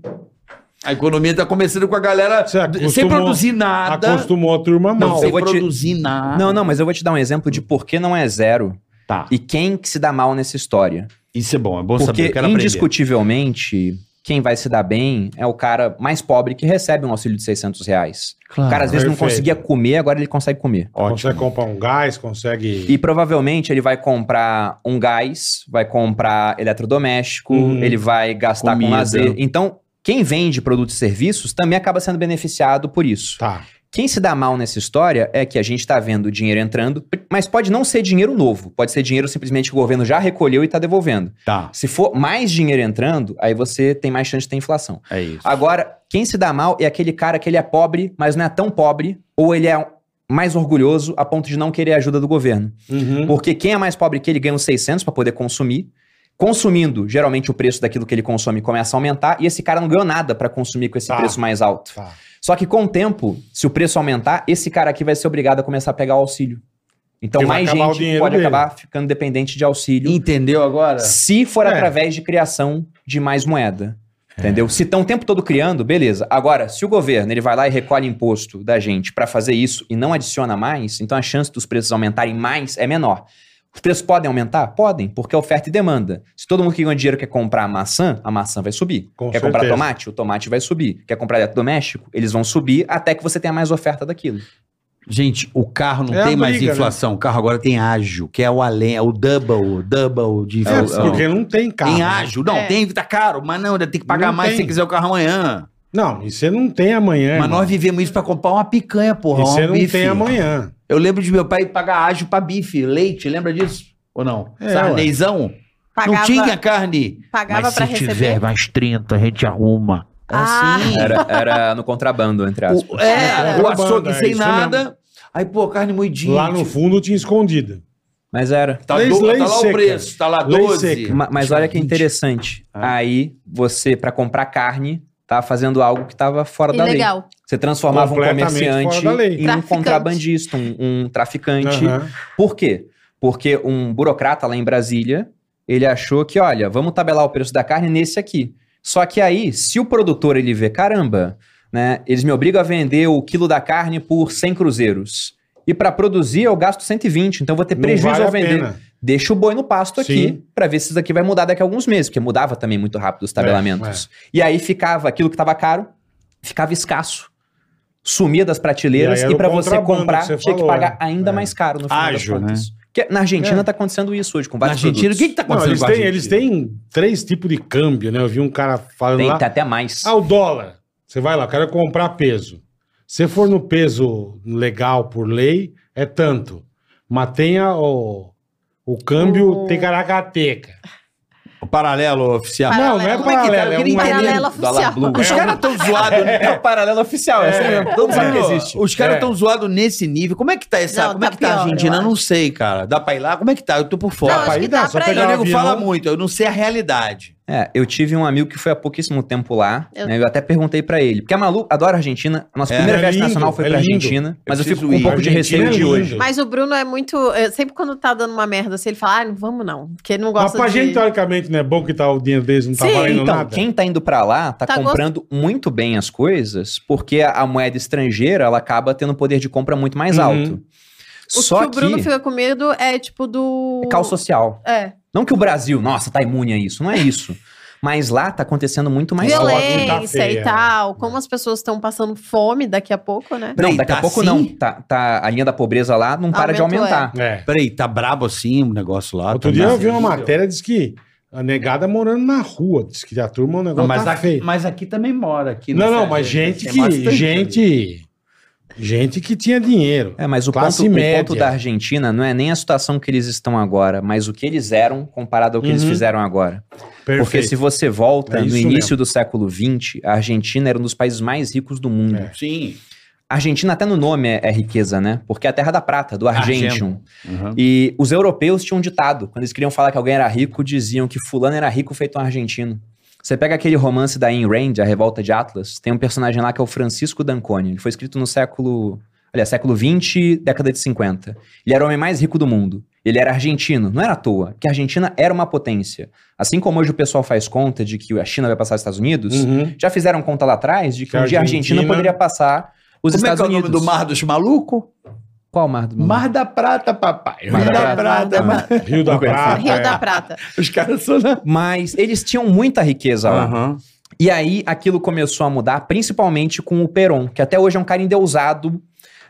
A economia tá começando com a galera Você acostumou- sem produzir nada. Acostumou a turma Não, mal. sem eu vou te- produzir nada. Ah. Não, não, mas eu vou te dar um exemplo de por que não é zero Tá. e quem que se dá mal nessa história. Isso é bom, é bom saber. Porque, Eu quero aprender. indiscutivelmente, quem vai se dar bem é o cara mais pobre que recebe um auxílio de 600 reais. Claro. o cara às vezes não Perfeito. conseguia comer, agora ele consegue comer. Consegue comprar um gás, consegue. E provavelmente ele vai comprar um gás, vai comprar eletrodoméstico, Uhum. ele vai gastar com Comida. lazer. Então, quem vende produtos e serviços também acaba sendo beneficiado por isso. Tá. Quem se dá mal nessa história é que a gente está vendo o dinheiro entrando, mas pode não ser dinheiro novo, pode ser dinheiro simplesmente que o governo já recolheu e está devolvendo. Tá, Se for mais dinheiro entrando, aí você tem mais chance de ter inflação. é isso. Agora, quem se dá mal é aquele cara que ele é pobre, mas não é tão pobre, ou ele é mais orgulhoso a ponto de não querer a ajuda do governo. Uhum. Porque quem é mais pobre que ele ganha uns 600 para poder consumir. Consumindo, geralmente o preço daquilo que ele consome começa a aumentar e esse cara não ganhou nada para consumir com esse Tá. preço mais alto. Tá. Só que com o tempo, se o preço aumentar, esse cara aqui vai ser obrigado a começar a pegar o auxílio. Então Porque vai mais acabar o gente dinheiro pode dele. acabar ficando dependente de auxílio Entendeu agora? se for É. através de criação de mais moeda. Entendeu? Se estão o tempo todo criando, beleza. Agora, se o governo ele vai lá e recolhe imposto da gente pra fazer isso e não adiciona mais, então a chance dos preços aumentarem mais é menor. Os preços podem aumentar? Podem, porque é oferta e demanda. Se todo mundo que ganha dinheiro quer comprar maçã, a maçã vai subir. Com quer comprar certeza. tomate? O tomate vai subir. Quer comprar eletrodoméstico? Eles vão subir até que você tenha mais oferta daquilo. Gente, o carro não É a tem mais briga, né? inflação. O carro agora tem ágil, que é o além, é o double, double de É, inflação. porque não tem carro. Tem né? ágil, não, É. tem, tá caro, mas não, ainda tem que pagar Não mais se tem. você quiser o carro amanhã. Não, e você não tem amanhã. mas irmão. nós vivemos isso pra comprar uma picanha, porra. E você um não bife. tem amanhã. Eu lembro de meu pai pagar ágil pra bife, leite, lembra disso? Ou não? É, Sarnezão? Pagava, Não tinha carne. pagava pra receber. mais 30, a gente arruma. Ah. Assim. Era, era no contrabando, entre aspas. O, é, É, o contrabando, açougue é sem isso nada. Aí, pô, carne moidinha. Lá no fundo tinha escondido. Mas era. Tá, Lei- do- lei tá lá seca. o preço, tá lá Lei 12. seca. Ma- mas olha que 20. interessante. Ah. Aí você, pra comprar carne, tava fazendo algo que tava fora da lei. Ilegal. Você transformava um Completamente comerciante fora da lei. em um Traficante. contrabandista, um, um traficante. Aham. Por quê? Porque um burocrata lá em Brasília, ele achou que, olha, vamos tabelar o preço da carne nesse aqui. Só que aí, se o produtor ele vê, caramba, né, eles me obrigam a vender o quilo da carne por 100 cruzeiros. E pra produzir eu gasto 120, então eu vou é ter Não prejuízo vale ao a vender pena. deixa o boi no pasto Sim. aqui É, pra ver se isso daqui vai mudar daqui a alguns meses, porque mudava também muito rápido os tabelamentos. E aí ficava aquilo que estava caro, ficava escasso. Sumia das prateleiras E aí e, era o pra você contrabando comprar que você tinha que falou, pagar né? ainda É. mais caro no final Ágil, né? das contas. Que na Argentina tá acontecendo isso hoje com Na vários Argentina, o que que tá Não, acontecendo eles, com a têm, Argentina? eles têm três tipos de câmbio, né? Eu vi um cara falando tem, lá. tem até mais. Ah, o dólar. Você vai lá, eu quero comprar peso. Se for no peso legal por lei, é tanto. Mas tenha o, o câmbio O- tecaracateca. O paralelo oficial. Paralelo. Não, não é Como é que tá? paralelo, Eu é queria um entender. além. Paralela do Alan oficial. Blue. Os caras tão zoados, né? É o paralelo oficial, é, É. isso mesmo. Todo mundo sabe que existe. Os caras estão zoados tá nesse nível. Como é que tá essa. Não, como é tá que tá a pior, Argentina? eu Eu não sei, cara. Dá pra ir lá? Como é que tá? Eu tô por Não, fora. acho Aí que tá dá, dá só pra pegar o ir. um nego avião. fala muito, eu não sei a realidade. É, eu tive um amigo que foi há pouquíssimo tempo lá. né, Eu, Eu- até perguntei pra ele. Porque a Malu adora a Argentina. A nossa É, primeira é viagem lindo, nacional foi é pra lindo. Argentina. Mas eu, preciso fico com um ir. pouco de Argentina receio é de lindo. hoje. Mas o Bruno é muito. eh, Sempre quando tá dando uma merda, assim, ele fala, ah, não vamos não. Porque ele não Mas gosta pra de... gente, teoricamente, não é bom que tá, o dinheiro deles não tá Sim, valendo Então, nada. quem tá indo pra lá tá, Tá gost- comprando muito bem as coisas, porque a, a moeda estrangeira, ela acaba tendo um poder de compra muito mais Uhum. alto. O Só que o Bruno que fica com medo é tipo do. é caos social. É. Não que o Brasil, nossa, tá imune a isso, não é isso. Mas lá tá acontecendo muito mais Violência. forte. Violência feia, e né? tal. Como as pessoas estão passando fome daqui a pouco, né? Não, Peraí, daqui a tá pouco assim? não. Tá, tá- a linha da pobreza lá não para de Aumentou, aumentar. É. Peraí, tá brabo assim o negócio lá? Outro tá dia eu nada. vi uma matéria, diz que a negada morando na rua. Diz que a turma, o negócio Não, mas, tá aqui, feio. mas aqui também mora. Aqui Não, nessa- não, mas gente tem que. bastante gente. Gente que tinha dinheiro. É, mas o ponto, Classe o média. ponto da Argentina não é nem a situação que eles estão agora, mas o que eles eram comparado ao que eles Uhum. fizeram agora. Perfeito. Porque se você volta É no isso início do século XX, a Argentina era um dos países mais ricos do mundo. É. Sim. A Argentina até no nome é, é riqueza, né? Porque é a terra da prata, do Argentium. Uhum. E os europeus tinham um ditado. Quando eles queriam falar que alguém era rico, diziam que fulano era rico feito um argentino. Você pega aquele romance da Ayn Rand, A Revolta de Atlas, tem um personagem lá que é o Francisco D'Anconi. Ele foi escrito no século... Aliás, século 20, década de 50. Ele era o homem mais rico do mundo. Ele era argentino. Não era à toa, que a Argentina era uma potência. Assim como hoje o pessoal faz conta de que a China vai passar os Estados Unidos, Uhum. já fizeram conta lá atrás de que, Que um a dia a Argentina Argentina- poderia passar os Como é Estados que é o Unidos. nome do Mar dos Malucos? Qual mar do mundo? Mar da Prata, papai. Mar da Ah, Prata. Mar- Rio da Prata. Rio é. da Prata. Os caras são na... Mas eles tinham muita riqueza lá. Aham. E aí aquilo começou a mudar, principalmente com o Perón, que até hoje é um cara endeusado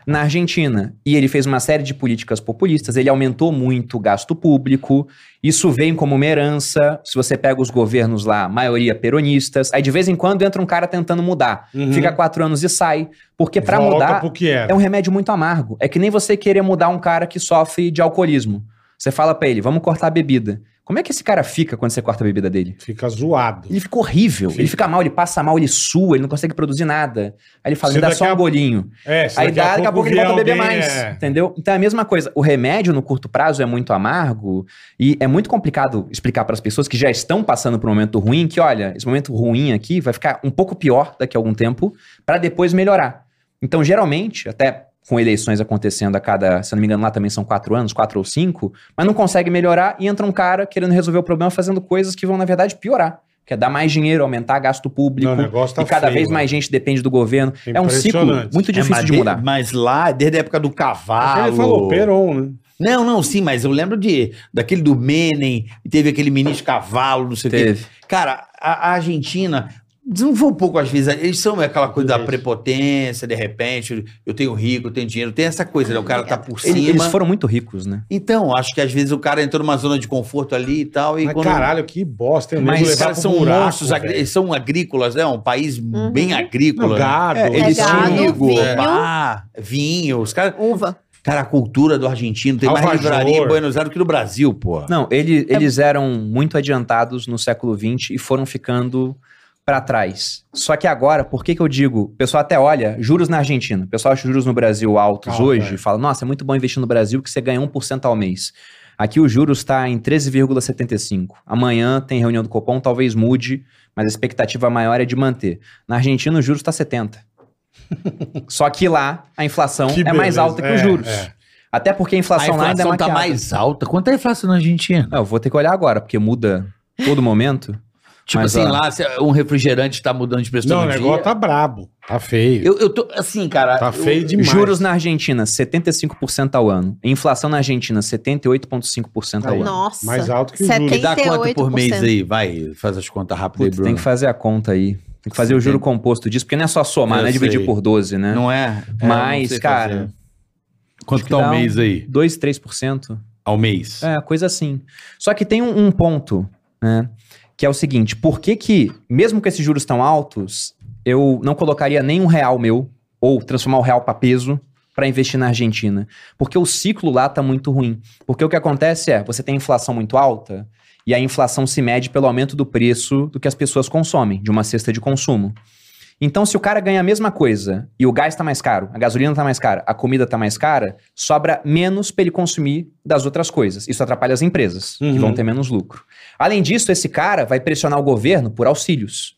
na Argentina. E ele fez uma série de políticas populistas, ele aumentou muito o gasto público, isso vem como uma herança. Se você pega os governos lá, a maioria peronistas, aí de vez em quando entra um cara tentando mudar. Uhum. Fica quatro anos e sai. Porque pra Volta mudar. pro que era. É um remédio muito amargo. É que nem você querer mudar um cara que sofre de alcoolismo. Você fala pra ele, vamos cortar a bebida. Como é que esse cara fica quando você corta a bebida dele? Fica zoado. Ele fica horrível. Ele fica mal, ele passa mal, ele sua, ele não consegue produzir nada. Aí ele fala, Se me dá daqui só a- um bolinho. É, se Aí dá, daqui a pouco ele vier volta a beber alguém, mais. é. Entendeu? Então é a mesma coisa. O remédio no curto prazo é muito amargo e é muito complicado explicar para as pessoas que já estão passando por um momento ruim que, olha, esse momento ruim aqui vai ficar um pouco pior daqui a algum tempo para depois melhorar. Então, geralmente, até com eleições acontecendo a cada, se eu não me engano, lá também são quatro anos, quatro ou cinco, mas não consegue melhorar e entra um cara querendo resolver o problema fazendo coisas que vão, na verdade, piorar. Que é dar mais dinheiro, aumentar gasto público. Não, o negócio tá e cada feio, vez né? mais gente depende do governo. É um ciclo Impressionante. muito É, difícil mas de mudar. Mas lá, desde a época do cavalo. né? Ele falou Peron, né? Não, não, sim, mas eu lembro de daquele do Menem, e teve aquele ministro cavalo, não sei o quê. Teve. Cara, a, a Argentina desenvolveu um pouco às vezes. Eles são aquela coisa da Isso. prepotência, de repente, eu tenho rico, eu tenho dinheiro, tem essa coisa, né? O É, cara tá por cima. Ele- Eles foram muito ricos, né? Então, acho que às vezes o cara entrou numa zona de conforto ali e tal. E Mas quando... caralho, que bosta. Eu Mas mesmo os levar caras pro são buraco, monstros, agri- velho. são agrícolas, né? Um país Uhum. bem agrícola. Não, né? gado. É, Eles É gado, tinham vinho. pá, vinho, os caras. Uva. Cara, a cultura do argentino tem mais Alfajor. livraria em Buenos Aires do que no Brasil, pô. Não, ele- É eles eram muito adiantados no século XX e foram ficando pra trás. Só que agora, por que, que eu digo? O pessoal até olha, juros na Argentina. O pessoal acha juros no Brasil altos Alto, hoje é. e fala, nossa, é muito bom investir no Brasil que você ganha 1% ao mês. Aqui o juros está em 13,75. Amanhã tem reunião do Copom, talvez mude, mas a expectativa maior é de manter. Na Argentina o juros está 70. Só que lá a inflação Que é mais beleza. alta que É, os juros. é. Até porque a a inflação, lá ainda é inflação tá maquiada. mais alta. Quanto é a inflação na Argentina? Ah, eu vou ter que olhar agora, porque muda todo momento. Tipo Mas, assim, ó. lá se um refrigerante tá mudando de preço Não, o todo negócio dia. tá brabo. Tá feio. Eu, eu tô, assim, cara... Tá eu- feio demais. ah, Juros na Argentina, 75% ao ano. Inflação na Argentina, 78,5% ao Aí, ano. Nossa. Mais alto que o Me juros. dá quanto por mês 38%. aí? Vai, faz as contas rápidas aí, Putz, Bruno. tem que fazer a conta aí. Tem que fazer o juro composto disso, porque não é só somar, Eu né? Dividir sei. por 12, né? Não é? É, eu não Mas, sei cara, fazer. Quanto que tá dá o um- mês aí? 2, 3%. Ao mês? É, coisa assim. Só que tem um, um ponto, né? Que é o seguinte: por que que, mesmo com esses juros tão altos, eu não colocaria nem um real meu, ou transformar o real para peso, para investir na Argentina? Porque o ciclo lá tá muito ruim. Porque o que acontece é, você tem inflação muito alta, e a inflação se mede pelo aumento do preço do que as pessoas consomem, de uma cesta de consumo. Então, se o cara ganha a mesma coisa e o gás tá mais caro, a gasolina tá mais cara, a comida tá mais cara, sobra menos pra ele consumir das outras coisas. Isso atrapalha as empresas, que Uhum. vão ter menos lucro. Além disso, esse cara vai pressionar o governo por auxílios.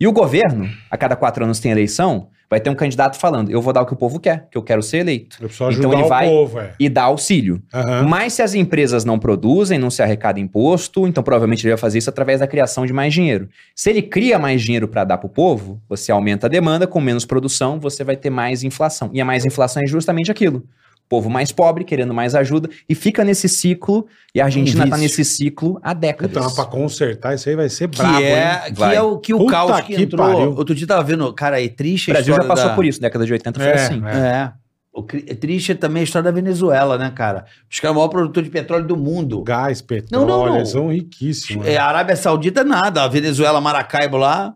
E o governo, a cada quatro anos tem eleição, vai ter um candidato falando: eu vou dar o que o povo quer, que eu quero ser eleito. Eu preciso ajudar Então ele o vai- povo, é. E dá auxílio. Aham. Mas se as empresas não produzem, não se arrecada imposto, então provavelmente ele vai fazer isso através da criação de mais dinheiro. Se ele cria mais dinheiro para dar para o povo, você aumenta a demanda, com menos produção, você vai ter mais inflação. E a mais inflação é justamente aquilo. Povo mais pobre, querendo mais ajuda, e fica nesse ciclo, e a Argentina está vício. nesse ciclo há décadas. Então, mas pra consertar isso aí vai ser Que, brabo, hein? é, que Vai. é o que o Puta caos que, que entrou. pariu. Outro dia tava vendo, cara, é triste o a Brasil já história passou da- por isso, década de 80 foi É, assim. é. É. O cri- é triste também a história da Venezuela, né, cara? Os caras é o maior produtor de petróleo do mundo. Gás, petróleo, Não, não, não. eles são riquíssimos. É, né? a Arábia Saudita, nada. A Venezuela, Maracaibo lá,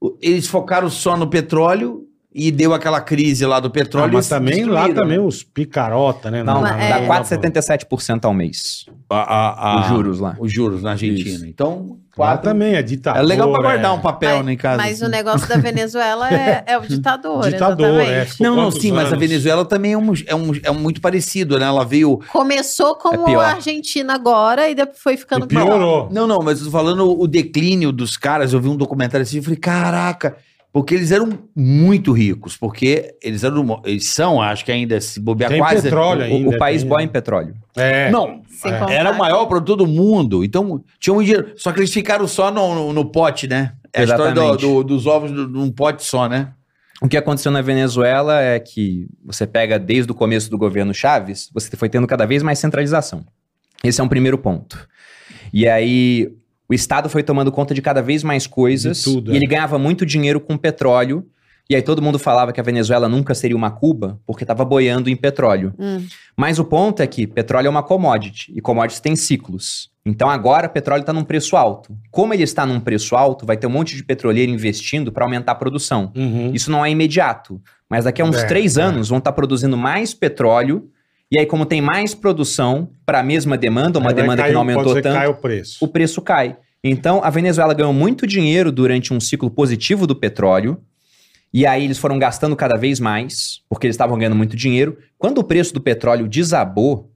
o- eles focaram só no petróleo e deu aquela crise lá do petróleo. Ah, mas e também lá destruíram. né? também os picarota, né? Não, Mas na- dá na- é. 4,77% ao mês. Ah. A- a- a- Os juros lá. Os juros na Argentina. Isso. Então, é Lá quatro, também é é ditador. legal pra guardar é. um papel né, em casa. Mas o negócio da Venezuela é, é o ditador, Ditador, é. exatamente. Não, não, Quantos sim, mas a anos? Venezuela também é, um, é, um, é um muito parecido, né? Ela veio. Começou É como pior. a Argentina agora e depois foi ficando E pra lá. piorou. Não, tá não, mas eu tô falando o declínio dos caras, eu vi um documentário assim, eu falei, caraca, porque eles eram muito ricos, porque eles eram. mo- Eles são, acho que ainda se bobear Tem quase. petróleo O- ainda. o país tem- boia em petróleo. É. Não, Sem É. contar. era o maior produtor do mundo. Então, tinha um dinheiro. Só que eles ficaram só no, no- no pote, né? É a história do- Exatamente. do- dos ovos do- num pote só, né? O que aconteceu na Venezuela é que você pega desde o começo do governo Chaves, você foi tendo cada vez mais centralização. Esse é um primeiro ponto. E aí o Estado foi tomando conta de cada vez mais coisas De tudo, e é. ele ganhava muito dinheiro com petróleo. E aí todo mundo falava que a Venezuela nunca seria uma Cuba porque estava boiando em petróleo. Hum. Mas o ponto é que petróleo é uma commodity e commodities têm ciclos. Então agora o petróleo está num preço alto. Como ele está num preço alto, vai ter um monte de petroleiro investindo para aumentar a produção. Uhum. Isso não é imediato, mas daqui a uns É, três é. anos vão estar produzindo mais petróleo. E aí, como tem mais produção para a mesma demanda, uma Aí vai demanda cair que não o- pode aumentou ser que tanto, caia o preço. o preço cai. Então, a Venezuela ganhou muito dinheiro durante um ciclo positivo do petróleo. E aí, eles foram gastando cada vez mais, porque eles estavam ganhando muito dinheiro. Quando o preço do petróleo desabou,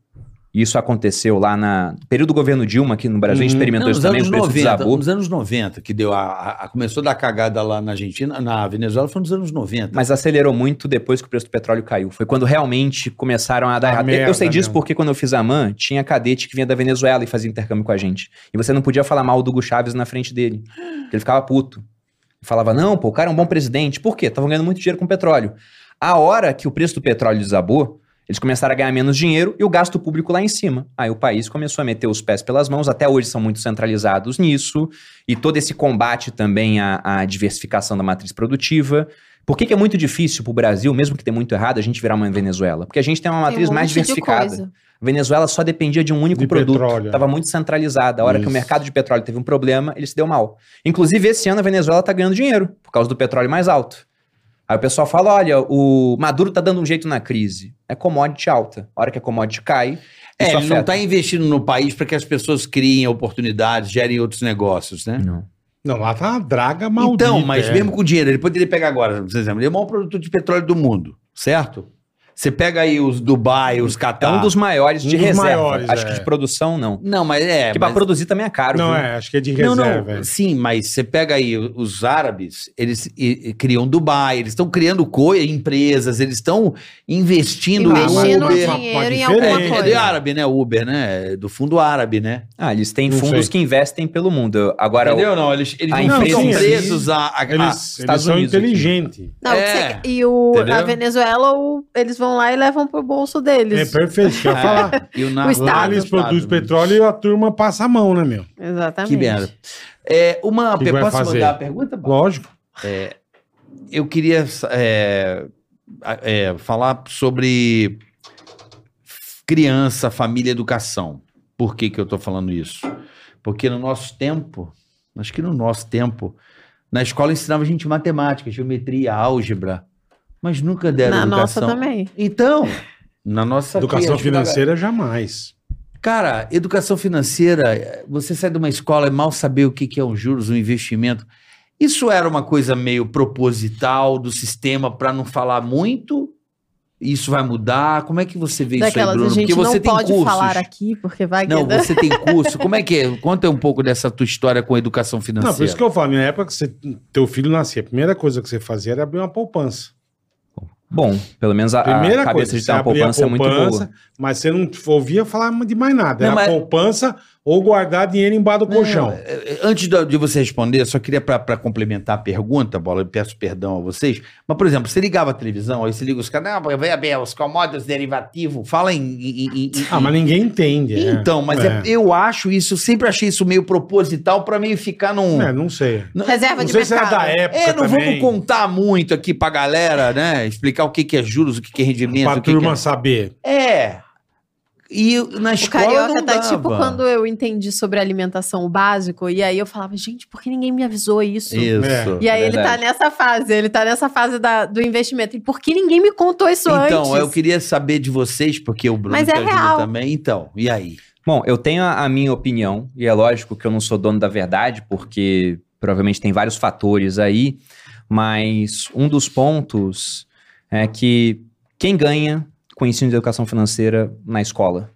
e isso aconteceu lá na no período do governo Dilma, aqui no Brasil, a gente Uhum. experimentou Não, isso nos também, anos, o preço 90, desabou. nos anos 90, que deu a, a- a- começou a dar cagada lá na Argentina, na Venezuela, foi nos anos 90. Mas acelerou muito depois que o preço do petróleo caiu. Foi quando realmente começaram a dar A errado. merda eu sei disso mesmo. porque quando eu fiz a MAN, tinha cadete que vinha da Venezuela e fazia intercâmbio com a gente. E você não podia falar mal do Hugo Chaves na frente dele. porque Ele ficava puto. Ele Falava, não, pô, o cara é um bom presidente. Por quê? Estavam ganhando muito dinheiro com petróleo. A hora que o preço do petróleo desabou, eles começaram a ganhar menos dinheiro e o gasto público lá em cima. Aí o país começou a meter os pés pelas mãos, até hoje são muito centralizados nisso, e todo esse combate também à, à diversificação da matriz produtiva. Por que, que é muito difícil para o Brasil, mesmo que tenha muito errado, a gente virar uma Venezuela? Porque a gente tem uma Tem matriz um mais monte de diversificada. coisa. Venezuela só dependia de um único De produto. petróleo, né? Estava muito centralizada. A hora É. que Isso. o mercado de petróleo teve um problema, ele se deu mal. Inclusive, esse ano a Venezuela está ganhando dinheiro por causa do petróleo mais alto. Aí o pessoal fala: olha, o Maduro tá dando um jeito na crise. É commodity alta. A hora que a commodity cai, é, isso ele não afeta. está investindo no país para que as pessoas criem oportunidades, gerem outros negócios, né? Não. Não, lá tá uma draga maldita. então, mas é. mesmo com dinheiro, ele poderia pegar agora, por exemplo, ele é o maior produto de petróleo do mundo, certo? Você pega aí os Dubai, os É Catar. um dos maiores Um de dos reserva. maiores, Acho é. que de produção, não. Não, mas é. Porque mas- para produzir também é caro. Não, viu? é, acho que é de Não, reserva. não, é. sim, mas você pega aí o- os árabes, eles e- e criam Dubai, eles estão criando coisas, empresas, eles estão investindo mas- Investindo dinheiro em Uber. Mas alguma diferente, É, é de coisa. árabe, né? Uber, né? É Do fundo árabe, né? Ah, eles têm Não fundos sei. que investem pelo mundo. Agora, Entendeu? Não, eles, eles a não empresa- são Não, sim, presos a. a- a- Eles, eles Estados são Unidos inteligentes. Não, o que É. você- e o, a Entendeu? Venezuela, o- eles vão lá e levam pro bolso É deles. perfeito, quer falar. e o, é o narco- Estado. Lá eles produzem né? petróleo e a turma passa a mão, né, meu? Exatamente. Que merda. É, uma, Que vai posso fazer? mandar a pergunta? Paulo? Lógico. Eu queria é, a- é, falar sobre criança, família, educação. Por que, que eu estou falando isso? Porque no nosso tempo, acho que no nosso tempo, na escola ensinava a gente matemática, geometria, álgebra, mas nunca deram Na nossa educação. também. Então, na nossa Educação aqui, acho que na- financeira jamais. Cara, educação financeira, eh, você sai de uma escola e mal saber o que que é um juros, um investimento. Isso era uma coisa meio proposital do sistema para não falar muito? Isso vai mudar? Como é que você vê Daquelas isso aí, Bruno? a gente não pode falar aqui, né? porque vai que Não, dá- você tem curso. Como é que é? Conta um pouco dessa tua história com a educação financeira. Não, por isso que eu falo, na época que você, teu filho nascia, a primeira coisa que você fazia era abrir uma poupança. bom, pelo menos a, a Primeira cabeça coisa, de ter uma poupança, é muito boa. mas você não ouvia falar de mais nada. Não, Era mas- poupança ou guardar dinheiro embaixo do colchão. é. Eh, Antes da- de você responder, eu só queria para complementar a pergunta, Bola, eu peço perdão a vocês. Mas, por exemplo, você ligava a televisão, aí você liga os caras, não, vai ver os commodities derivativos, fala em. em- em- em- Ah, mas ninguém entende. é. Então, mas é- eu acho isso, eu sempre achei isso meio proposital para meio ficar num. É, não sei. Reserva Não de sei se mercado. era da época É, não vamos também, contar muito aqui pra galera, né? Explicar o que, que é juros, o que, que é rendimento, pra o que, turma que saber. é. É. E na O escola carioca não tá dava. tipo quando eu entendi sobre alimentação o básico, e aí eu falava, gente, por que ninguém me avisou isso? Isso. E aí É ele tá verdade. nessa fase, ele tá nessa fase da- do investimento. E por que ninguém me contou isso Então, antes? eu queria saber de vocês, porque o Bruno Mas te é ajuda real. também. Então, e aí? Bom, eu tenho a, a minha opinião, e é lógico que eu não sou dono da verdade, porque provavelmente tem vários fatores aí, mas um dos pontos é que quem ganha com o ensino de educação financeira na escola?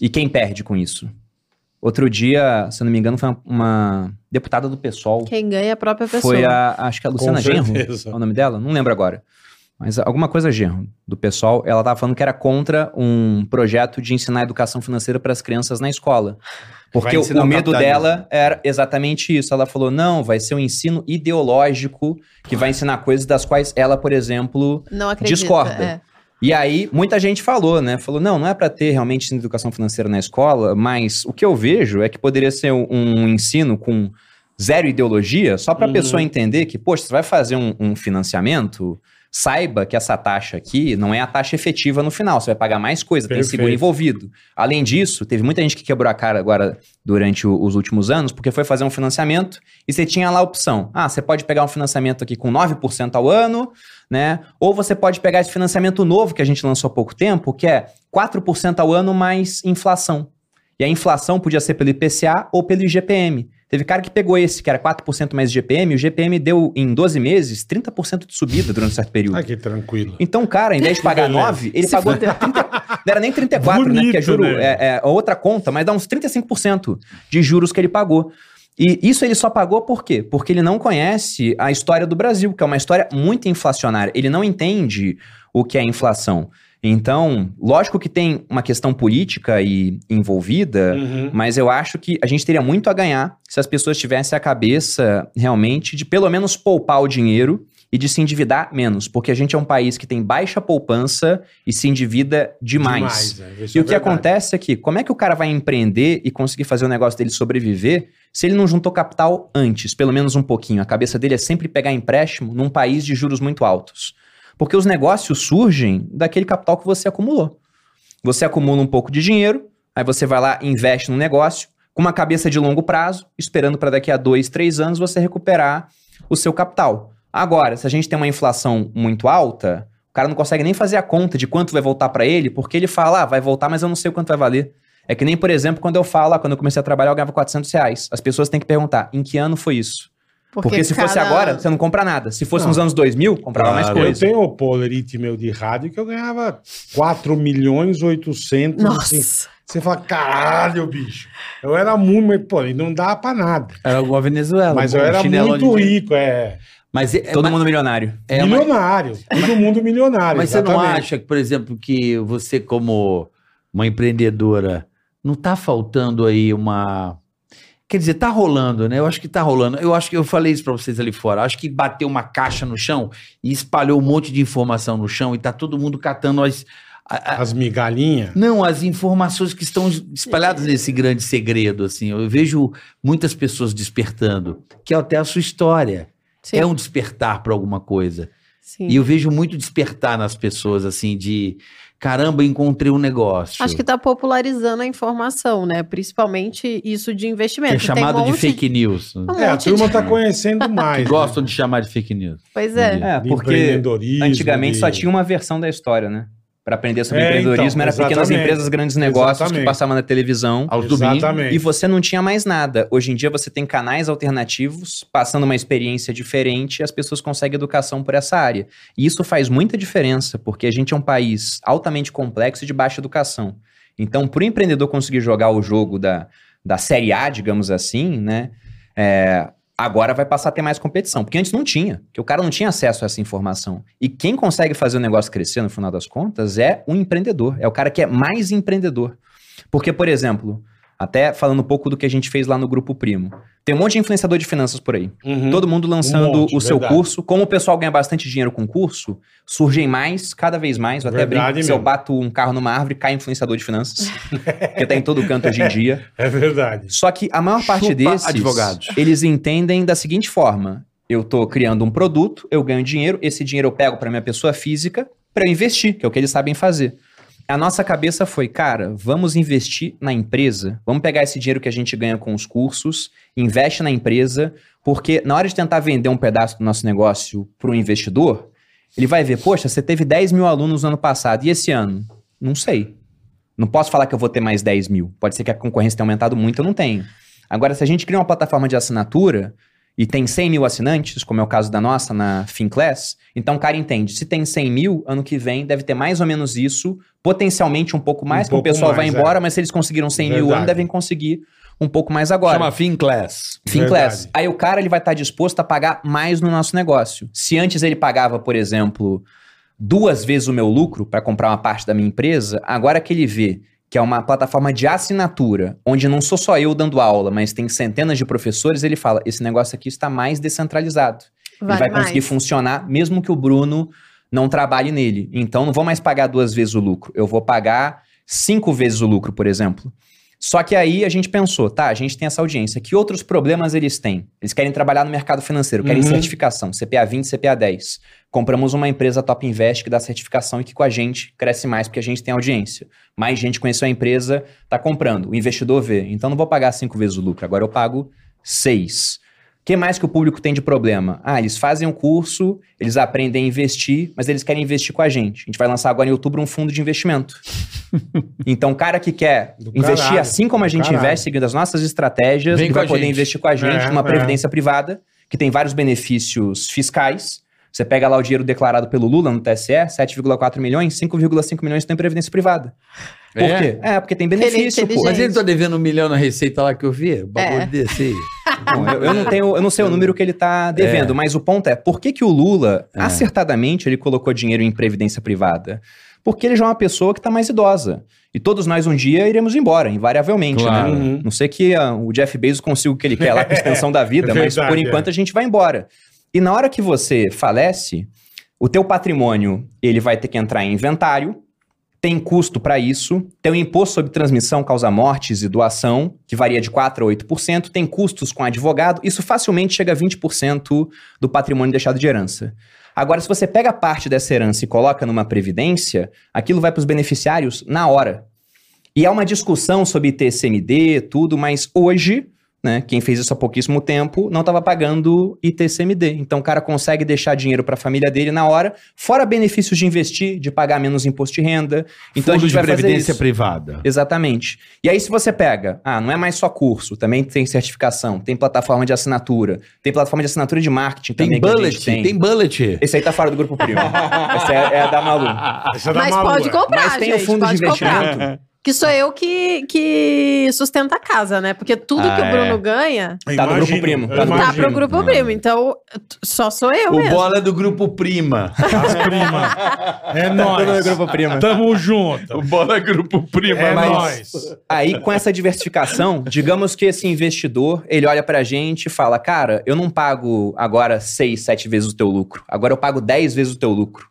E quem perde com isso? Outro dia, se eu não me engano, foi uma, uma deputada do PSOL. Quem ganha é a própria pessoa. Foi a, acho que a Luciana Genro, certeza. é o nome dela? Não lembro agora. Mas alguma coisa Genro, do pessoal, ela tava falando que era contra um projeto de ensinar educação financeira para as crianças na escola. Porque Vai o, ensinar o o medo capitalismo. dela era exatamente isso. Ela falou: não, vai ser um ensino ideológico que vai ensinar coisas das quais ela, por exemplo, Não acredito. Discorda. é. e aí, muita gente falou, né? Falou, não, não é para ter realmente ensino de educação financeira na escola, mas o que eu vejo é que poderia ser um, um ensino com zero ideologia, só para a Uhum. pessoa entender que, poxa, você vai fazer um, um financiamento, saiba que essa taxa aqui não é a taxa efetiva no final, você vai pagar mais coisa, tem seguro Perfeito. envolvido. Além disso, teve muita gente que quebrou a cara agora durante o- os últimos anos, porque foi fazer um financiamento e você tinha lá a opção. Ah, você pode pegar um financiamento aqui com 9% ao ano, né? Ou você pode pegar esse financiamento novo que a gente lançou há pouco tempo, que é 4% ao ano mais inflação. E a inflação podia ser pelo IPCA ou pelo IGPM. Teve cara que pegou esse, que era 4% mais IGPM, e o IGPM deu em 12 meses 30% de subida durante um certo período. Ai, que tranquilo. Então, o cara, em vez de pagar beleza. 9, ele pagou 30, não era nem 34, né? né? Bonito, Porque é juro, né? é, é outra conta, mas dá uns 35% de juros que ele pagou. E isso ele só pagou por quê? Porque ele não conhece a história do Brasil, que é uma história muito inflacionária. Ele não entende o que é inflação. Então, lógico que tem uma questão política e envolvida, Uhum. mas eu acho que a gente teria muito a ganhar se as pessoas tivessem a cabeça realmente de pelo menos poupar o dinheiro e de se endividar menos, porque a gente é um país que tem baixa poupança e se endivida demais. né? Isso E é o que verdade. acontece é que, como é que o cara vai empreender e conseguir fazer o negócio dele sobreviver se ele não juntou capital antes, pelo menos um pouquinho? A cabeça dele é sempre pegar empréstimo num país de juros muito altos. Porque os negócios surgem daquele capital que você acumulou. Você acumula um pouco de dinheiro, aí você vai lá, investe num negócio, com uma cabeça de longo prazo, esperando para daqui a dois, três anos você recuperar o seu capital. Agora, se a gente tem uma inflação muito alta, o cara não consegue nem fazer a conta de quanto vai voltar pra ele, porque ele fala, ah, vai voltar, mas eu não sei o quanto vai valer. É que nem, por exemplo, quando eu falo, ah, quando eu comecei a trabalhar, eu ganhava 400 reais. As pessoas têm que perguntar, em que ano foi isso? Porque, se fosse cada- agora, você não compra nada. Se fosse Não. nos anos 2000, comprava mais Claro. Eu coisa. tenho o polerite meu de rádio que eu ganhava 4 milhões 800. Nossa. Você fala, caralho, bicho. Eu era muito, mas, pô, e não dava pra nada. Era igual a Venezuela. Mas com eu era Tá chinelo muito de- rico, é. Mas, é, Todo mas, mundo milionário. é, mas- milionário. Todo mundo milionário. mas você não exatamente. acha que, por exemplo, que você, como uma empreendedora, não tá faltando aí uma. Quer dizer, tá rolando, né? Eu acho que tá rolando. Eu acho que eu falei isso pra vocês ali fora. Acho que bateu uma caixa no chão e espalhou um monte de informação no chão e tá todo mundo catando as. a- a- As migalhinhas. Não, as informações que estão espalhadas nesse grande segredo, assim. Eu vejo muitas pessoas despertando, que é até a sua história. Sim, É um despertar para alguma coisa. sim. E eu vejo muito despertar nas pessoas, assim, de caramba, encontrei um negócio. Acho que tá popularizando a informação, né? Principalmente isso de que investimento. é Tem chamado um de monte- fake news. né? Um É, a monte turma de- tá conhecendo Que mais. gostam de chamar de fake news. Pois é. Entendi. É, de porque empreendedorismo. antigamente de- só tinha uma versão da história, né? Pra aprender sobre É, empreendedorismo, então, era pequenas exatamente. empresas, grandes negócios que Exatamente. passavam na televisão. Aos domingos. Exatamente. E você não tinha mais nada. Hoje em dia você tem canais alternativos, passando uma experiência diferente, e as pessoas conseguem educação por essa área. E isso faz muita diferença, porque a gente é um país altamente complexo e de baixa educação. Então, para o empreendedor conseguir jogar o jogo da, da série A, digamos assim, né? é, agora vai passar a ter mais competição. Porque antes não tinha, porque o cara não tinha acesso a essa informação. E quem consegue fazer o negócio crescer, no final das contas, é o empreendedor. É o cara que é mais empreendedor. Porque, por exemplo, até falando um pouco do que a gente fez lá no Grupo Primo. Tem um monte de influenciador de finanças por aí. Uhum. Todo mundo lançando Um monte, o seu verdade. curso. Como o pessoal ganha bastante dinheiro com o curso, surgem mais, cada vez mais. Eu até Verdade brinco, que se mesmo. eu bato um carro numa árvore, cai influenciador de finanças. que tá em todo canto hoje em dia. É verdade. Só que a maior parte Chupa desses, advogados. eles entendem da seguinte forma: eu tô criando um produto, eu ganho dinheiro, esse dinheiro eu pego para minha pessoa física para eu investir, que é o que eles sabem fazer. A nossa cabeça foi, cara, vamos investir na empresa, vamos pegar esse dinheiro que a gente ganha com os cursos, investe na empresa, porque na hora de tentar vender um pedaço do nosso negócio para o investidor, ele vai ver, poxa, você teve 10 mil alunos no ano passado, e esse ano? Não sei. Não posso falar que eu vou ter mais 10 mil. Pode ser que a concorrência tenha aumentado muito, eu não tenho. Agora, se a gente cria uma plataforma de assinatura e tem 100 mil assinantes, como é o caso da nossa na FinClass, então o cara entende, se tem 100 mil, ano que vem deve ter mais ou menos isso, potencialmente um pouco mais, porque pouco o pessoal vai mais, é. embora, mas se eles conseguiram 100 mil Verdade. ano, devem conseguir um pouco mais agora. Chama Finclass. Finclass. Verdade. Aí o cara ele vai estar disposto a pagar mais no nosso negócio. Se antes ele pagava, por exemplo, duas vezes o meu lucro para comprar uma parte da minha empresa, agora que ele vê que é uma plataforma de assinatura, onde não sou só eu dando aula, mas tem centenas de professores, ele fala: esse negócio aqui está mais descentralizado. ele vai conseguir funcionar, mesmo que o Bruno não trabalhe nele. Então, não vou mais pagar duas vezes o lucro. Eu vou pagar cinco vezes o lucro, por exemplo. Só que aí a gente pensou, tá, a gente tem essa audiência. Que outros problemas eles têm? Eles querem trabalhar no mercado financeiro, querem Uhum. certificação, CPA 20, CPA 10. Compramos uma empresa Top Invest que dá certificação e que com a gente cresce mais porque a gente tem audiência. Mais gente conheceu a empresa, tá comprando. O investidor vê. Então não vou pagar cinco vezes o lucro, agora eu pago seis. O que mais que o público tem de problema? Ah, eles fazem o curso, eles aprendem a investir, mas eles querem investir com a gente. A gente vai lançar agora em outubro um fundo de investimento. então, o cara que quer Do investir caralho, assim como a do gente caralho. investe, seguindo as nossas estratégias, Vem ele com a vai poder gente. investir com a gente É, numa é. previdência privada, que tem vários benefícios fiscais. Você pega lá o dinheiro declarado pelo Lula no TSE, 7,4 milhões, 5,5 milhões tem previdência privada. Por É? quê? É, porque tem benefício, pô. inteligente. Mas ele tá devendo um milhão na receita lá que eu vi. O bagulho É. desse aí. Bom, eu, eu não tenho, eu não sei o número que ele está devendo, mas o ponto é, por que, que o Lula, acertadamente, ele colocou dinheiro em previdência privada? Porque ele já é uma pessoa que está mais idosa. E todos nós um dia iremos embora, invariavelmente, Claro. né? Uhum. Não sei que ah, o Jeff Bezos consiga o que ele quer lá com a extensão da vida, É mas verdade, por é. enquanto a gente vai embora. E na hora que você falece, o teu patrimônio, ele vai ter que entrar em inventário, tem custo para isso, tem o imposto sobre transmissão, causa mortes e doação, que varia de 4% a 8%, tem custos com advogado, isso facilmente chega a 20% do patrimônio deixado de herança. Agora, se você pega parte dessa herança e coloca numa previdência, aquilo vai para os beneficiários na hora. E há uma discussão sobre ITCMD, tudo, mas hoje, né, quem fez isso há pouquíssimo tempo, não estava pagando ITCMD. Então o cara consegue deixar dinheiro para a família dele na hora, fora benefícios de investir, de pagar menos imposto de renda. Então a Fundo gente de vai fazer Previdência isso. Privada. Exatamente. E aí, se você pega, ah, não é mais só curso, também tem certificação, tem plataforma de assinatura, tem plataforma de assinatura de marketing Tem também. que a gente bullet, tem. bullet. Esse aí tá fora do grupo primo. Essa é, é a da Malu. Essa é da Ah, Mas Malu, pode é. comprar, Mas tem o gente, fundo de pode comprar. investimento. Que sou eu que, que sustenta a casa, né? Porque tudo Ah, que o Bruno é. ganha Eu Tá do imagino, grupo primo, eu tá do tá imagino. pro grupo primo. Então, t- só sou eu O mesmo. bola é do grupo prima. Tá As primas. É nóis. Tamo junto. O Bola é Grupo Prima. É mas- nóis. Aí, com essa diversificação, digamos que esse investidor, ele olha pra gente e fala, cara, eu não pago agora seis, sete vezes o teu lucro. Agora eu pago 10 vezes o teu lucro.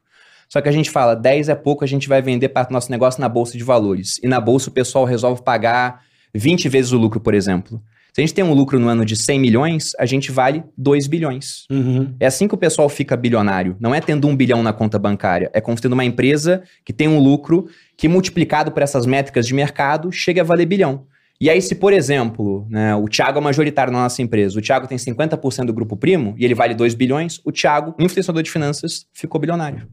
Só que a gente fala, 10 é pouco, a gente vai vender para nosso negócio na bolsa de valores. E na bolsa o pessoal resolve pagar 20 vezes o lucro, por exemplo. Se a gente tem um lucro no ano de 100 milhões, a gente vale 2 bilhões. Uhum. É assim que o pessoal fica bilionário. Não é tendo um bilhão na conta bancária. É como tendo uma empresa que tem um lucro que, multiplicado por essas métricas de mercado, chega a valer bilhão. E aí, se, por exemplo, né, o Thiago é majoritário na nossa empresa, o Thiago tem 50% do grupo primo e ele vale 2 bilhões, o Thiago, um influenciador de finanças, ficou bilionário.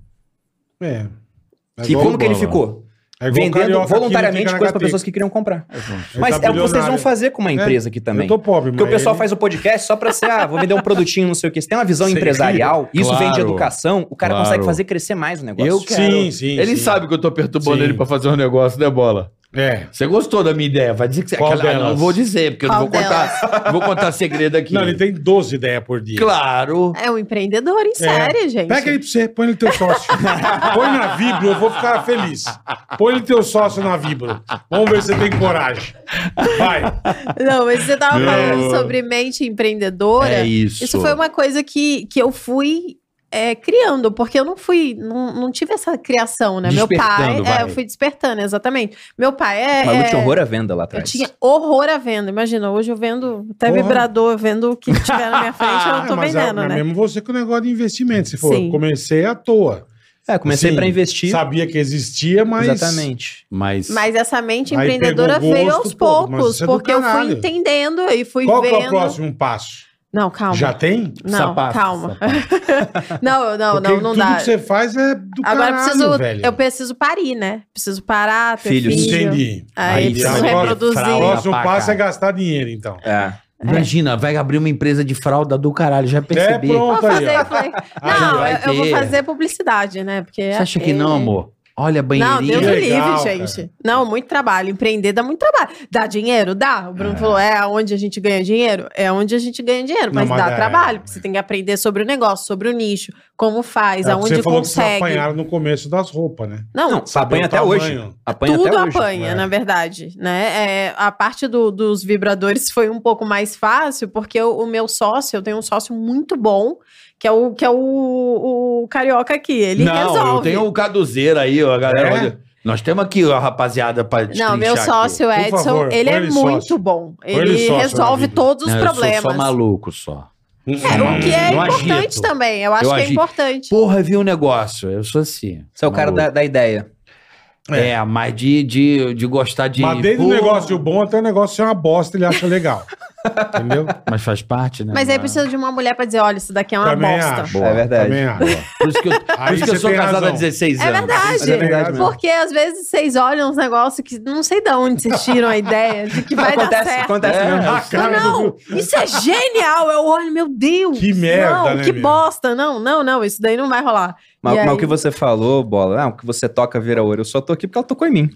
É. É e igual- como que ele bola. ficou? é igual o Vendendo carioca que voluntariamente fica na coisas para HT. pessoas que queriam comprar. Ele Mas tá é o que vocês vão bilionário. fazer com uma empresa aqui também. Eu tô pobre, Porque o pessoal é ele- faz o podcast só pra ser, ah, vou vender um produtinho, não sei o quê. Você tem uma visão Sim, empresarial, isso vem de claro, educação, o cara claro. consegue fazer crescer mais o negócio. Eu quero. Sim, sim. Ele sim. sabe que eu tô perturbando Sim. ele pra fazer um negócio, né, Bola? É. Você gostou da minha ideia? Vai dizer que você... Qual Aquela- delas? Não vou dizer, porque eu não Qual vou contar, não vou contar segredo aqui. Não, ele tem 12 ideias por dia. Claro. É um empreendedor em série, gente. Pega ele pra você, põe ele teu sócio. põe na Vibro, eu vou ficar feliz. Põe ele teu sócio na Vibro. Vamos ver se você tem coragem. Vai. Não, mas você tava Não. falando sobre mente empreendedora. É isso. Isso foi uma coisa que, que eu fui é, criando, porque eu não fui, não, não tive essa criação, né? Meu pai. Despertando, vai. É, eu fui despertando, exatamente. Meu pai é. Malu é tinha horror à venda lá eu atrás. tinha horror à venda. Imagina, hoje eu vendo até Porra. vibrador, vendo o que tiver na minha frente, eu não tô mas é- vendendo, mas né? mesmo você com o negócio de investimento. Se for, eu Sim. comecei à toa. É, comecei Assim, pra investir. Sabia que existia, mas. Exatamente. Mas, Mas essa mente Aí empreendedora pegou veio gosto, aos pô, mas poucos, isso é do porque eu fui caralho. entendendo e fui Qual que vendo. é o próximo passo? Não, calma. Já tem? Não, Sapato, calma. sapato. Não, não, Porque não, não tudo dá. que você faz é do Agora eu caralho, preciso, velho. eu preciso parir, né? Preciso parar, ter Filhos. filho. Entendi. Aí, Aí preciso fralda, reproduzir. O fralda. próximo pra passo é caralho. gastar dinheiro, então. É. Imagina, vai abrir uma empresa de fralda do caralho, já percebi. pronto. Vou Conta aí, fazer, ó. falei, Aí não, vai eu, eu vou ter. fazer publicidade, né? Porque Você acha que não, amor? Olha, Não, banheirinho. Deus me livre, Legal, gente. Não, muito trabalho. Empreender dá muito trabalho. Dá dinheiro? Dá. O Bruno falou, é onde a gente ganha dinheiro? É onde a gente ganha dinheiro, Não, mas, mas dá é. trabalho. porque Você tem que aprender sobre o negócio, sobre o nicho, como faz, É, aonde você falou que vocês consegue. apanharam no começo das roupas, né? não, Não, Saber apanha o até tamanho. hoje. Apanha tudo até hoje. apanha, né? na verdade, né? É, a parte do- dos vibradores foi um pouco mais fácil, porque o, o meu sócio, eu tenho um sócio muito bom, que é o, que é o, o carioca aqui, ele não, resolve. eu tenho o caduzeiro aí, ó, a galera. É? olha. Nós temos aqui ó, a rapaziada pra Não, destrinchar meu aqui. sócio Por Edson, favor, ele põe é ele muito sócio. bom. Ele, ele sócio na resolve vida. todos os Não, Eu um problemas. sou só maluco, só. É, o que é Não importante agito. também. Eu acho Eu que é agito. importante. Porra, vi um negócio. Eu sou assim. Você é o cara da, da ideia. da... É, mas de, de, de gostar de... Mas desde um Pô, negócio bom até um negócio ser uma bosta, ele acha legal. Entendeu? Mas faz parte, né? Mas aí precisa de uma mulher pra dizer: olha, isso daqui é uma Também bosta. acho. Boa. É verdade. Também acho. Por isso que eu, por Aí isso que eu você sou tem casado razão. há 16 É anos. verdade. É né? verdade mesmo. Porque às vezes vocês olham uns negócios que não sei de onde vocês tiram a ideia de que vai dar acontece, certo. acontece É. mesmo. A cara não, do- isso é genial. Eu olho, meu Deus. Que merda, Não, né, que meu? bosta. Não, não, não. Isso daí não vai rolar. Mas, E mas aí? o que você falou, Bola, ah, o que você toca vira ouro. Eu só tô aqui porque ela tocou em mim.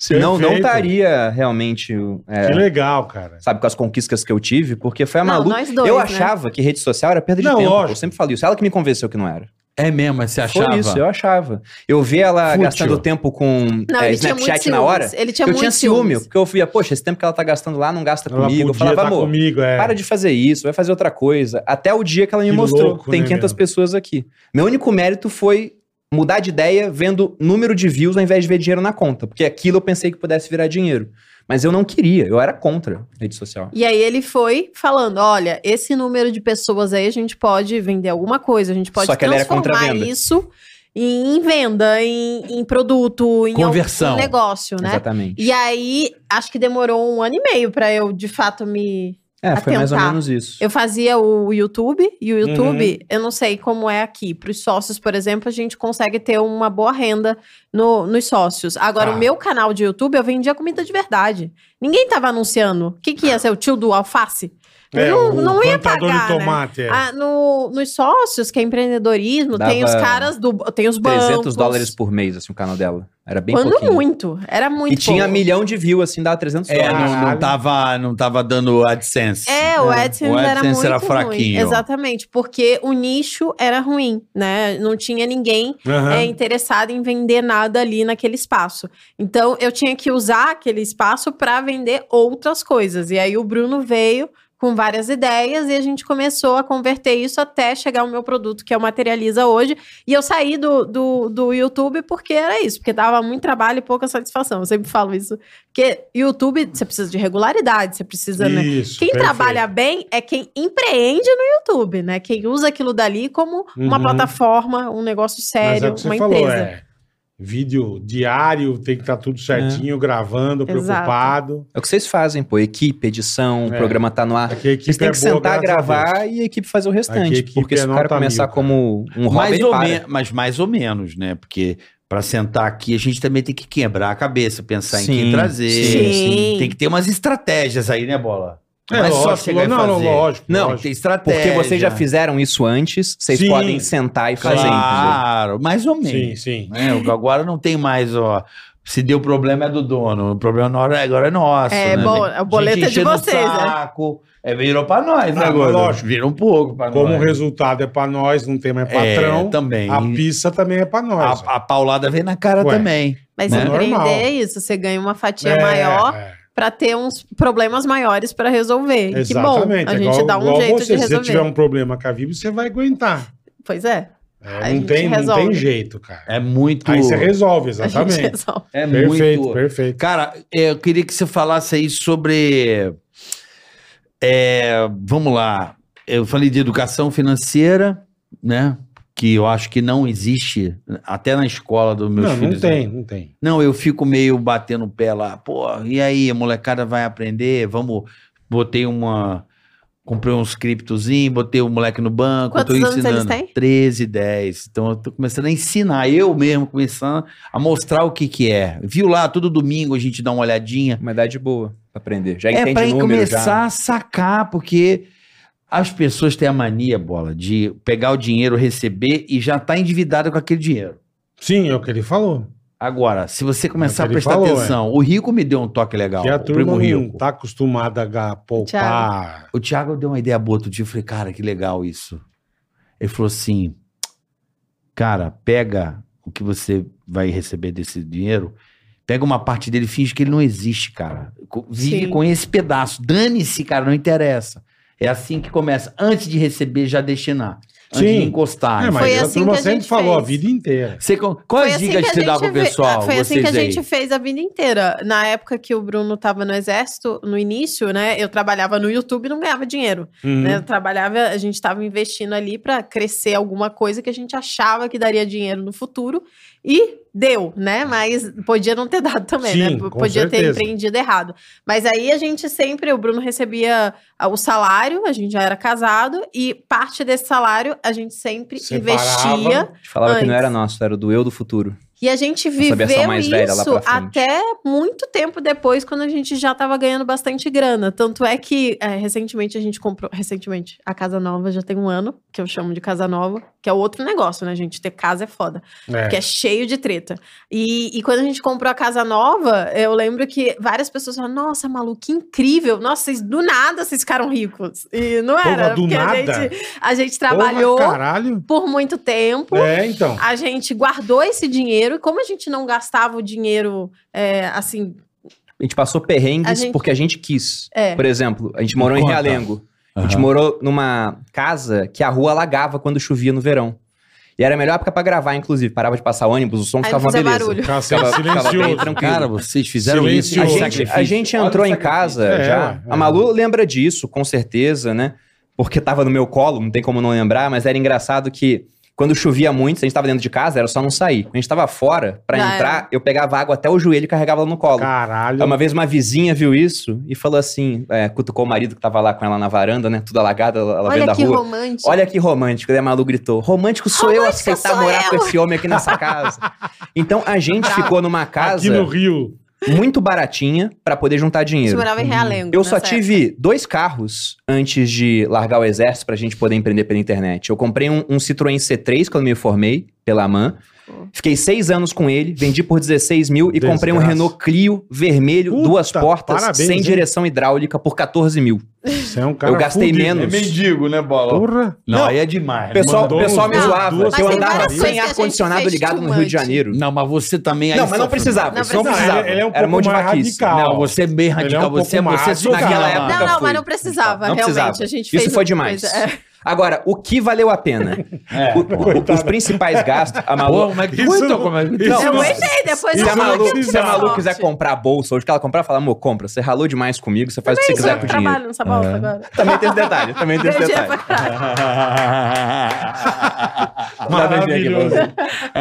Senão não Perfeito. estaria realmente, é, Que legal, cara. sabe, com as conquistas que eu tive, porque foi a Não, Malu. nós dois, eu né? achava que rede social era perda de Não, tempo. lógico. Eu sempre falo isso. Ela que me convenceu que não era. É mesmo, mas você achava? Foi isso, eu achava. Eu vi ela Fútil. gastando tempo com Não, é, ele tinha muito Snapchat ciúmes. na hora. Ele tinha eu muito tinha ciúme, porque eu fui, poxa, esse tempo que ela tá gastando lá não É. gasta Ela comigo. Eu podia falava, estar amor, comigo, é. para de fazer isso, vai fazer outra coisa. Até o dia que ela me Que mostrou. louco, Tem né, 500 meu? pessoas aqui. Meu único mérito foi mudar de ideia vendo número de views ao invés de ver dinheiro na conta. Porque aquilo eu pensei que pudesse virar dinheiro. Mas eu não queria, eu era contra rede social. E aí ele foi falando: olha, esse número de pessoas aí a gente pode vender alguma coisa, a gente pode Só que ela era transformar contra-venda. isso em venda, em, em produto, em Conversão. algum negócio, né? Exatamente. E aí, acho que demorou um ano e meio pra eu, de fato, me. É, foi mais ou atentar. menos isso. Eu fazia o YouTube, e Uhum. o YouTube, eu não sei como é aqui. Para os sócios, por exemplo, a gente consegue ter uma boa renda no- nos sócios. Agora, Ah. o meu canal de YouTube, eu vendia comida de verdade. Ninguém tava anunciando. O que, que ia ser o tio do alface? É, não, o não ia plantador pagar. de né? tomate. é. Ah, no- nos sócios, que é empreendedorismo, tem os Dava caras do. Tem os bancos. 300 dólares por mês, assim, o canal dela. Era bem Quando pouquinho. muito. Era muito e tinha pouco. milhão de views, assim, dava 300 É, dólares. não, não, tava, não tava dando AdSense. É, o AdSense, O era AdSense muito era fraquinho. ruim. Exatamente, porque o nicho era ruim, né? Não tinha ninguém Aham. é, interessado em vender nada ali naquele espaço. Então, eu tinha que usar aquele espaço para vender outras coisas. E aí o Bruno veio com várias ideias e a gente começou a converter isso até chegar o meu produto, que é o Materializa hoje. E eu saí do, do, do YouTube porque era isso, porque dava muito trabalho e pouca satisfação. Eu sempre falo isso. Porque YouTube, você precisa de regularidade, você precisa, né? Isso, Quem perfeito. trabalha bem é quem empreende no YouTube, né? Quem usa aquilo dali como uma Uhum. plataforma, um negócio Mas é sério, o que uma você falou, empresa. é. Vídeo diário, tem que estar tudo certinho, gravando, É. Exato. preocupado. É o que vocês fazem, pô. Equipe, edição, o É. programa tá no ar. Aqui a equipe Vocês têm é que boa, sentar, graças a Deus. gravar e a equipe fazer o Aqui a restante. equipe Porque se é o cara nota começar mil, cara. como um hobby, mais ele ou para. men- mas mais ou menos, né? Porque pra sentar aqui, a gente também tem que quebrar a cabeça, pensar em quem Sim, trazer. sim, sim. Tem que ter umas estratégias aí, né, Bola? É, lógico, não, não, lógico, Não, tem lógico. Porque estratégia. vocês já fizeram isso antes, vocês Sim. podem sentar e fazer. entendeu? Claro, mais ou Sim, menos. sim. né? Agora não tem mais, ó. Se deu problema é do dono, o problema na hora- agora é nosso. É, né? bom, o boleto Gente é de enchendo o vocês, né? saco, é. virou pra nós, né, Ah, agora? lógico. Virou um pouco pra Como o nós. resultado é pra nós, não tem mais É, patrão, também. a pizza também é pra nós. A, a paulada vem na cara Ué. também. Mas né? empreender Normal. é isso, você ganha uma fatia É, maior é. pra ter uns problemas maiores pra resolver. E Que Exatamente. bom, a é gente igual- dá um igual jeito você, de Se você resolver. tiver um problema com a Vivo, você vai aguentar. Pois é, É, A não, gente tem, não resolve. tem jeito, cara. É muito. Aí você resolve, a gente exatamente. resolve. É Perfeito, muito. perfeito. Cara, é, eu queria que você falasse aí sobre. é, vamos lá. Eu falei de educação financeira, né? que eu acho que não existe, até na escola dos meus Não, filhos. né? não tem, não tem. Não, eu fico meio batendo o pé lá. Pô, e aí, a molecada vai aprender? Vamos. Botei uma. Comprei um scriptozinho, botei o moleque no banco. Quantos tô anos eles ensinando. têm? 13, 10. Então eu tô começando a ensinar, eu mesmo começando a mostrar o que que é. Viu lá, todo domingo a gente dá uma olhadinha. Uma idade boa pra aprender. Já é entende pra número, começar já. a sacar, porque as pessoas têm a mania, bola, de pegar o dinheiro, receber e já tá endividada com aquele dinheiro. Sim, é o que ele falou. Agora, se você começar a É o que ele prestar falou, atenção, o Rico me deu um toque legal, que a o primo turma não Rico. tá acostumada a poupar. O Thiago deu uma ideia boa outro dia, eu falei, cara, que legal isso. Ele falou assim, cara, pega o que você vai receber desse dinheiro, pega uma parte dele e finge que ele não existe, cara. Co- Vive Sim. com esse pedaço, dane-se, cara, não interessa. É assim que começa, antes de receber, já destinar. Antes Sim. de encostar. É, mas Foi a assim turma que a sempre gente falou a fez. vida inteira. Você, con- quais assim dicas que a você dá gente pro ve- pessoal? Ah, Foi assim que a vocês aí? gente fez a vida inteira. Na época que o Bruno tava no exército, no início, né? Eu trabalhava no YouTube e não ganhava dinheiro. Uhum. né? Eu trabalhava, a gente tava investindo ali pra crescer alguma coisa que a gente achava que daria dinheiro no futuro. E deu, né? Mas podia não ter dado também, Sim, né? com P- Podia ter certeza. empreendido errado. Mas aí a gente sempre, o Bruno recebia ah, o salário, a gente já era casado, e parte desse salário a gente sempre Separava. investia. A gente falava que não Antes. era nosso, era do eu do futuro. E a gente Essa versão viveu mais isso velha lá pra frente. até muito tempo depois, quando a gente já tava ganhando bastante grana. Tanto é que é, recentemente a gente comprou. Recentemente, a Casa Nova já tem um ano, que eu chamo de Casa Nova, que é outro negócio, né, gente? Ter casa é foda, É. que é cheio de treta. E, e quando a gente comprou a Casa Nova, eu lembro que várias pessoas falaram: Nossa, Malu, que incrível! Nossa, vocês, do nada vocês ficaram ricos. E não Porra, era, do porque nada? a gente, a gente Porra, trabalhou caralho. por muito tempo. É, então. A gente guardou esse dinheiro e como a gente não gastava o dinheiro, é, assim, A gente passou perrengues A gente- porque a gente quis. é, Por exemplo, a gente morou em Conta. Realengo. A gente Aham. morou numa casa que a rua alagava quando chovia no verão. E era a melhor época pra gravar, inclusive. Parava de passar ônibus, o som aí ficava não uma fazia beleza. barulho. Cacete bem silencioso. tranquilo. Cara, vocês fizeram A isso. um Silencioso. gente, a gente Olha o entrou em sacrifício. casa É, já. é. A Malu lembra disso, com certeza, né? Porque tava no meu colo, não tem como não lembrar, mas era engraçado que quando chovia muito, se a gente tava dentro de casa, era só não sair. Quando a gente tava fora, pra Já entrar, era. eu pegava água até o joelho e carregava ela no colo. Aí Caralho. É Uma vez uma vizinha viu isso e falou assim: é, cutucou o marido que tava lá com ela na varanda, né? Tudo alagado, ela ela vendo Olha a que rua. romântico. Olha que romântico, daí a Malu gritou. Romântico sou eu Romântico aceitar sou morar eu." com esse homem aqui nessa casa. então a gente ficou numa Aqui no casa Rio. muito baratinha pra poder juntar a gente dinheiro. morava em Realengo. Eu só nessa época. tive dois carros antes de largar o exército pra gente poder empreender pela internet. Eu comprei um, um Citroën C3 quando me formei pela AMAN. Fiquei seis anos com ele, vendi por 16 mil e Desgraça. comprei um Renault Clio vermelho, Puta, duas portas, parabéns, sem hein? direção hidráulica, por 14 mil. Você é um cara Eu gastei fudido. menos. É mendigo, né, bola? Porra. Não, Não, aí é demais. O pessoal, mandou o pessoal uns me dois, zoava, duas eu Mas tem andava várias coisas sem que a gente ar-condicionado fez ligado no tumante. Rio de Janeiro. Não, mas você também. aí Não, mas não sofre. precisava. Não Isso não precisava. precisava. Ele- ele é um Era um monte de pouco mais vaquice. radical. Não, você é bem radical. Ele é um você é pouco você mais sou radical. daquela Naquela Não, época não, foi. mas não precisava, Não realmente. precisava. A gente fez Isso foi outra demais. coisa. É. Agora, o que valeu a pena? É, O- o- os principais gastos, a Malu. Pô, mas Isso Muito, não- como é que- isso Eu não- aguentei, depois Se Isso a eu não Malu, falei que eu se a precisava. tive Malu sorte. quiser comprar a bolsa, hoje que ela comprar, fala, amor, compra, você ralou demais comigo, você faz o que você Isso, quiser com eu o dinheiro. É. trabalho nessa bosta agora. Também tem esse detalhe, também tem esse Ganhei detalhe. dinheiro pra caralho. Ah, Maravilhoso.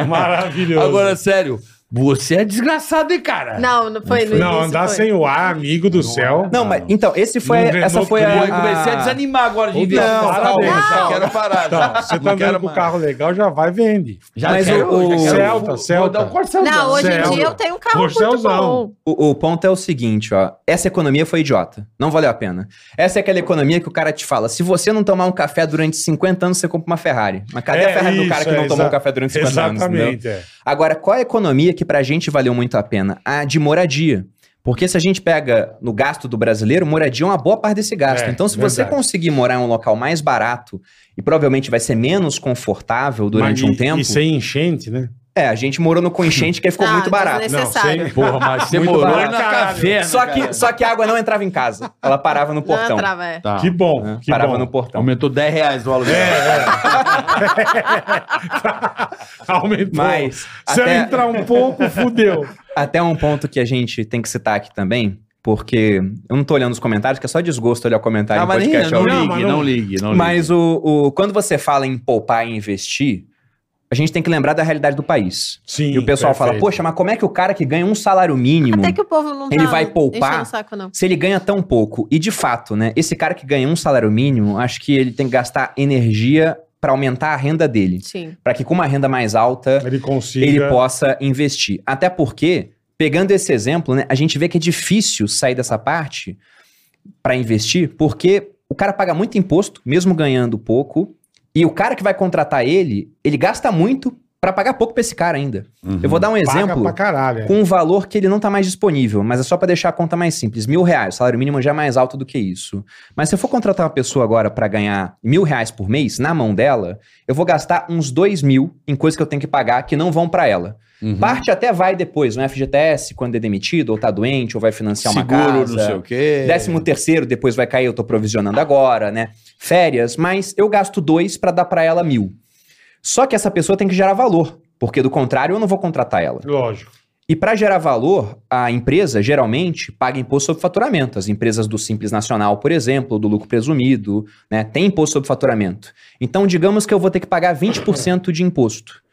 Maravilhoso. Agora, sério, você é desgraçado, hein, cara? Não, não foi no não, início, andar foi. sem o ar, amigo do céu. Não, mas então, esse foi, Não essa Renault foi a... Clio, Eu comecei a desanimar agora de Não, investir. parabéns. Já Não. quero parar. Então, você tá andando com um carro legal, já vai e vende. Já Mas quero, o- já quero. Celta, Vou- Vou Celta. dar um corte Celta. Não, hoje em Zelda. dia eu tenho um carro Poxa, muito Zelzão. bom. O, o ponto é o seguinte, ó. Essa economia foi idiota. Não valeu a pena. Essa é aquela economia que o cara te fala: se você não tomar um café durante 50 anos, você compra uma Ferrari. Mas cadê É a Ferrari do isso, cara que é, não tomou exa- um café durante 50 anos? entendeu? Exatamente. é. Agora, qual é a economia que pra gente valeu muito a pena? A de moradia. Porque se a gente pega no gasto do brasileiro, moradia é uma boa parte desse gasto. É, então, se você verdade. conseguir morar em um local mais barato e provavelmente vai ser menos confortável durante Mas um e- tempo. E sem enchente, né? É, a gente morou no conchente que aí ficou Ah, muito barato. Necessário. sem- Porra, mas você Muito morou barato. na caverna. Só que, cara. só que a água não entrava em casa. Ela parava no Não portão. entrava, é. Tá. Que bom, né? que Parava bom. no portão. Então, Aumentou 10 reais o aluguel. Aumentou. Mas Se até, ela entrar um pouco, fudeu. até um ponto que a gente tem que citar aqui também, porque eu não tô olhando os comentários, que é só desgosto olhar o comentário Ah, em mas nem- podcast. não, ao Não, ligue, mas não não- ligue, não ligue. Mas o, o- quando você fala em poupar e investir, a gente tem que lembrar da realidade do país. Sim. e o pessoal fala, perfeito. poxa, mas como é que o cara que ganha um salário mínimo, Até que o povo não Ele tá vai poupar? enchendo o saco, não. se ele ganha tão pouco? E de fato, né, esse cara que ganha um salário mínimo, acho que ele tem que gastar energia pra aumentar a renda dele, Sim. Pra que com uma renda mais alta Ele consiga. ele possa investir. Até porque, pegando esse exemplo, né, a gente vê que é difícil sair dessa parte para investir, porque o cara paga muito imposto, mesmo ganhando pouco, e o cara que vai contratar ele, ele gasta muito para pagar pouco pra esse cara ainda. Uhum. Eu vou dar um Paga exemplo pra caralho. é. com um valor que ele não tá mais disponível, mas é só para deixar a conta mais simples. Mil reais, o salário mínimo já é mais alto do que isso. Mas se eu for contratar uma pessoa agora para ganhar mil reais por mês na mão dela, eu vou gastar uns dois mil em coisas que eu tenho que pagar que não vão para ela. Parte até vai depois, um no FGTS, quando é demitido, ou tá doente, ou vai financiar uma Seguro, casa. É. não é. sei o quê. Décimo terceiro, depois vai cair, eu tô provisionando agora, né? Férias, mas eu gasto dois pra dar pra ela mil. Só que essa pessoa tem que gerar valor, porque do contrário eu não vou contratar ela. Lógico. E para gerar valor, a empresa geralmente paga imposto sobre faturamento. As empresas do Simples Nacional, por exemplo, do lucro presumido, né, tem imposto sobre faturamento. Então, digamos que eu vou ter que pagar 20% de imposto.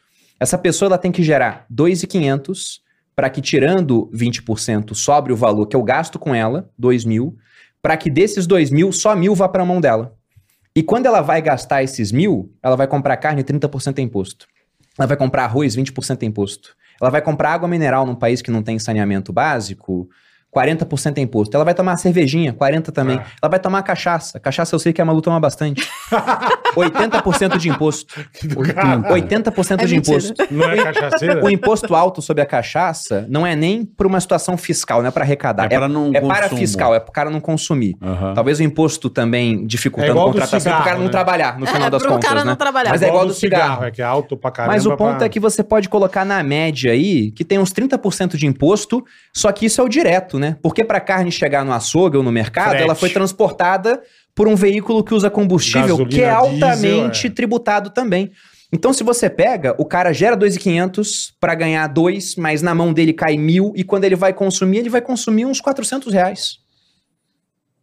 Essa pessoa ela tem que gerar 2,500 para que tirando 20% sobre o valor que eu gasto com ela, 2 mil, para que desses 2 mil, só mil vá para a mão dela. E quando ela vai gastar esses mil, ela vai comprar carne 30% é imposto. Ela vai comprar arroz 20% é imposto. Ela vai comprar água mineral num país que não tem saneamento básico, 40% é imposto. Ela vai tomar cervejinha, 40 também. Ah. Ela vai tomar cachaça. Cachaça eu sei que a Malu toma bastante. 80% de imposto. Cara, 80% É de mentira. imposto. não é cachaceira? O imposto alto sobre a cachaça não é nem por uma situação fiscal, não é para arrecadar. É, pra não é para consumo. fiscal, é para o cara não consumir. Tá Aham. Talvez o imposto também É dificultando a igual do contratação para o cigarro, cara não né? trabalhar no final é, das pro contas, cara né? não trabalhar. Mas é igual do cigarro. É que é alto pra caramba. Mas o ponto pra- é que você pode colocar na média aí que tem uns 30% de imposto, só que isso é o direto, né? Porque para carne chegar no açougue ou no mercado, Frete. ela foi transportada por um veículo que usa combustível, Gasolina, que é diesel, altamente é. tributado também. Então, se você pega, o cara gera 2,500 para ganhar 2, mas na mão dele cai mil, e quando ele vai consumir, ele vai consumir uns 400 reais.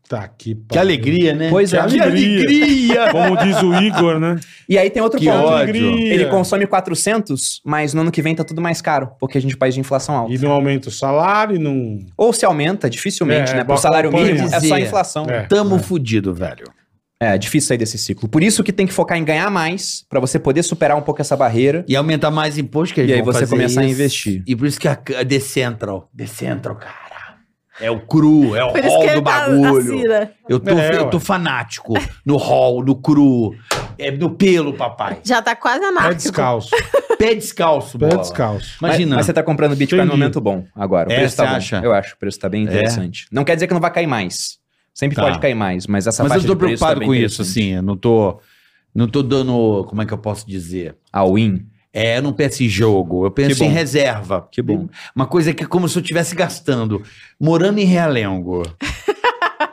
Tá aqui, pá. Que alegria, né? Pois que é. alegria. Como diz o Igor, né? E aí tem outro Que ponto. ódio. Ele consome 400, mas no ano que vem tá tudo mais caro, porque a gente país de inflação alta. E não aumenta o salário, não. Ou se aumenta, dificilmente, É, né? bom, Pro salário acompanha. mínimo, é só a Dizer. inflação. É. É. Tamo fudido, velho. difícil sair desse ciclo. Por isso que tem que focar em ganhar mais, pra você poder superar um pouco essa barreira. E aumentar mais imposto que eles E aí vão você fazer começar a isso. investir. E por isso que a, a Decentral. Decentral, cara. É o cru, é o Por isso que hall do ele tá assim, bagulho. né? eu, tô, É, eu tô fanático no hall, no cru. É no pelo, papai. Já tá quase Pé anárquico. descalço. Pé descalço, Pé bola. descalço. Imagina. Mas, mas você tá comprando Bitcoin no Entendi. momento bom agora. O É, preço tá você bom. acha? Eu acho, o preço tá bem interessante. Não quer dizer que não vai cair mais. Sempre Tá. pode cair mais, mas essa Mas parte eu tô de preço tá preocupado bem com isso, interessante. assim. Eu não tô. Não tô dando. Como é que eu posso dizer? A win. É, eu não penso em jogo, eu penso Que bom. em reserva. Que bom. Uma coisa que é como se eu estivesse gastando. Morando em Realengo.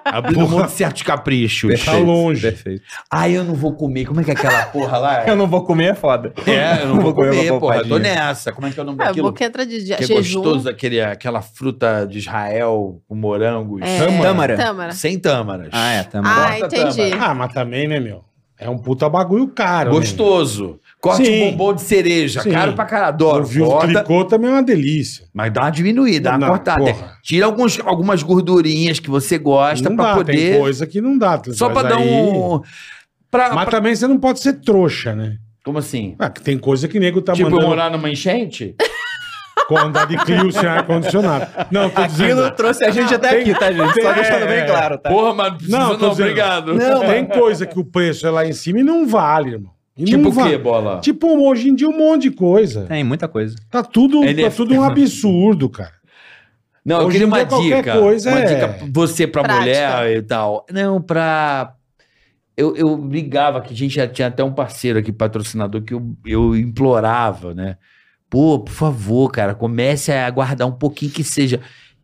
Abrindo um monte de certos caprichos. Tá longe. Perfeito. Ah, eu não vou comer. Como é que é aquela porra lá? Eu não vou comer, é foda. É, eu não vou comer, uma porra. poupadinha. Tô nessa. Como é que é o nome É, daquilo? boca entra de Que é jejum. gostoso, aquele, aquela fruta de Israel com morangos. né? É, Tâmara. Tâmara. Sem tâmaras. Ah, é, também. Ah, Corta, entendi. Ah, mas também, né, meu? É um puta bagulho caro. né? Gostoso. Corte Sim. um bombom de cereja. Sim. Caro pra caralho. Eu Adoro. vi o Corta, tricô também é uma delícia. Mas dá uma diminuída, dá uma Não, cortada. porra. Tira alguns, algumas gordurinhas que você gosta não pra dá, tem poder. coisa que não dá. Só mas pra dar aí- um. Pra, Mas pra- também você não pode ser trouxa, né? Como assim? Ah, que tem coisa que nego tá tipo, eu mandando morar numa enchente? com andar de Clio sem ar-condicionado. Não, tô dizendo... trouxe a gente até aqui, tá, gente? Só deixando bem claro, tá? Porra, mas precisa Não, tô dizendo- Não, tem coisa que o preço é lá em cima e não vale, irmão. E Tipo não o quê, vale. bola? Tipo, hoje em dia um monte de coisa. Tem muita coisa. Tá tudo, Ele é- tá tudo um absurdo, cara. Não, eu Hoje queria em uma dia qualquer dica. coisa uma é- dica pra você pra Prática. mulher e tal. Não, pra. Eu, eu brigava que a gente já tinha até um parceiro aqui, patrocinador, que eu, eu implorava, né? Pô, por favor, cara, comece a guardar um pouquinho que seja.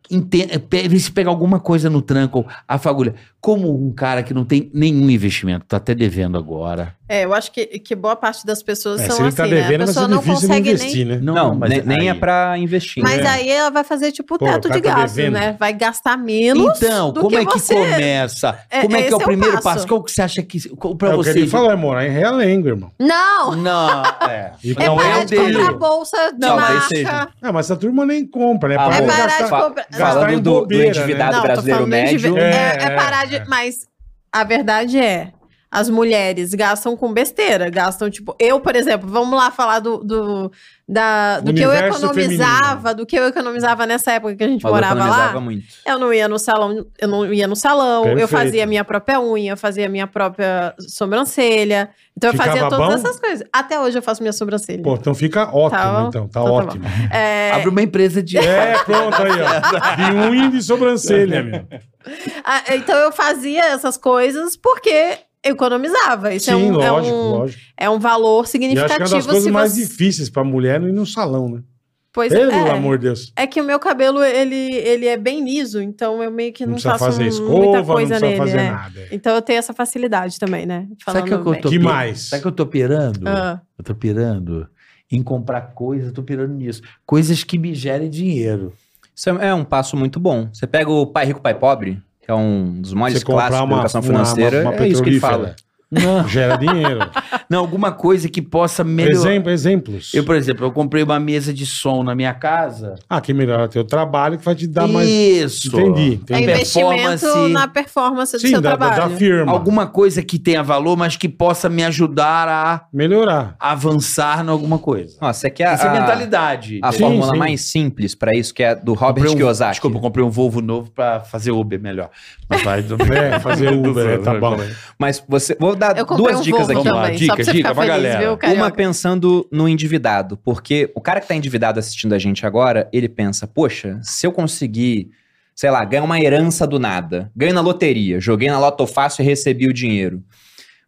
Ente- pe- Se pegar alguma coisa no tranco, a fagulha. Como um cara que não tem nenhum investimento, tá até devendo agora. É, eu acho que, que boa parte das pessoas É, são se ele assim, tá né? devendo, A mas pessoa é não difícil não consegue nem. investir, né? Não, ne- nem, é aí- pra investir. Mas né? aí ela vai fazer tipo o Pô, o teto cara de tá gasto, devendo. né? Vai gastar menos. Então, do como que é que você... começa? É, como é que é o esse é o primeiro passo. passo? Qual que você acha que. qual- Pra É o que você. ele falou, é morar em realengo, irmão. Não! Não, é. E É Não, parar é o de dele. comprar bolsa de Não, talvez marca. seja. Ah, mas essa turma nem compra, né? Ah, Pra bom. É não parar parar de gastar- comprar. gastar Falando em do- do bobeira, endividado. né? do brasileiro tô falando de médio. ve- É, É, é parar de. é. Mas a verdade é. As mulheres gastam com besteira, gastam tipo. Eu, por exemplo, vamos lá falar do, do, da- do que eu Universo economizava, feminino. do que eu economizava nessa época que a gente Falou, morava lá. economizava muito. Eu não ia no salão, eu não ia no salão, eu Perfeito. fazia minha própria unha, eu fazia minha própria sobrancelha. Então Ficava eu fazia todas bom? essas coisas. Até hoje eu faço minha sobrancelha. Pô, então fica ótimo, Tá, então. então Tá tá bom. ótimo. É, Abre uma empresa de. É, pronto aí, ó. De unha e de sobrancelha, meu. a- então eu fazia essas coisas porque eu economizava. Isso Sim, é, um, é lógico, um- lógico. é um valor E acho que é significativo uma das coisas se mais você. difíceis pra mulher não ir no salão, né? Pois é. Pelo amor de Deus. É que o meu cabelo ele, ele é bem liso, então eu meio que Não não, precisa faço fazer um- escova, muita não coisa precisa nele. fazer é. nada. é. Então eu tenho essa facilidade também, né? Falando Sabe o que, bem. eu tô Tá Que pi- mais? Sabe que eu tô pirando? Ah. Eu tô pirando em comprar coisas, eu tô pirando nisso. Coisas que me gerem dinheiro. Isso é é um passo muito bom. Você pega o Pai Rico, Pai Pobre, que é um dos maiores Você comprar clássicos uma- da educação uma- financeira, uma- uma é isso que ele petrolífera. fala. Não, Gera dinheiro. não, alguma coisa que possa melhorar. Exemplo, exemplos. Eu, por exemplo, eu comprei uma mesa de som na minha casa. Ah, que melhora teu trabalho que vai te dar mais. Isso. Entendi. É entendi. Tem investimento performance. na performance do Sim, seu da, da, trabalho. da firma. Alguma coisa que tenha valor, mas que possa me ajudar a Melhorar. avançar em alguma coisa. Nossa, é que a, Essa é a a, mentalidade. a entendeu? forma fórmula sim. mais simples pra isso, que é a do Robert Comprei um- Kiyosaki. Desculpa, eu comprei um Volvo novo pra fazer Uber melhor. Mas vai É, fazer Uber, né? é, tá bom. Mas você. Vou dar Eu comprei duas um dicas Volvo aqui. Vamos lá, também, só dica, pra você dica ficar pra feliz, galera. viu, Uma carioca? pensando no endividado, porque o cara que tá endividado assistindo a gente agora, ele pensa, poxa, se eu conseguir, sei lá, ganhar uma herança do nada, ganho na loteria, joguei na loto fácil e recebi o dinheiro.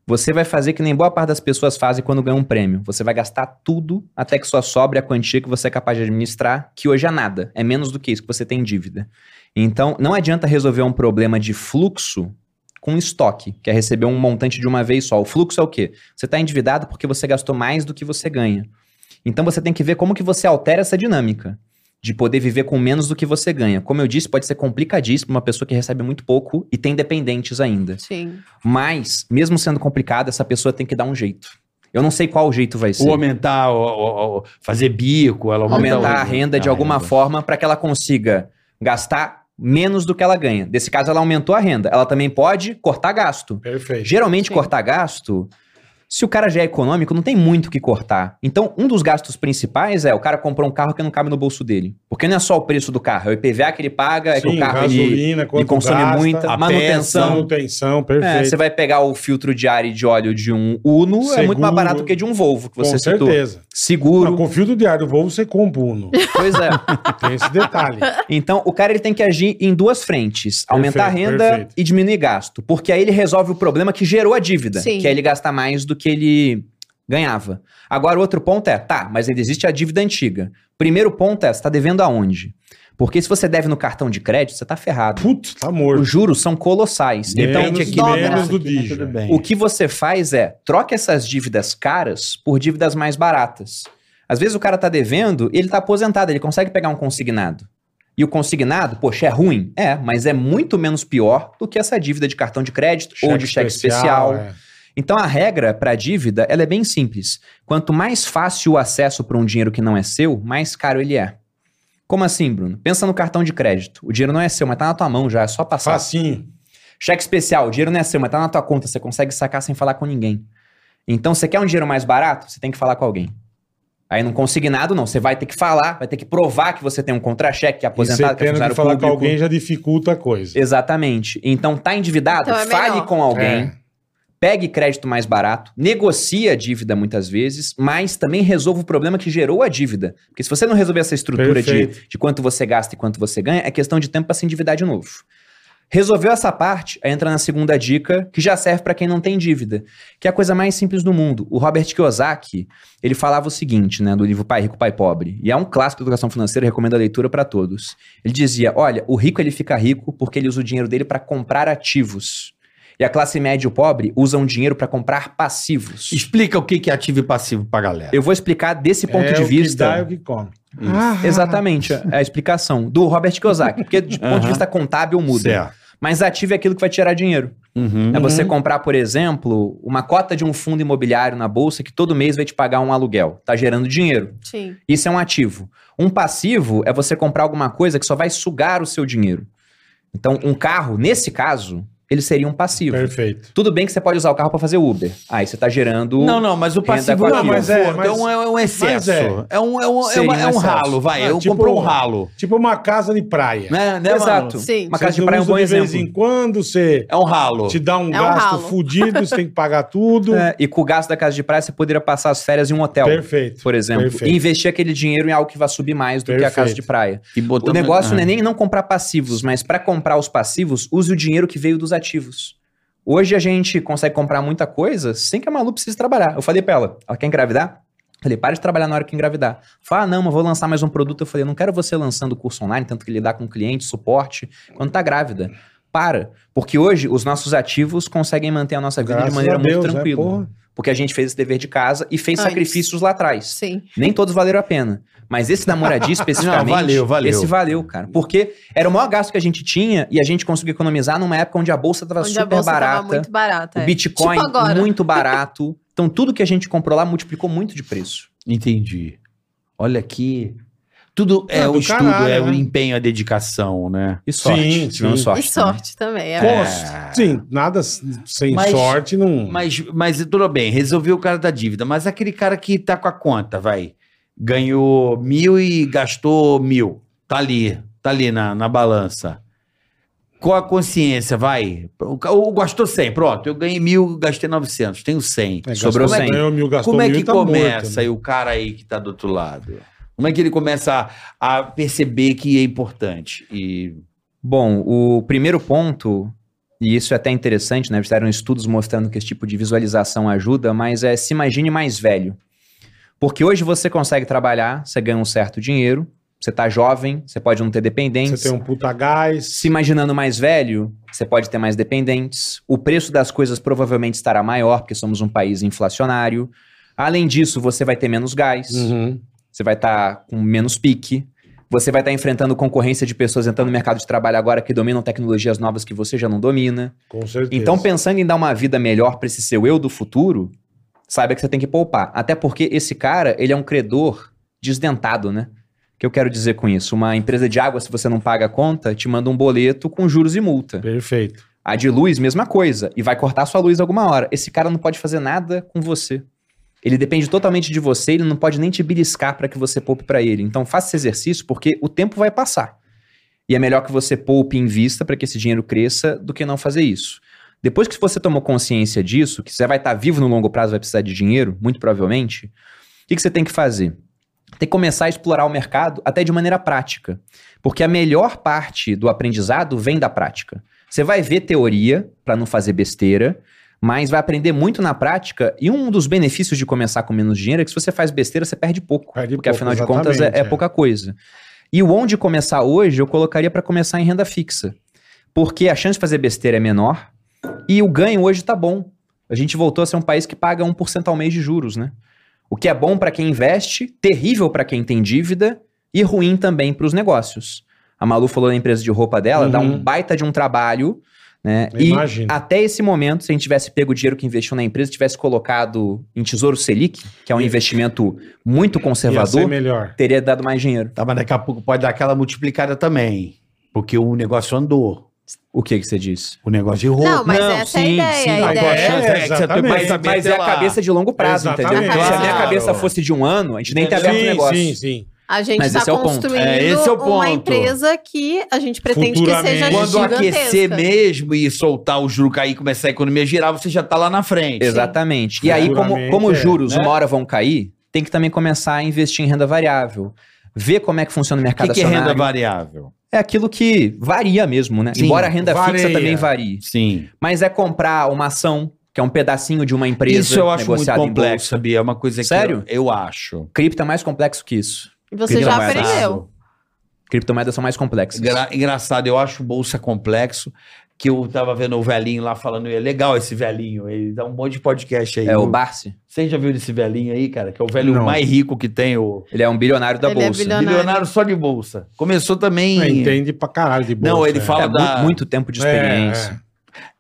Você vai fazer que nem boa parte das pessoas fazem quando ganha um prêmio. Você vai gastar tudo até que só sobre a quantia que você é capaz de administrar, que hoje é nada. É menos do que isso que você tem em dívida. Então, não adianta resolver um problema de fluxo com estoque, que é receber um montante de uma vez só. O fluxo é o quê? Você está endividado porque você gastou mais do que você ganha. Então você tem que ver como que você altera essa dinâmica de poder viver com menos do que você ganha. Como eu disse, pode ser complicadíssimo uma pessoa que recebe muito pouco e tem dependentes ainda. Sim. Mas, mesmo sendo complicado, essa pessoa tem que dar um jeito. Eu não sei qual jeito vai ser. Ou aumentar, ou, ou- ou fazer bico, ela aumenta o- aumentar Ah, é. a renda de a alguma renda. forma para que ela consiga gastar menos do que ela ganha. Desse caso, ela aumentou a renda. Ela também pode cortar gasto. Perfeito. Geralmente, Sim. cortar gasto, se o cara já é econômico, não tem muito o que cortar. Então, um dos gastos principais é o cara comprou um carro que não cabe no bolso dele. Porque não é só o preço do carro, é o IPVA que ele paga, é que o carro ele, quanto ele consome gasta, muita a manutenção. Manutenção, É, perfeito. você vai pegar o filtro de ar e de óleo de um Uno, é muito mais Seguro. barato que de um Volvo, que você Com citou. um certeza. Não, Seguro. com o fio do diário do voo você compra uno. Pois é. Tem esse detalhe. Então, o cara ele tem que agir em duas frentes: aumentar a Perfeito, renda perfeito. e diminuir gasto. Porque aí ele resolve o problema que gerou a dívida, Sim. que é ele gastar mais do que ele ganhava. Agora, o outro ponto é: tá, mas ainda existe a dívida antiga. Primeiro ponto é: você tá devendo aonde? Porque se você deve no cartão de crédito, você tá ferrado. Putz, tá morto. Os juros são colossais. Menos, então, aqui, dobra. menos do Aqui, né, Dija. tudo bem. O que você faz é troca essas dívidas caras por dívidas mais baratas. Às vezes o cara tá devendo e ele tá aposentado, ele consegue pegar um consignado. E o consignado, poxa, é ruim? É, mas é muito menos pior do que essa dívida de cartão de crédito ou de cheque especial. é. Então a regra para dívida, ela é bem simples. Quanto mais fácil o acesso para um dinheiro que não é seu, mais caro ele é. Como assim, Bruno? Pensa no cartão de crédito. O dinheiro não é seu, mas tá na tua mão já, é só passar. Facinho. Cheque especial, o dinheiro não é seu, mas tá na tua conta, você consegue sacar sem falar com ninguém. Então, você quer um dinheiro mais barato? Você tem que falar com alguém. Aí não consignado, não. Você vai ter que falar, vai ter que provar que você tem um contra-cheque, que é E Você aposentado, que é tendo que funcionário falar público. com alguém já dificulta a coisa. Exatamente. Então, tá endividado? Então é fale melhor. com alguém. É. Pegue crédito mais barato, negocie a dívida muitas vezes, mas também resolva o problema que gerou a dívida. Porque se você não resolver essa estrutura de, Perfeito. de quanto você gasta e quanto você ganha, é questão de tempo para se endividar de novo. Resolveu essa parte, aí entra na segunda dica, que já serve para quem não tem dívida, que é a coisa mais simples do mundo. O Robert Kiyosaki, ele falava o seguinte, né, do livro Pai Rico, Pai Pobre, e é um clássico da educação financeira, recomendo a leitura para todos. Ele dizia: "Olha, o rico ele fica rico porque ele usa o dinheiro dele para comprar ativos. E a classe média e o pobre usam dinheiro para comprar passivos. Explica o que que é ativo e passivo pra galera. Eu vou explicar desse ponto É de o que vista. dá é o que come. Ah, Isso. Exatamente, é a explicação do Robert Kiyosaki. Porque do ponto de Aham. vista contábil muda. Certo. Mas ativo é aquilo que vai tirar dinheiro. Uhum. É você comprar, por exemplo, uma cota de um fundo imobiliário na bolsa que todo mês vai te pagar um aluguel. Tá gerando dinheiro. Sim. Isso é um ativo. Um passivo é você comprar alguma coisa que só vai sugar o seu dinheiro. Então, um carro, nesse caso, ele seria um passivo. Perfeito. Tudo bem que você pode usar o carro para fazer Uber. Aí você tá gerando. Não, não, mas o Renda passivo com é, um ativo. Mas é, conforto, é um, mas- é um excesso. é. É, um, é, um, é, Seria uma- um é um excesso. ralo, vai. Ah, eu tipo- comprei um ralo. Tipo uma casa de praia. Né, né, Exato. mano? Sim. Uma casa de Você praia é um usa bom de vez exemplo. em quando, você É um ralo. te dá um um gasto ralo. fudido, você tem que pagar tudo. É, e com o gasto da casa de praia, você poderia passar as férias em um hotel, Perfeito. por exemplo. Perfeito. E investir aquele dinheiro em algo que vai subir mais do que a casa Perfeito. de praia. E O botando- negócio Ah. não é nem não comprar passivos, mas para comprar os passivos, use o dinheiro que veio dos ativos. Hoje a gente consegue comprar muita coisa sem que a Malu precise trabalhar. Eu falei pra ela, ela quer engravidar? Eu Falei, para de trabalhar na hora que engravidar. Fala, ah, não, mas vou lançar mais um produto. Eu falei, não quero você lançando curso online, tanto que lidar com cliente, suporte, quando tá grávida. Para, porque hoje os nossos ativos conseguem manter a nossa vida Graças de maneira a Deus, muito né? tranquila. Porra. porque a gente fez esse dever de casa e fez Antes. sacrifícios lá atrás. Sim. Nem todos valeram a pena. Mas esse da moradia especificamente. Não, valeu, valeu. Esse valeu, cara. Porque era o maior gasto que a gente tinha e a gente conseguiu economizar numa época onde a bolsa tava Onde super a bolsa barata. tava muito barata. O é. Bitcoin Tipo agora. muito barato. Então tudo que a gente comprou lá multiplicou muito de preço. Entendi. Olha aqui. Tudo é Ah, o do estudo, caralho, é o né? empenho, a dedicação, né? E sorte. Sim, tivemos sim. sorte. E sorte também. É. Pô, Ah. É. Sim, nada s- sem Mas- sorte não. É. Mas, mas tudo bem, resolveu o cara da dívida, mas aquele cara que tá com a conta, vai, ganhou mil e gastou mil, tá ali, tá ali na, na balança. Qual a consciência, vai? O, ca- o gastou 100, pronto, eu ganhei mil, gastei 900, tenho 100, É, sobrou gastou- 100. Ganhou mil, gastou Como é mil que e tá começa morto, né? aí o cara aí que tá do outro lado? Como é que ele começa a, a perceber que é importante? E... Bom, o primeiro ponto, e isso é até interessante, né? Fizeram estudos mostrando que esse tipo de visualização ajuda, mas é se imagine mais velho. Porque hoje você consegue trabalhar, você ganha um certo dinheiro, você tá jovem, você pode não ter dependência. Você tem um puta gás. Se imaginando mais velho, você pode ter mais dependentes. O preço das coisas provavelmente estará maior, porque somos um país inflacionário. Além disso, você vai ter menos gás, Uhum. você vai estar com menos pique, você vai estar enfrentando concorrência de pessoas entrando no mercado de trabalho agora que dominam tecnologias novas que você já não domina. Com certeza. Então, pensando em dar uma vida melhor para esse seu eu do futuro, saiba que você tem que poupar. Até porque esse cara, ele é um credor desdentado, né? O que eu quero dizer com isso? Uma empresa de água, se você não paga a conta, te manda um boleto com juros e multa. Perfeito. A de luz, mesma coisa. E vai cortar sua luz alguma hora. Esse cara não pode fazer nada com você. Ele depende totalmente de você, ele não pode nem te beliscar para que você poupe para ele. Então faça esse exercício porque o tempo vai passar. E é melhor que você poupe e invista para que esse dinheiro cresça do que não fazer isso. Depois que você tomou consciência disso, que você vai estar vivo no longo prazo, vai precisar de dinheiro, muito provavelmente, o que, que você tem que fazer? Tem que começar a explorar o mercado até de maneira prática. Porque a melhor parte do aprendizado vem da prática. Você vai ver teoria para não fazer besteira, mas vai aprender muito na prática. E um dos benefícios de começar com menos dinheiro é que se você faz besteira, você perde pouco. Perde porque pouco, afinal de contas é, é exatamente, é. pouca coisa. E o onde começar hoje, eu colocaria para começar em renda fixa. Porque a chance de fazer besteira é menor e o ganho hoje tá bom. A gente voltou a ser um país que paga 1% ao mês de juros, né? O que é bom para quem investe, terrível para quem tem dívida e ruim também para os negócios. A Malu falou da empresa de roupa dela, Uhum. dá um baita de um trabalho, né? Eu E imagino. até esse momento, se a gente tivesse pego o dinheiro que investiu na empresa, tivesse colocado em Tesouro Selic, que é um investimento muito Ia ser conservador, melhor. teria dado mais dinheiro. Tá, mas daqui a pouco pode dar aquela multiplicada também, porque o negócio andou, O que que você disse? o negócio de roupa. Não, mas essa é a ideia, a mas ideia a é- chance né, que você tem exatamente. mais Mas, saber mas é a tá até lá. cabeça de longo prazo, entendeu? Exatamente, Se a minha claro. cabeça fosse de um ano, a gente nem teria aberto o negócio. Sim, sim. A gente Mas está esse é o ponto. construindo É, esse é o ponto. uma empresa que a gente pretende que Futuramente. seja Quando É gigantesca. aquecer mesmo e soltar o juro cair, começar a economia a girar, você já tá lá na frente. Exatamente. E aí, como, Futuramente, como os é, juros né? uma hora vão cair, tem que também começar a investir em renda variável. Ver como é que funciona O o que, mercado que é acionário. renda variável? É aquilo que varia mesmo, né? Sim, Embora a renda fixa varia. também varie. Sim. Mas é comprar uma ação, que é um pedacinho de uma empresa Isso eu acho muito negociada em complexo, bolsa. sabia? É uma coisa que Sério? eu, eu acho. Cripto é mais complexo que isso. Você já Criptomoedas. aprendeu. Criptomoedas são mais complexas. Engra- engraçado, eu acho bolsa complexo. que eu tava vendo o velhinho lá falando, é legal esse velhinho, ele dá um monte de podcast aí. É o Barsi. Você já viu esse velhinho aí, cara? Que é o velho Não. mais rico que tem, o Ele é um bilionário da Ele é bolsa. bilionário. milionário só de bolsa. Começou também... É, entende pra caralho de bolsa. Não, ele é. fala É, mu- da... muito tempo de É, experiência.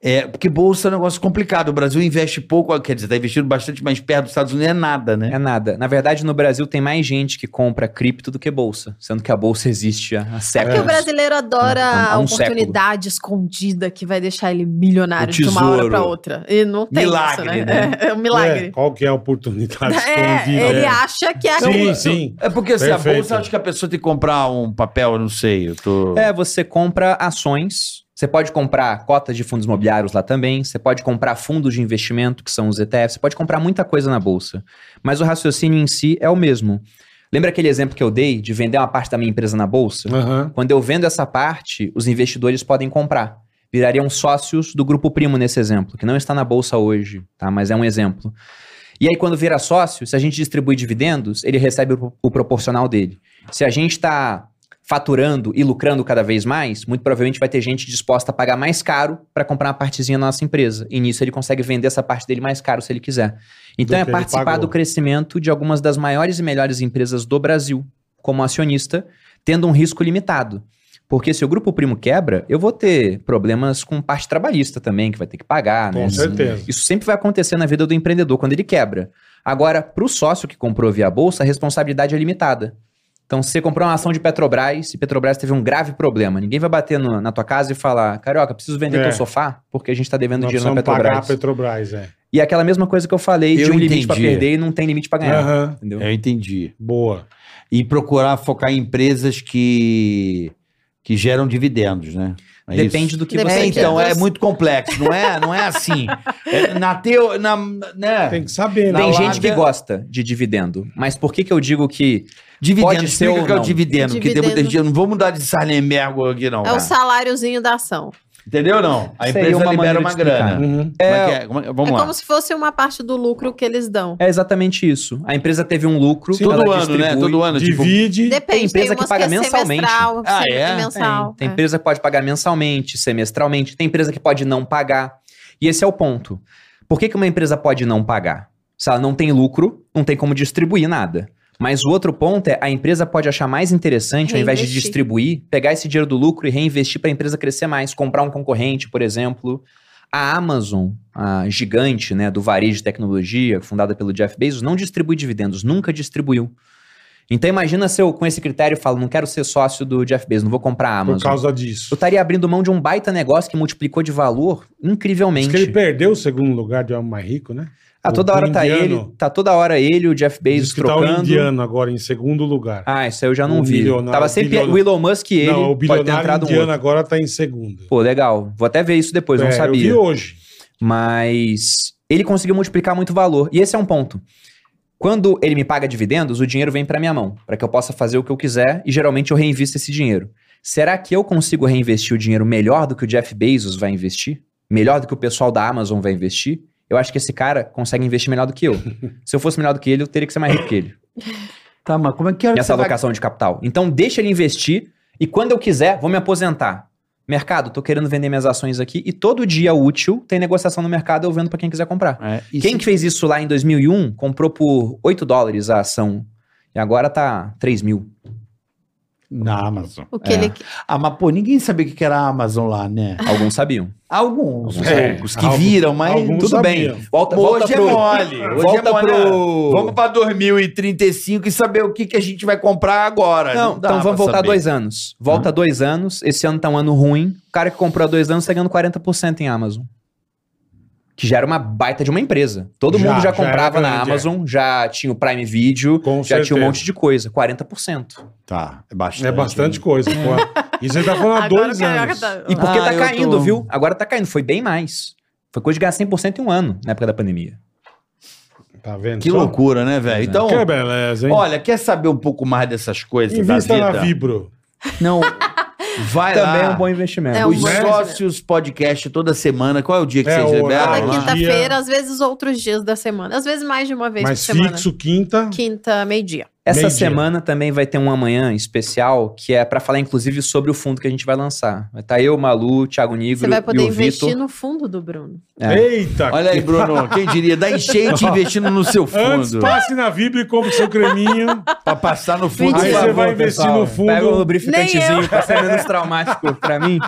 É, porque bolsa é um negócio complicado. O Brasil investe pouco, quer dizer, tá investindo bastante, mas perto dos Estados Unidos é nada, né? É nada. Na verdade, no Brasil tem mais gente que compra cripto do que bolsa, sendo que a bolsa existe há há É porque o séculos. brasileiro adora Há um- há a um oportunidade escondida que vai deixar ele milionário O de uma hora tesouro. pra outra. E não tem Milagre, isso, né? né? É, é um É, milagre. qual que é a oportunidade É, escondida? ele É. acha que é Sim, aquilo. sim. É porque assim, a Perfeito. bolsa, eu acho que a pessoa tem que comprar um papel, eu não sei, eu tô... É, você compra ações. Você pode comprar cotas de fundos imobiliários lá também. Você pode comprar fundos de investimento, que são os ETFs. Você pode comprar muita coisa na bolsa. Mas o raciocínio em si é o mesmo. Lembra aquele exemplo que eu dei de vender uma parte da minha empresa na bolsa? Aham. Quando eu vendo essa parte, os investidores podem comprar. Virariam sócios do grupo primo nesse exemplo, que não está na bolsa hoje, tá? Mas é um exemplo. E aí, quando vira sócio, se a gente distribui dividendos, ele recebe o, o proporcional dele. Se a gente está faturando e lucrando cada vez mais, muito provavelmente vai ter gente disposta a pagar mais caro para comprar uma partezinha da nossa empresa. E nisso ele consegue vender essa parte dele mais caro se ele quiser. Então Do é que ele participar pagou. do crescimento de algumas das maiores e melhores empresas do Brasil como acionista, tendo um risco limitado. Porque se o grupo primo quebra, eu vou ter problemas com parte trabalhista também, que vai ter que pagar, né? Com certeza. Isso sempre vai acontecer na vida do empreendedor quando ele quebra. Agora, para o sócio que comprou via bolsa, a responsabilidade é limitada. Então, se você comprou uma ação de Petrobras e Petrobras teve um grave problema, ninguém vai bater no- na tua casa e falar: Carioca, preciso vender É. teu sofá porque a gente está devendo Nós dinheiro na precisamos Petrobras. pagar a Petrobras, é. E é aquela mesma coisa que eu falei Eu de um limite para entendi. perder e não tem limite para ganhar. Aham. Entendeu? Eu entendi. Boa. E procurar focar em empresas que, que geram dividendos, né? É isso? Depende do que Depende você É, Sim, então, sim. é muito complexo, não é, não é assim. É, na teo, na, né? Tem que saber, né? Tem Na gente que lábia- gosta de dividendo, mas por que, que eu digo que Dividendo, Pode ser explica ou que é o não. dividendo, porque tem muita Dividendo. gente, não vou mudar de Sarnembergo aqui não. É o cara. saláriozinho da ação. Entendeu não? A Seria empresa uma libera maneira uma de explicar. grana. Uhum. Como é que é? Como é- vamos é lá. como se fosse uma parte do lucro que eles dão. é exatamente isso? A empresa teve um lucro, Sim, ela Todo ano, né? distribui. Todo ano, tipo, Divide. Tem Depende, tem, empresa que umas que, paga é mensalmente. semestral, Ah, sem- é? mensal. Tem, tem é. empresa que pode pagar mensalmente, semestralmente, tem empresa que pode não pagar. E esse é o ponto. Por que, que uma empresa pode não pagar? Se ela não tem lucro, não tem como distribuir nada. Mas o outro ponto é a empresa pode achar mais interessante, ao invés de Reinvestir. distribuir, pegar esse dinheiro do lucro e reinvestir para a empresa crescer mais, comprar um concorrente, por exemplo. A Amazon, a gigante né, do varejo de tecnologia, fundada pelo Jeff Bezos, não distribui dividendos, nunca distribuiu. Então imagina se eu, com esse critério, falo, não quero ser sócio do Jeff Bezos, não vou comprar a Amazon. Por causa Eu disso. estaria abrindo mão de um baita negócio que multiplicou de valor incrivelmente. Diz que ele perdeu o segundo lugar de homem mais rico, né? Ah, toda o hora tá indiano. ele, tá toda hora ele, o Jeff Bezos Diz que tá o trocando. indiano agora em segundo lugar. ah, isso aí eu já não O vi. milionário, Tava sempre bilionário. o Elon Musk e ele. não, o pode ter bilionário entrado um indiano outro. agora tá em segundo. Pô, legal. Vou até ver isso depois, É, não sabia. Eu vi hoje. mas ele conseguiu multiplicar muito valor. E esse é um ponto. Quando ele me paga dividendos, o dinheiro vem para minha mão, para que eu possa fazer o que eu quiser e geralmente eu reinvisto esse dinheiro. Será que eu consigo reinvestir o dinheiro melhor do que o Jeff Bezos vai investir? Melhor do que o pessoal da Amazon vai investir? Eu acho que esse cara consegue investir melhor do que eu. Se eu fosse melhor do que ele, eu teria que ser mais rico que ele. Tá, mas como é que era Nessa que você vai- alocação de capital. Então, deixa ele investir e quando eu quiser, vou me aposentar. Mercado, tô querendo vender minhas ações aqui e todo dia útil tem negociação no mercado, eu vendo para quem quiser comprar. É, isso- Quem que fez isso lá em 2001 comprou por 8 dólares a ação e agora tá 3 mil. Na Amazon. O que É. ele Ah, mas pô, ninguém sabia o que que era a Amazon lá, né? Alguns sabiam. Alguns, É, poucos que alguns- viram, mas alguns tudo sabiam. bem. Volta, volta hoje pro- é mole. Hoje volta é mole. pro- Vamos pra 2035 e saber o que, que a gente vai comprar agora. Não, dá então pra vamos voltar saber. dois anos. Hum. Volta dois anos, esse ano tá um ano ruim. O cara que comprou há dois anos tá ganhando 40% em Amazon. Que já era uma baita de uma empresa. Todo Já, mundo já já era comprava na grande, é. Amazon, já tinha o Prime Video, Com já tinha certeza. um monte de coisa. 40%. Tá, é bastante. É bastante coisa. pô. Isso ele tá falando é há dois anos. E Tá... porque Ah, tá eu caindo, tô- viu? Agora tá caindo. Foi bem mais. Foi coisa de ganhar 100% em um ano na época da pandemia. Tá vendo? Que só? loucura, né, velho? Então, Que é beleza, hein? olha, quer saber um pouco mais dessas coisas Invista da na vida? Vibro. Não, vai Também lá. é um bom investimento. É um Os bom- sócios podcast toda semana. Qual é o dia que É, vocês o liberam? horário Toda lá? Vamos lá. quinta-feira, às vezes outros dias da semana. Às vezes mais de uma vez Mas por semana. fixo, quinta. Quinta, meio-dia. Essa Meio dia. semana também vai ter um amanhã especial, que é pra falar inclusive sobre o fundo que a gente vai lançar. Vai estar eu, Malu, Thiago Nigro Você vai e poder o Vitor. investir no fundo do Bruno. É. Eita! Olha aí, Bruno, quem diria? Dá enchente investindo no seu Antes fundo. passe na Vibra e compre seu creminho. Pra passar no fundo. Por aí você favor, vai investir pessoal, no Pega um fundo. Nem lubrificantezinho pra ser menos traumático pra mim.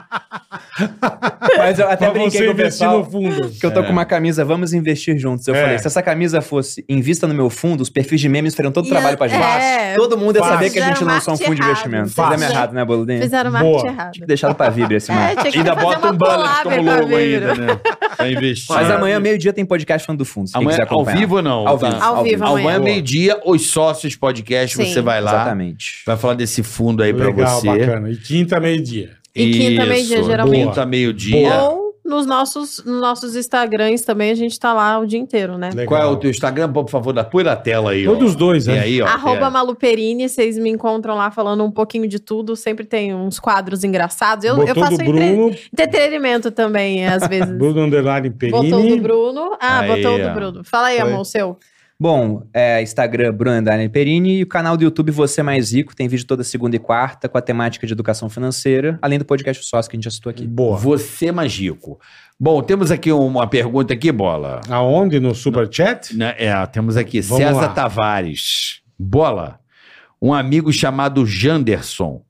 Mas eu até Pra brinquei você com o investir pessoal. no fundo. Que eu tô com uma camisa, vamos investir juntos. Eu É. falei, se essa camisa fosse invista no meu fundo, os perfis de memes fariam todo o E trabalho pra eu- gente. é. todo mundo ia Fácil. saber que a gente Fizeram lançou um fundo de marketing investimento. errado. Fizemos Fácil. errado, né, Boludinho? Fizeram É. Boa. marketing errado. Tinha que deixar pra Vibra esse É, mano. tinha que Ainda fazer bota uma um bullet collab como pra logo Vibra. ainda, né? Pra investir. Mas amanhã, meio-dia, tem podcast falando do fundo. se quem Amanhã, quiser ao acompanhar. vivo ou não? Ao Tá. vivo. Ao vivo Amanhã, amanhã. meio-dia, os sócios podcast, Sim. você vai lá. Exatamente. Vai falar desse fundo aí pra Legal, você. bacana. E quinta, meio-dia. E quinta, meio-dia, Isso, geralmente. Quinta, meio-dia. Ou nos nossos, nos nossos Instagrams também, a gente tá lá o dia inteiro, né? Legal. Qual é o teu Instagram? Pô, Por favor, dá- põe na tela aí. ó. Todos os dois, E né? aí, ó. Arroba é. Maluperini, vocês me encontram lá falando um pouquinho de tudo. Sempre tem uns quadros engraçados. Eu, eu Botou faço do entre- Bruno, entretenimento também, às vezes. Bruno Underline Botou do Perini. Bruno. Ah, Aí, botou ó. do Bruno. Fala aí, Foi. amor, o seu. Bom, é, Instagram, Bruno Andrade Perini. E o canal do YouTube Você Mais Rico. Tem vídeo toda segunda e quarta com a temática de educação financeira. Além do podcast Sócio que a gente já citou aqui. Boa. Você magico. Bom, temos aqui uma pergunta aqui, bola. Aonde? No Superchat? Né, É, temos aqui Vamos César lá. Tavares. Bola. Um amigo chamado Janderson.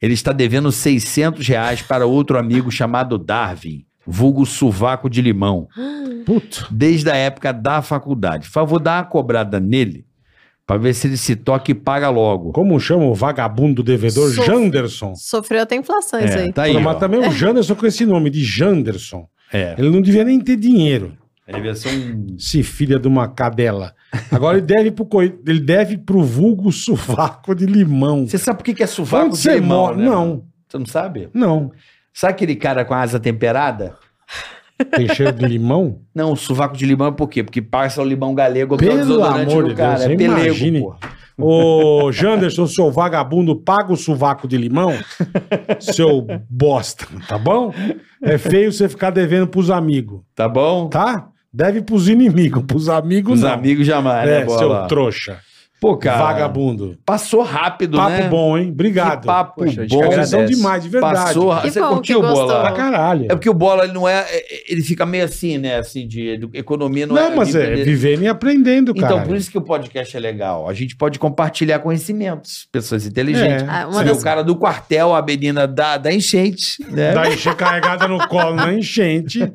Ele está devendo 600 reais para outro amigo chamado Darwin, vulgo sovaco de limão, Puta. desde a época da faculdade. Favor, dá uma cobrada nele para ver se ele se toca e paga logo. Como chama o vagabundo devedor? Sou- Janderson. Sofreu até inflação isso É, aí. tá aí. Pô, mas ó. também o Janderson com esse nome de Janderson. É, Ele não devia nem ter dinheiro. ele devia ser um. Se filha de uma cadela. Agora ele deve pro, coi- ele deve pro vulgo sovaco de limão. Você sabe por que que é sovaco Onde de você limão? mora? né? Não. Você não sabe? Não. Sabe aquele cara com a asa temperada? Tem cheiro de limão? Não, sovaco de limão é por quê? Porque passa o limão galego que é o Pelo desodorante amor do de cara. Deus, é você pelego, imagine. pô. Ô, Janderson, seu vagabundo, paga o sovaco de limão, seu bosta, tá bom? É feio você ficar devendo pros amigos, Tá bom? tá? Deve pros inimigos, pros amigos Os não. amigos jamais, é, né, seu bola? trouxa, Pô, cara. vagabundo. Passou rápido, Papo né? bom, hein? Obrigado. Que papo Poxa, a gente bom. que Vocês são agradece. demais, de é verdade. Passou Que rápido. Você bom que curtiu, gostou. Pra bola? caralho. É porque o bola ele não é. Ele fica meio assim, né? Assim, de edu- economia não, não, é. mas é vida dele. vivendo e aprendendo, cara. Então, por isso que o podcast é legal. A gente pode compartilhar conhecimentos, pessoas inteligentes. É. Ah, uma Você vê das- o cara do quartel, a menina da, da enchente, né? Daí enche carregada no colo na enchente,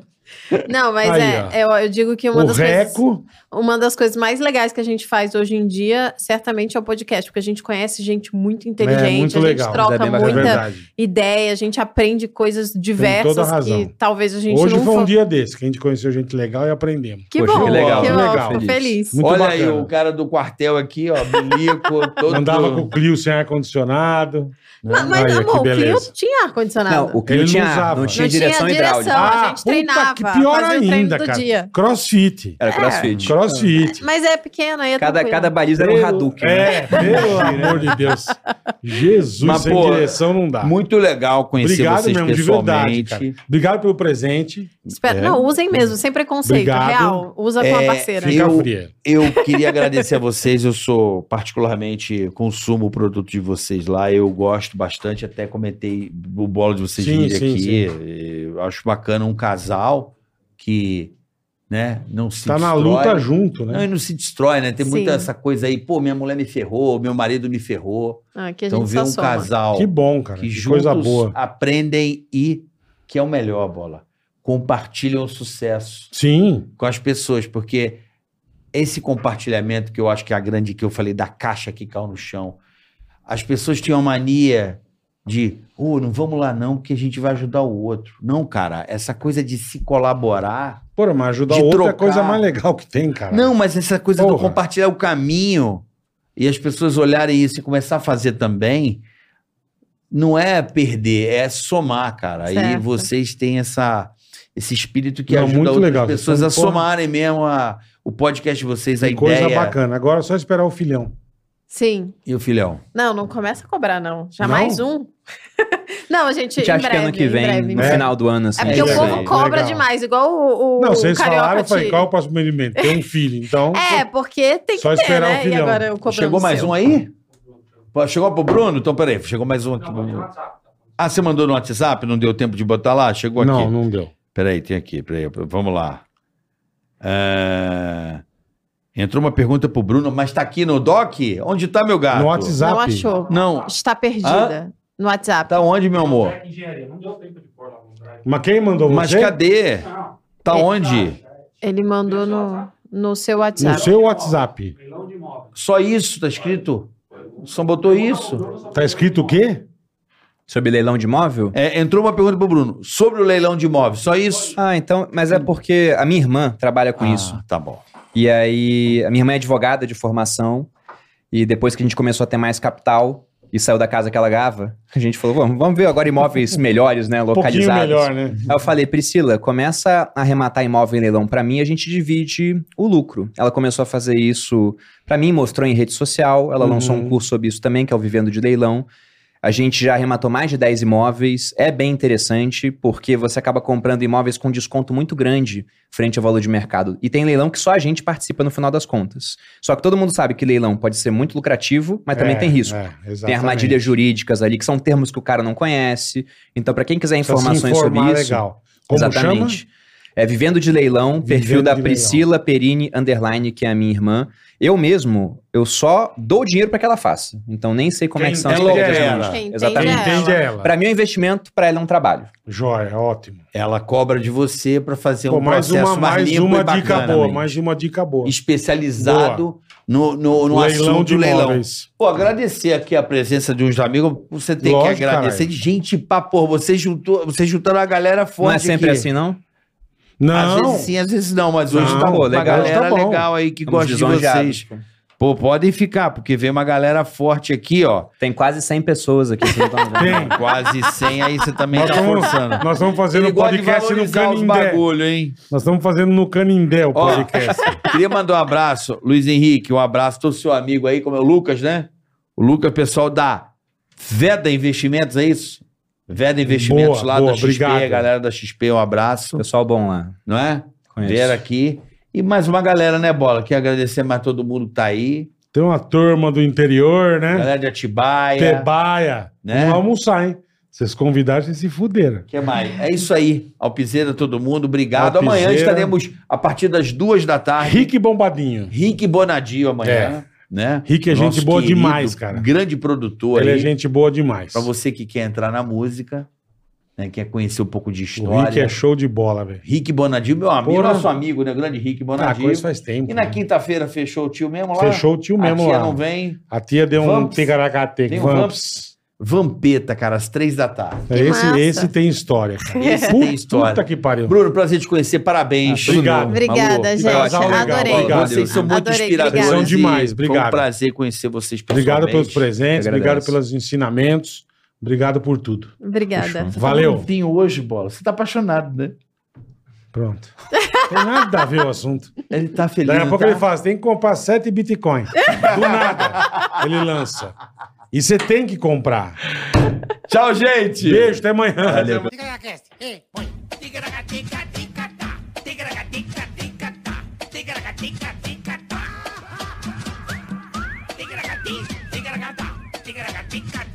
Não, mas Aí, ó. é, eu, eu digo que uma o das coisas. reco. Uma das coisas mais legais que a gente faz hoje em dia, certamente, é o podcast, porque a gente conhece gente muito inteligente, É, muito a gente legal. É troca bem É bacana. muita verdade. ideia, a gente aprende coisas toda a diversas razão. que talvez a gente Hoje não foi um fa- dia desse que a gente conheceu gente legal e aprendemos. Que Poxa, bom, que que legal, legal, que legal. fico feliz. Muito Olha aí, bacana. o cara do quartel aqui, ó, bilico, todo... Andava com o Clio sem ar-condicionado. Mas, mas, Olha, que amor, o beleza. Clio tinha Não, ar-condicionado. o que Ele não não tinha, usava. não tinha Não direção hidráulica. a gente treinava, Ah, que pior fazia o treino ainda, do cara. dia. Crossfit. É. Era crossfit. Crossfit. Mas é pequeno, aí é Cada, tranquilo. cada baliza era um Pelo- Hadouken. né? É, pelo amor de Deus. Jesus, Mas, sem pô, direção não dá. Muito legal conhecer Obrigado vocês mesmo, de verdade, pessoalmente. cara. Obrigado pelo presente. Espera, Não, usem mesmo, sem preconceito, é. Obrigado. real. Usa com É, a parceira. fica- Fica Eu- fria. eu queria agradecer a vocês, eu sou particularmente consumo o produto de vocês lá, eu gosto bastante, até comentei o bolo de vocês Sim, virem sim, aqui. sim. Eu acho bacana um casal que, né, não se Tá na destrói. luta junto, Não, né? e não se destrói, né? Tem Sim. muita essa coisa aí, pô, minha mulher me ferrou, meu marido me ferrou. Ah, que a gente Então ver só um soma. casal Que bom, cara. que Que juntos coisa boa. aprendem e, que é o melhor, bola, compartilham o sucesso Sim, com as pessoas, porque esse compartilhamento que eu acho que é a grande que eu falei da caixa que caiu no chão. As pessoas tinham a mania de, ô, não vamos lá não, porque a gente vai ajudar o outro. Não, cara, essa coisa de se colaborar. Porra, mas ajudar De o outro é a trocar. coisa mais legal que tem, cara. Não, mas essa coisa do Porra. compartilhar o caminho e as pessoas olharem isso e começar a fazer também, não é perder, é somar, cara. E Certo. vocês têm essa, esse espírito que Não, ajuda muito outras legal. Vocês pessoas são, a porra, somarem mesmo a- o podcast de vocês, a que coisa ideia bacana. Agora é só esperar o filhão. Sim. e o filhão. Não, não começa a cobrar, não. Já mais um. não, gente, A gente em acha que breve, ano que em vem, breve. no É. final do ano, assim. É a gente porque o isso vai- povo aí. cobra Legal. demais, igual o, o, Não, vocês o carioca falaram, eu falei, te- qual é o próximo movimento? Tem um filho, então... É, porque tem Só que ter, esperar o né? E filhão. agora eu cobrando Chegou mais seu. um aí? Pô, Chegou pro Bruno? Então, peraí, chegou mais um aqui. Ah, você mandou no WhatsApp? Não deu tempo de botar lá? Chegou aqui. Não, não deu. Peraí, tem aqui, peraí, vamos lá. Ah, Entrou uma pergunta pro Bruno, mas tá aqui no doc? Onde tá meu gato? No WhatsApp. Não achou. Não, Está perdida no WhatsApp. tá onde, meu amor? Mas quem mandou Mas você? cadê? Tá onde? Ele mandou no, no seu No WhatsApp. seu WhatsApp. Só isso tá escrito? Só botou isso? Tá escrito o quê? Sobre leilão de imóvel? É, entrou uma pergunta pro Bruno, sobre o leilão de imóveis, só isso? Ah, então, mas é porque a minha irmã trabalha com isso. Ah, tá bom. E aí, a minha irmã é advogada de formação. E depois que a gente começou a ter mais capital e saiu da casa que ela gava, a gente falou: vamos, vamos ver agora imóveis melhores, né? Um pouquinho Localizados. melhor, né? Aí eu falei, Priscila, começa a arrematar imóvel em leilão pra mim, a gente divide o lucro. Ela começou a fazer isso pra mim, mostrou em rede social, ela lançou Uhum. um curso sobre isso também, que é o Vivendo de Leilão. A gente já arrematou mais de 10 imóveis, é bem interessante, porque você acaba comprando imóveis com desconto muito grande frente ao valor de mercado. E tem leilão que só a gente participa no final das contas. Só que todo mundo sabe que leilão pode ser muito lucrativo, mas também É, tem risco. é, Tem exatamente. armadilhas jurídicas ali, que são termos que o cara não conhece. Então, pra quem quiser Precisa se informações sobre informar isso, Legal. Como Exatamente. É Vivendo de Leilão, perfil Vivendo da de Priscila Perini Underline, que é a minha irmã. Eu mesmo, eu só dou dinheiro pra que ela faça. Então nem sei como é que são Quem as entende coisas. é não. ela. Quem entende chama? Quem Exatamente. é entende é ela. Pra mim é um investimento, pra ela é um trabalho. Joia, ótimo. Ela cobra de você pra fazer Pô, um mais processo uma, mais limpo uma e bacana, dica boa. né? Mais uma dica boa. especializado no, no, no assunto do leilão. Pô, agradecer aqui a presença de uns amigos, você tem Lógico, que agradecer de caralho. gente pra porra. Você juntou, você juntaram a galera Não forte. é sempre aqui. assim, não? Às Não. vezes sim, às vezes não, mas hoje Não, tá pô, uma legal, galera tá bom. legal aí que Estamos gosta de vocês. lisonjeados. Pô, podem ficar, porque vem uma galera forte aqui, ó. Tem quase 100 pessoas aqui. vocês não tão vendo. Tem. Quase 100, aí você também Nós tá estamos, forçando. nós estamos fazendo Ele um gosta de podcast no valorizar os Canindé. bagulho, hein? Nós estamos fazendo no Canindé o Ó. podcast. Queria mandar um abraço, Luiz Henrique, um abraço todo seu amigo aí, como é o Lucas, né? O Lucas, pessoal da Veda Investimentos, é isso? Veda Investimentos Boa, lá boa, da XP, obrigado. a galera da XP, um abraço, Pessoal bom lá. não é? Conheço. Vieram aqui. E mais uma galera, né, Bola? Queria agradecer mais todo mundo que tá aí. Tem uma turma do interior, né? Galera de Atibaia. Tebaia. Né? Vamos almoçar, hein? Vocês convidaram, vocês se fuderam. que mais? É isso aí. Alpizeira, todo mundo. Obrigado. Amanhã Alpizeira. estaremos a partir das duas da tarde. Rick Bombadinho. Rick Bonadio amanhã. Né? Rick é gente boa demais, cara. Grande produtor. Ele é aí. gente boa demais. Pra você que quer entrar na música, né, quer conhecer um pouco de O Rick história. é show de bola, velho. Rick Bonadio, meu amigo, Porra. nosso amigo, né? Grande Rick Ah, Bonadio. coisa faz tempo. e na né? quinta-feira fechou o tio mesmo lá? Fechou o tio mesmo a tia lá. não vem. A tia deu um Vamps. ticaracate. Tem um Vamps. É, Vampeta, cara, às três da tarde. Que Esse, massa. esse tem história, cara. Esse Puta tem história. que pariu. Bruno, prazer te conhecer, parabéns. Ah, obrigado. Obrigada, Malu, gente. casal legal. Adorei. Obrigado. Vocês são muito Adorei, inspiradores. obrigada. São demais, e foi obrigado. um prazer conhecer vocês Obrigado pelos pessoalmente. presentes, Eu obrigado agradeço. pelos ensinamentos, obrigado por tudo. Obrigada. Você tá Valeu. bonitinho hoje, Bola. Você tá apaixonado, né? Pronto. Tem nada a ver o assunto. Ele tá feliz. Daqui a não pouco tá? ele fala: você tem que comprar 7 Bitcoin. Do nada. Ele lança. E você tem que comprar. Tchau, gente. Beijo, até amanhã. Ticaracast, hey, põe. Ticaracatica, ticatá. Ticaracatica, ticatá. Ticaracatica, ticatá. Ticaracati, ticaracatá. Ticaracatica,